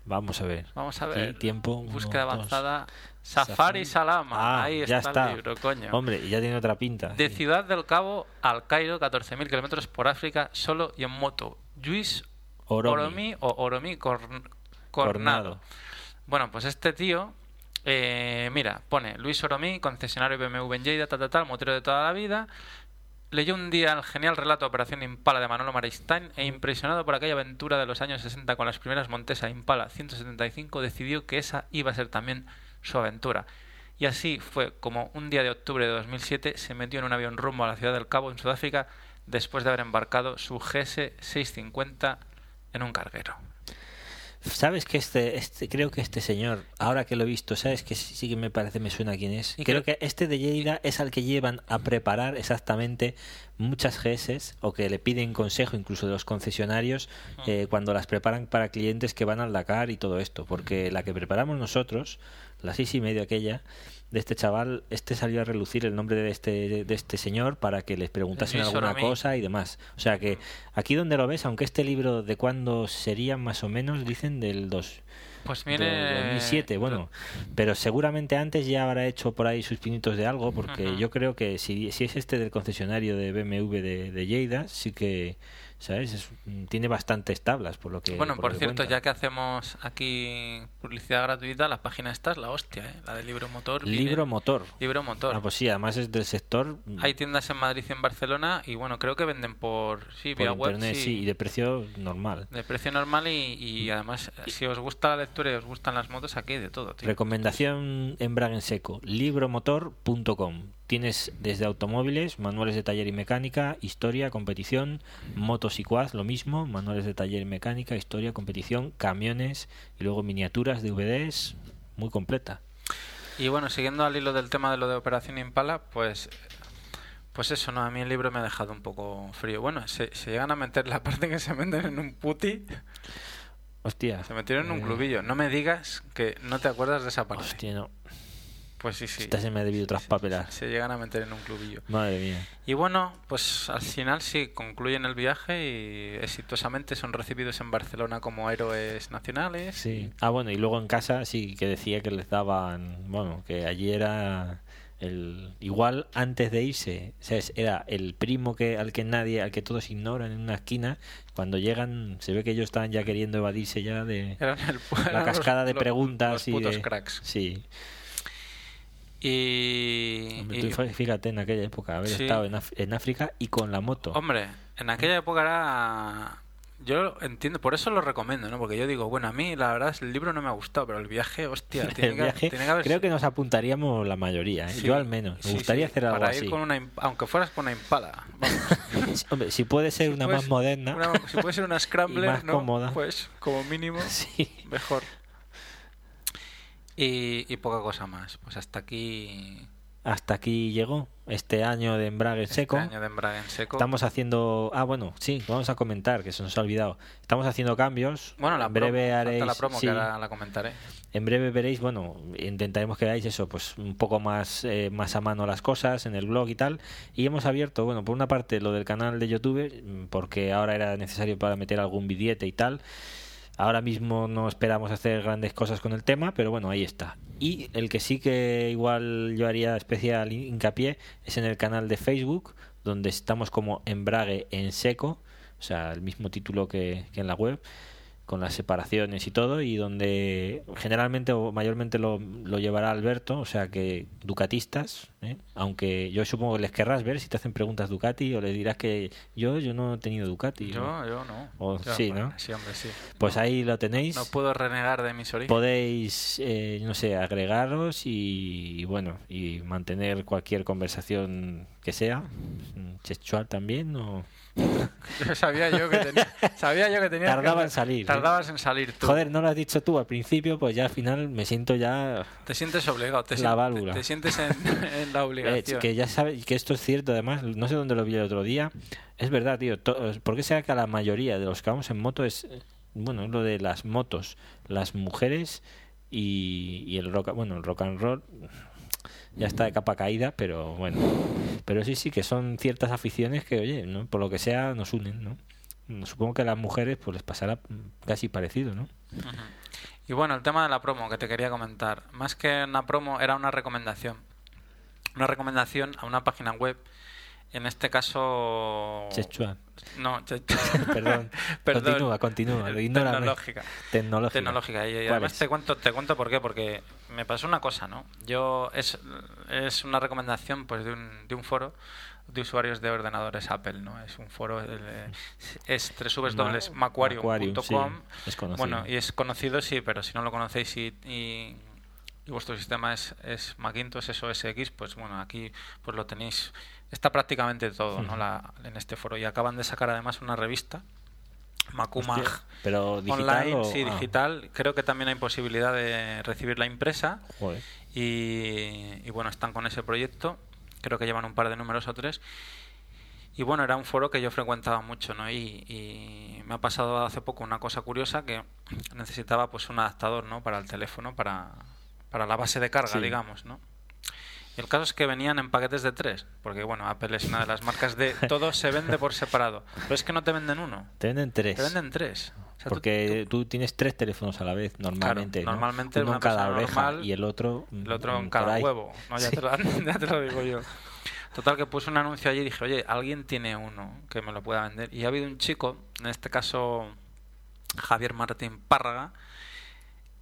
Speaker 3: Vamos a ver.
Speaker 2: Vamos a
Speaker 3: Aquí,
Speaker 2: ver.
Speaker 3: tiempo. uno,
Speaker 2: Búsqueda
Speaker 3: dos.
Speaker 2: avanzada. Safari Salama.
Speaker 3: Ah,
Speaker 2: Ahí
Speaker 3: ya
Speaker 2: está,
Speaker 3: está.
Speaker 2: el libro, coño.
Speaker 3: Hombre, y ya tiene otra pinta.
Speaker 2: De
Speaker 3: Sí.
Speaker 2: Ciudad del Cabo al Cairo, 14.000 kilómetros por África, solo y en moto. Luis
Speaker 3: Oromi.
Speaker 2: Oromí o Oromí Corn- Cornado.
Speaker 3: Cornado.
Speaker 2: Bueno, pues este tío, eh, mira, pone Luis Oromí, concesionario BMW en Lleida, tal, tal, tal, motero de toda la vida. Leyó un día el genial relato Operación Impala de Manolo Maristain e impresionado por aquella aventura de los años 60 con las primeras Montesa e Impala 175, decidió que esa iba a ser también su aventura. Y así fue como un día de octubre de 2007 se metió en un avión rumbo a la ciudad del Cabo en Sudáfrica después de haber embarcado su GS650 en un carguero.
Speaker 3: ¿Sabes que este, este, creo que este señor, ahora que lo he visto, ¿sabes que sí, sí que me parece, me suena quién es?
Speaker 2: Y
Speaker 3: Creo
Speaker 2: creo-
Speaker 3: que este de Lleida es al que llevan a preparar exactamente muchas GS o que le piden consejo incluso de los concesionarios
Speaker 2: Ah.
Speaker 3: eh, cuando las preparan para clientes que van al Dakar y todo esto. Porque la que preparamos nosotros, la seis y medio aquella, de este chaval, este salió a relucir el nombre de este, de este señor para que les preguntasen
Speaker 2: Luis
Speaker 3: alguna
Speaker 2: Oramí.
Speaker 3: cosa cosa y demás. O sea que aquí donde lo ves, aunque este libro de cuándo sería más o menos, dicen del 2.
Speaker 2: Pues
Speaker 3: del
Speaker 2: viene...
Speaker 3: 2007, bueno, pero seguramente antes ya habrá hecho por ahí sus pinitos de algo, porque
Speaker 2: Ajá.
Speaker 3: yo creo que si, si es este del concesionario de BMW de, de Lleida, sí que, ¿sabes? Es- tiene bastantes tablas, por lo que.
Speaker 2: Bueno, por,
Speaker 3: lo que
Speaker 2: cierto,
Speaker 3: cuentan.
Speaker 2: ya que hacemos aquí publicidad gratuita, la página esta es la hostia, ¿eh? la de Libro Motor. viene-
Speaker 3: Libro motor.
Speaker 2: Libro Motor.
Speaker 3: Ah, pues mm. sí, además es del sector.
Speaker 2: Hay tiendas en Madrid y en Barcelona y bueno, creo que venden por, sí,
Speaker 3: por
Speaker 2: vía
Speaker 3: internet,
Speaker 2: web, sí,
Speaker 3: sí, y de precio normal.
Speaker 2: de precio normal y, y además si os gusta la lectura y os gustan las motos, aquí hay de todo, tío.
Speaker 3: Recomendación en Braga en seco, libromotor.com. Tienes desde automóviles, manuales de taller y mecánica, historia, competición, motos y quads, lo mismo, manuales de taller y mecánica, historia, competición, camiones y luego miniaturas, DVDs, muy completa.
Speaker 2: Y bueno, siguiendo al hilo del tema de lo de Operación Impala, pues pues eso, no, a mí el libro me ha dejado un poco frío. Bueno, se, se llegan a meter la parte que se meten en un puti,
Speaker 3: Hostia.
Speaker 2: se metieron en un
Speaker 3: eh,
Speaker 2: clubillo. No me digas que no te acuerdas de esa parte.
Speaker 3: Hostia, no.
Speaker 2: Pues sí, sí.
Speaker 3: Esta se me ha debido traspapelar.
Speaker 2: Se llegan a meter en un clubillo.
Speaker 3: Madre mía.
Speaker 2: Y bueno, pues al final sí concluyen el viaje y exitosamente son recibidos en Barcelona como héroes nacionales.
Speaker 3: Sí. Ah, bueno, y luego en casa sí que decía que les daban, bueno, que allí era el igual antes de irse, o sea, es- era el primo que al que nadie, al que todos ignoran en una esquina, cuando llegan se ve que ellos están ya queriendo evadirse ya de
Speaker 2: Eran el pu- eran
Speaker 3: la
Speaker 2: los-
Speaker 3: cascada de
Speaker 2: los-
Speaker 3: preguntas
Speaker 2: los
Speaker 3: y
Speaker 2: putos
Speaker 3: de-
Speaker 2: cracks.
Speaker 3: Sí.
Speaker 2: Y,
Speaker 3: Hombre,
Speaker 2: y-
Speaker 3: tú fí- fíjate en aquella época haber
Speaker 2: Sí.
Speaker 3: estado en, Af- en África y con la moto.
Speaker 2: hombre, en aquella época era yo entiendo, por eso lo recomiendo, ¿no? Porque yo digo, bueno, a mí la verdad el libro no me ha gustado, pero el viaje, hostia, tiene,
Speaker 3: El
Speaker 2: que,
Speaker 3: viaje,
Speaker 2: tiene que haber
Speaker 3: creo que nos apuntaríamos la mayoría, ¿eh?
Speaker 2: sí,
Speaker 3: yo al menos. Me
Speaker 2: sí,
Speaker 3: gustaría
Speaker 2: sí,
Speaker 3: hacer algo
Speaker 2: para ir
Speaker 3: así.
Speaker 2: con una imp- aunque fueras con una impala. vamos.
Speaker 3: Hombre, si puede ser
Speaker 2: Si
Speaker 3: una
Speaker 2: puede
Speaker 3: más
Speaker 2: ser
Speaker 3: moderna.
Speaker 2: una- si puede ser una Scrambler,
Speaker 3: más
Speaker 2: ¿no?
Speaker 3: cómoda.
Speaker 2: Pues, como mínimo,
Speaker 3: Sí.
Speaker 2: mejor. Y, y poca cosa más. Pues hasta aquí.
Speaker 3: hasta aquí llegó este año de embrague
Speaker 2: Este
Speaker 3: seco.
Speaker 2: año de embrague en seco.
Speaker 3: Estamos haciendo. Ah, bueno, sí, vamos a comentar, que se nos ha olvidado. Estamos haciendo cambios.
Speaker 2: Bueno, la
Speaker 3: en breve
Speaker 2: promo, falta
Speaker 3: haréis.
Speaker 2: la promo
Speaker 3: sí,
Speaker 2: que ahora la comentaré.
Speaker 3: En breve veréis, bueno, intentaremos que veáis eso, pues un poco más, eh, más a mano las cosas en el blog y tal. Y hemos abierto, bueno, por una parte lo del canal de YouTube, mm, porque ahora era necesario para meter algún vidiete y tal. Ahora mismo no esperamos hacer grandes cosas con el tema, pero bueno, ahí está. Y el que sí que igual yo haría especial hincapié es en el canal de Facebook, donde estamos como embrague en seco, o sea, el mismo título que, que en la web, con las separaciones y todo, y donde generalmente o mayormente lo, lo llevará Alberto, o sea que ducatistas, ¿eh? aunque yo supongo que les querrás ver si te hacen preguntas Ducati o les dirás que yo, yo no he tenido Ducati. ¿no?
Speaker 2: Yo, yo no.
Speaker 3: O-
Speaker 2: Yo,
Speaker 3: sí,
Speaker 2: bueno,
Speaker 3: ¿no?
Speaker 2: Sí, hombre, sí.
Speaker 3: Pues ahí lo tenéis.
Speaker 2: No puedo renegar de mis orígenes.
Speaker 3: podéis eh, no sé agregaros y, y bueno y mantener cualquier conversación que sea Mm, Chechual también o
Speaker 2: Yo sabía yo que tenía, sabía yo que tenía
Speaker 3: Tardaba
Speaker 2: que-
Speaker 3: en salir, ¿eh?
Speaker 2: Tardabas en salir tú.
Speaker 3: joder no lo has dicho tú al principio pues ya al final me siento ya
Speaker 2: Te sientes obligado. Te,
Speaker 3: La
Speaker 2: sien- te-
Speaker 3: válvula.
Speaker 2: te sientes en, en la
Speaker 3: Eh,
Speaker 2: obligación.
Speaker 3: que ya sabes que esto es cierto además no sé dónde lo vi el otro día es verdad tío to- porque será que a la mayoría de los que vamos en moto es eh, bueno es lo de las motos las mujeres y, y el rock bueno el rock and roll ya está de capa caída pero bueno pero sí sí que son ciertas aficiones que oye ¿no? por lo que sea nos unen no Mm, supongo que a las mujeres pues les pasará mm, casi parecido no
Speaker 2: Ujú. Y bueno, el tema de la promo que te quería comentar. Más que una promo, era una recomendación. Una recomendación a una página web. En este caso.
Speaker 3: Chechuan
Speaker 2: No, che-
Speaker 3: perdón,
Speaker 2: Oh. Perdón.
Speaker 3: continúa continúa ignórame.
Speaker 2: Tecnológica.
Speaker 3: tecnológica
Speaker 2: tecnológica. Y, y
Speaker 3: ¿Cuál
Speaker 2: además
Speaker 3: es?
Speaker 2: te cuento, te cuento por qué, porque me pasó una cosa, ¿no? Yo es, es una recomendación pues de un, de un foro de usuarios de ordenadores Apple, ¿no? Es un foro eh, es
Speaker 3: Ma- Macquarium, sí,
Speaker 2: www.macuarium.com.
Speaker 3: es conocido.
Speaker 2: bueno, y es conocido sí, pero si no lo conocéis y, y- y vuestro sistema es, es Macintosh, es OS X, pues bueno, aquí pues lo tenéis está prácticamente todo, ¿no?
Speaker 3: Ujú.
Speaker 2: La- en este foro y acaban de sacar además una revista Macumag
Speaker 3: Hostia, pero digital
Speaker 2: online,
Speaker 3: o-
Speaker 2: sí,
Speaker 3: ah,
Speaker 2: digital. Creo que también hay posibilidad de recibir la impresa.
Speaker 3: joder.
Speaker 2: Y, y bueno, están con ese proyecto. Creo que llevan un par de números o tres. Y bueno, era un foro que yo frecuentaba mucho, ¿no? Y, y me ha pasado hace poco una cosa curiosa que necesitaba pues un adaptador, ¿no? Para el teléfono, para, para la base de carga,
Speaker 3: Sí.
Speaker 2: digamos, ¿no? Y el caso es que venían en paquetes de tres, porque bueno, Apple es una de las marcas de todo se vende por separado, pero es que no te venden uno,
Speaker 3: Te venden tres.
Speaker 2: te venden tres. O sea, tú-
Speaker 3: porque tú, tienes tres teléfonos a la vez normalmente. ¿no?
Speaker 2: normalmente
Speaker 3: Uno
Speaker 2: una
Speaker 3: en cada
Speaker 2: persona
Speaker 3: oreja
Speaker 2: normal,
Speaker 3: y el otro.
Speaker 2: El otro
Speaker 3: mm,
Speaker 2: en
Speaker 3: por
Speaker 2: cada
Speaker 3: ahí.
Speaker 2: huevo. No, ya,
Speaker 3: Sí.
Speaker 2: te lo, ya te lo digo yo. Total, que puse un anuncio allí y dije, oye, alguien tiene uno que me lo pueda vender. Y ha habido un chico, en este caso Javier Martín Párraga,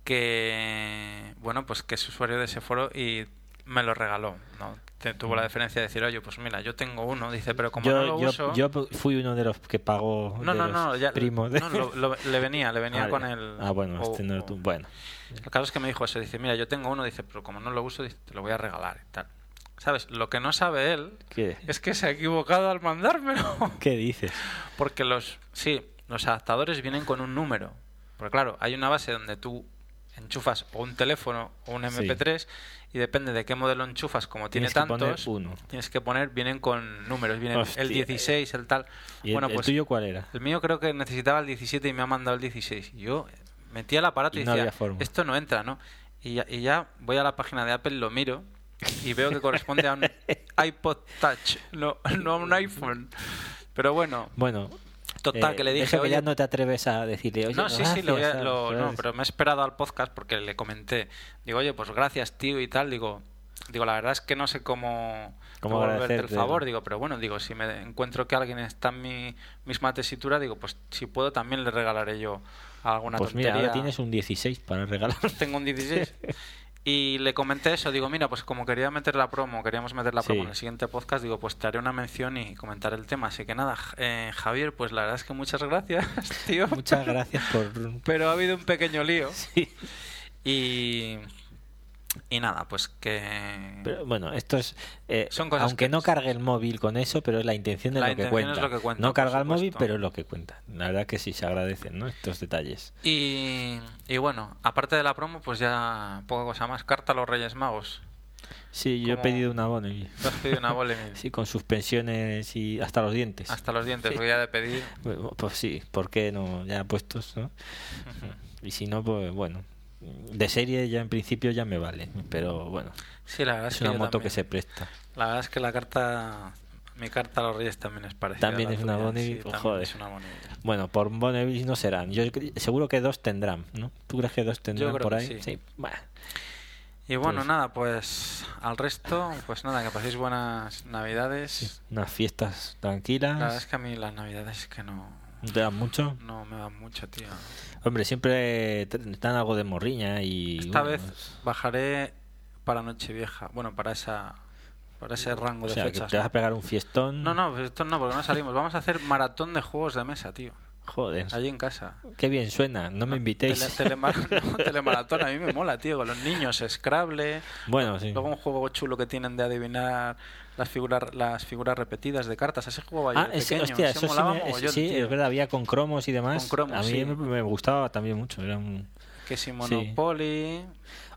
Speaker 2: que, bueno, pues que es usuario de ese foro y me lo regaló. ¿no? Te- Tuvo la deferencia de decir, oye, pues mira, yo tengo uno. Dice, pero como
Speaker 3: yo,
Speaker 2: no lo
Speaker 3: yo-
Speaker 2: uso...
Speaker 3: yo fui uno de los que pagó.
Speaker 2: no,
Speaker 3: de
Speaker 2: no,
Speaker 3: los
Speaker 2: no, ya,
Speaker 3: primos de-
Speaker 2: no, lo- lo- le venía, le venía
Speaker 3: Ah,
Speaker 2: con el...
Speaker 3: Ah, bueno,
Speaker 2: o-
Speaker 3: este no
Speaker 2: o-
Speaker 3: tú. Bueno,
Speaker 2: el caso es que me dijo eso, dice, mira, yo tengo uno, dice, pero como no lo uso, dice, te lo voy a regalar y tal. ¿Sabes? Lo que no sabe él
Speaker 3: ¿qué,
Speaker 2: es que se ha equivocado al mandármelo.
Speaker 3: qué dices?
Speaker 2: Porque los, sí, los adaptadores vienen con un número. Porque claro, hay una base donde tú enchufas o un teléfono o un
Speaker 3: Sí.
Speaker 2: MP3 y depende de qué modelo enchufas, como tiene
Speaker 3: Tienes que poner
Speaker 2: tantos,
Speaker 3: uno.
Speaker 2: tienes que poner, vienen con números, vienen
Speaker 3: Hostia.
Speaker 2: el 16, el tal.
Speaker 3: ¿Y el-
Speaker 2: bueno,
Speaker 3: el,
Speaker 2: pues
Speaker 3: tuyo cuál era?
Speaker 2: el mío creo que necesitaba el 17 y me ha mandado el 16. Y Yo metí el aparato y,
Speaker 3: Y no
Speaker 2: decía,
Speaker 3: había forma.
Speaker 2: esto no entra, ¿no? Y ya, y ya voy a la página de Apple, lo miro y veo que corresponde a un iPod Touch, no, no a un iPhone. Pero bueno,
Speaker 3: Bueno.
Speaker 2: total,
Speaker 3: eh,
Speaker 2: que le dije...
Speaker 3: eso que
Speaker 2: "Oye,
Speaker 3: ya no te atreves a decirle. Oye,
Speaker 2: no, sí, sí,
Speaker 3: gracias,
Speaker 2: lo voy a-
Speaker 3: tal,
Speaker 2: lo- no,
Speaker 3: ¿sabes?
Speaker 2: pero me he esperado al podcast porque le comenté. Digo, oye, pues gracias, tío, y tal. Digo, digo la verdad es que no sé cómo,
Speaker 3: Cómo
Speaker 2: devolverte el
Speaker 3: agradecértelo.
Speaker 2: favor. Digo, pero bueno, digo, si me encuentro que alguien está en mi misma tesitura, digo, pues si puedo también le regalaré yo alguna
Speaker 3: Pues
Speaker 2: tontería.
Speaker 3: mira, ahora tienes un 16 para regalar.
Speaker 2: Tengo un 16. Y le comenté eso, digo, mira, pues como quería meter la promo, queríamos meter la promo
Speaker 3: Sí.
Speaker 2: en el siguiente podcast, digo, pues te haré una mención y comentar el tema. Así que nada, eh, Javier, pues la verdad es que muchas gracias, tío.
Speaker 3: Muchas gracias por.
Speaker 2: Pero ha habido un pequeño lío.
Speaker 3: Sí.
Speaker 2: Y, y nada, pues que
Speaker 3: Pero, bueno, esto es. eh,
Speaker 2: Son cosas
Speaker 3: aunque
Speaker 2: que-
Speaker 3: no cargue el móvil con eso, pero es la intención de
Speaker 2: La
Speaker 3: lo, que
Speaker 2: intención
Speaker 3: cuenta.
Speaker 2: es lo que cuenta,
Speaker 3: No
Speaker 2: por
Speaker 3: carga el móvil,
Speaker 2: supuesto.
Speaker 3: pero es lo que cuenta. La verdad que sí, se agradecen ¿no? estos detalles.
Speaker 2: Y, y bueno, aparte de la promo, pues ya poca cosa más. Carta a los Reyes Magos.
Speaker 3: Sí, yo he
Speaker 2: Como-
Speaker 3: pedido una Bonnie.
Speaker 2: Tú has pedido una bole mil.
Speaker 3: Sí, con suspensiones y hasta los dientes.
Speaker 2: Hasta los dientes,
Speaker 3: Sí.
Speaker 2: porque ya de pedir.
Speaker 3: Pues, pues sí, ¿por qué no? Ya puestos, ¿no? Y si no, pues bueno. De serie ya en principio ya me vale, pero bueno.
Speaker 2: Sí, la verdad es,
Speaker 3: Es
Speaker 2: que
Speaker 3: una
Speaker 2: yo
Speaker 3: moto que se
Speaker 2: también.
Speaker 3: presta.
Speaker 2: La verdad es que la carta. Mi carta a los Reyes también es parecida.
Speaker 3: También
Speaker 2: a la
Speaker 3: es una
Speaker 2: tuya,
Speaker 3: Bonneville,
Speaker 2: sí, también
Speaker 3: joder.
Speaker 2: Es una Bonneville.
Speaker 3: Bueno, por Bonneville no serán. Yo cre- seguro que dos tendrán, ¿no? ¿Tú crees que dos tendrán
Speaker 2: creo
Speaker 3: por
Speaker 2: que
Speaker 3: ahí?
Speaker 2: sí.
Speaker 3: Bueno,
Speaker 2: Y bueno,
Speaker 3: Pues-
Speaker 2: nada, pues al resto, pues nada, que paséis buenas navidades.
Speaker 3: unas
Speaker 2: La
Speaker 3: fiestas
Speaker 2: verdad es
Speaker 3: tranquilas.
Speaker 2: que a mí las navidades es que no,
Speaker 3: No te dan mucho.
Speaker 2: no me dan mucho, tío.
Speaker 3: Hombre, siempre te te dan algo de morriña y.
Speaker 2: Esta
Speaker 3: bueno,
Speaker 2: vez bajaré para Nochevieja, bueno, para esa para ese rango
Speaker 3: O
Speaker 2: de
Speaker 3: sea, que
Speaker 2: fechas.
Speaker 3: te vas a pegar un fiestón.
Speaker 2: No, no, pues esto no, porque no salimos. Vamos a hacer maratón de juegos de mesa, tío.
Speaker 3: Joder.
Speaker 2: Allí en casa.
Speaker 3: Qué bien suena. No
Speaker 2: Ah,
Speaker 3: me invitéis.
Speaker 2: Tele- telemar- no, telemaratón, a mí me mola, tío. Con los niños, Scrabble.
Speaker 3: Bueno, sí.
Speaker 2: Luego un juego chulo que tienen de adivinar las figuras las figuras repetidas de cartas. Así jugaba yo.
Speaker 3: Ah,
Speaker 2: de
Speaker 3: es,
Speaker 2: pequeño.
Speaker 3: hostia,
Speaker 2: Ese
Speaker 3: eso sí,
Speaker 2: molaba
Speaker 3: me- es-
Speaker 2: mogollón,
Speaker 3: sí,
Speaker 2: tío.
Speaker 3: es verdad, había con cromos y demás.
Speaker 2: Con cromos,
Speaker 3: a mí
Speaker 2: sí.
Speaker 3: me, me gustaba también mucho. Era un-
Speaker 2: Que si Monopoly.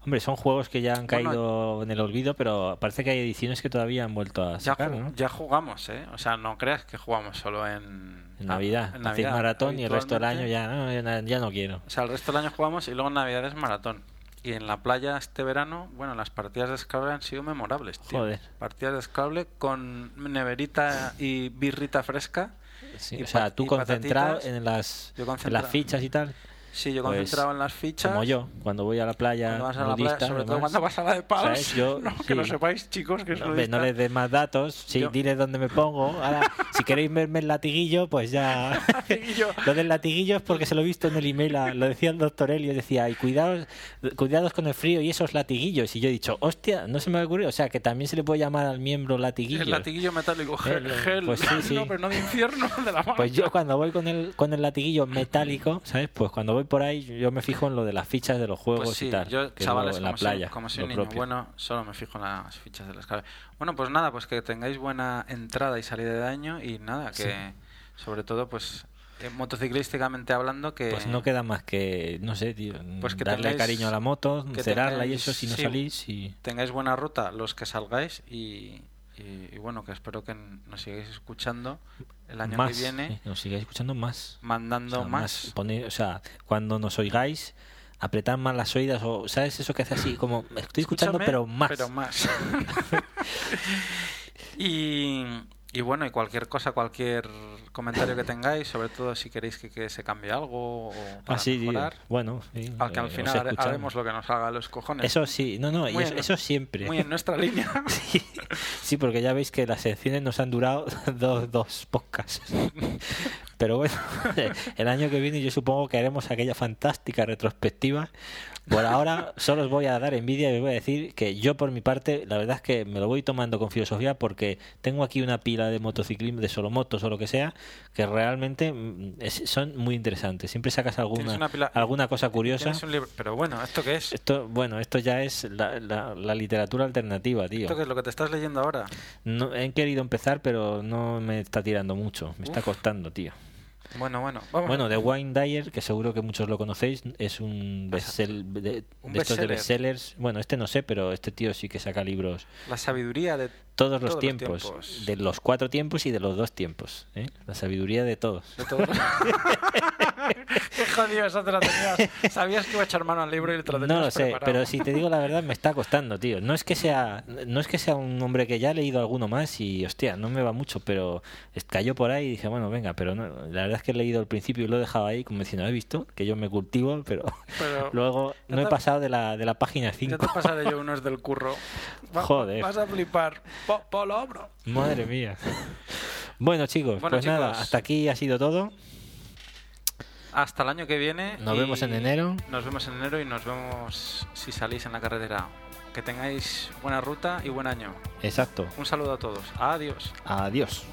Speaker 3: Hombre, son juegos que ya han
Speaker 2: Bueno,
Speaker 3: caído en el olvido, pero parece que hay ediciones que todavía han vuelto a
Speaker 2: Ya,
Speaker 3: sacar,
Speaker 2: ju-
Speaker 3: ¿no?
Speaker 2: ya jugamos, ¿eh? O sea, no creas que jugamos solo en,
Speaker 3: En Navidad,
Speaker 2: en
Speaker 3: hacéis
Speaker 2: Navidad.
Speaker 3: maratón y el resto del año
Speaker 2: Habitualmente-
Speaker 3: ya no, ya na- ya no quiero.
Speaker 2: O sea, el resto del año jugamos y luego en Navidad es maratón. Y en la playa este verano, bueno, las partidas de Scrabble han sido memorables, tío.
Speaker 3: Joder.
Speaker 2: Partidas de Scrabble con neverita y birrita fresca.
Speaker 3: Sí,
Speaker 2: Y
Speaker 3: o sea,
Speaker 2: pat-
Speaker 3: tú
Speaker 2: y
Speaker 3: concentrado
Speaker 2: patatitas.
Speaker 3: en las,
Speaker 2: Yo
Speaker 3: en
Speaker 2: concentra-
Speaker 3: las fichas y tal,
Speaker 2: Sí, yo
Speaker 3: Pues,
Speaker 2: concentrado en las fichas.
Speaker 3: como yo, cuando voy a la playa
Speaker 2: Cuando vas a la
Speaker 3: nudista,
Speaker 2: playa, sobre todo
Speaker 3: además.
Speaker 2: cuando vas a la de palos.
Speaker 3: ¿Sabes? Yo-
Speaker 2: no, Que lo
Speaker 3: sí.
Speaker 2: sepáis, chicos, que es
Speaker 3: No, hombre, no
Speaker 2: nudista.
Speaker 3: les des más datos, sí,
Speaker 2: Yo-
Speaker 3: diles dónde me pongo. Ahora, si queréis verme el latiguillo, pues ya...
Speaker 2: Latiguillo.
Speaker 3: lo del latiguillo es porque se lo he visto en el email, a- lo decía el doctor Elio, decía, y cuidados, cuidados con el frío y esos latiguillos. Y yo he dicho, hostia, no se me ha ocurrido. O sea, que también se le puede llamar al miembro latiguillo.
Speaker 2: El latiguillo metálico, gel,
Speaker 3: El-
Speaker 2: gel.
Speaker 3: pues sí, sí.
Speaker 2: No, pero no de infierno, de la mano.
Speaker 3: Pues yo cuando voy con el, con el latiguillo metálico, ¿sabes? Pues cuando voy por ahí yo me fijo en lo de las fichas de los juegos
Speaker 2: Pues sí,
Speaker 3: y tal.
Speaker 2: yo,
Speaker 3: que
Speaker 2: chavales,
Speaker 3: luego en
Speaker 2: como,
Speaker 3: la playa,
Speaker 2: soy, como soy
Speaker 3: lo
Speaker 2: un niño
Speaker 3: propio.
Speaker 2: bueno, solo me fijo en las fichas de la escala. Bueno, pues nada, pues que tengáis buena entrada y salida de año y nada, que sobre todo, pues eh, motociclísticamente hablando, que...
Speaker 3: Pues no queda más que, no sé, tío,
Speaker 2: Pues que
Speaker 3: darle
Speaker 2: tengáis-
Speaker 3: cariño a la moto,
Speaker 2: que
Speaker 3: cerrarla y
Speaker 2: tengáis-
Speaker 3: eso si no
Speaker 2: sí.
Speaker 3: salís y...
Speaker 2: Tengáis buena ruta los que salgáis y, y- y bueno, que espero que n- nos sigáis escuchando el año
Speaker 3: más,
Speaker 2: que viene,
Speaker 3: sí, nos sigáis escuchando más. O
Speaker 2: mandando
Speaker 3: sea,
Speaker 2: más.
Speaker 3: Poner- o sea, cuando nos oigáis, apretad más las oídas o, ¿sabes? Eso que hace así, como, estoy escuchando,
Speaker 2: Escúchame,
Speaker 3: pero más.
Speaker 2: Pero más. y, y bueno, y cualquier cosa, cualquier comentario que tengáis, sobre todo si queréis que, que se cambie algo o para
Speaker 3: Así, tío.
Speaker 2: mejorar,
Speaker 3: bueno, sí,
Speaker 2: al que
Speaker 3: Ah, eh,
Speaker 2: al
Speaker 3: os
Speaker 2: final hare-
Speaker 3: escuchamos.
Speaker 2: haremos lo que nos haga los cojones.
Speaker 3: Eso sí, no, no, y
Speaker 2: Muy
Speaker 3: eso,
Speaker 2: en-
Speaker 3: eso siempre.
Speaker 2: Muy en nuestra línea.
Speaker 3: Sí, porque ya veis que las secciones nos han durado dos, dos podcasts. Pero bueno, el año que viene yo supongo que haremos aquella fantástica retrospectiva. Por ahora solo os voy a dar envidia y os voy a decir que yo por mi parte, la verdad es que me lo voy tomando con filosofía porque tengo aquí una pila de motociclismo, de solomotos o lo que sea, que realmente mm, es- son muy interesantes. Siempre sacas alguna,
Speaker 2: una pila-
Speaker 3: alguna cosa curiosa.
Speaker 2: Tienes un libro- Pero bueno, ¿esto qué es?
Speaker 3: Esto, bueno, esto ya es la, la- la literatura alternativa, tío.
Speaker 2: ¿Esto qué es lo que te estás leyendo ahora?
Speaker 3: No, he querido empezar, pero no me está tirando mucho. Me está
Speaker 2: Uf.
Speaker 3: costando, tío.
Speaker 2: Bueno, bueno, vamos.
Speaker 3: Bueno, The Wine Dyer, que seguro que muchos lo conocéis, es un bestsell- de, de
Speaker 2: Un
Speaker 3: estos de
Speaker 2: bestseller.
Speaker 3: bestsellers. Bueno, este no sé, pero este tío sí que saca libros
Speaker 2: La sabiduría de
Speaker 3: todos los tiempos, de los cuatro tiempos y de los dos tiempos. ¿eh? La sabiduría de todos.
Speaker 2: De todos los- Qué jodido, eso te lo tenías. Sabías que iba a echar mano al libro y te lo tenías
Speaker 3: No lo sé,
Speaker 2: preparado.
Speaker 3: pero si te digo la verdad me está costando, tío. No es que sea, no es que sea un hombre que ya he leído alguno más y hostia, no me va mucho, pero es- cayó por ahí y dije, bueno, venga, pero no, la verdad es que he leído al principio y lo he dejado ahí como diciendo, he visto que yo me cultivo, pero
Speaker 2: Pero-
Speaker 3: luego
Speaker 2: Ya
Speaker 3: no he
Speaker 2: te-
Speaker 3: pasado de la, de la página
Speaker 2: Ya te
Speaker 3: 5.
Speaker 2: pasaré yo unos del curro. Va-
Speaker 3: Joder.
Speaker 2: Vas a flipar. Po, polo, bro.
Speaker 3: Madre mía. Bueno, chicos,
Speaker 2: Bueno,
Speaker 3: pues nada,
Speaker 2: chicos.
Speaker 3: hasta aquí ha sido todo.
Speaker 2: Hasta el año que viene.
Speaker 3: Nos
Speaker 2: y-
Speaker 3: vemos en enero.
Speaker 2: Nos vemos en enero y nos vemos si salís en la carretera. Que tengáis buena ruta y buen año.
Speaker 3: Exacto.
Speaker 2: Un saludo a todos. Adiós.
Speaker 3: Adiós.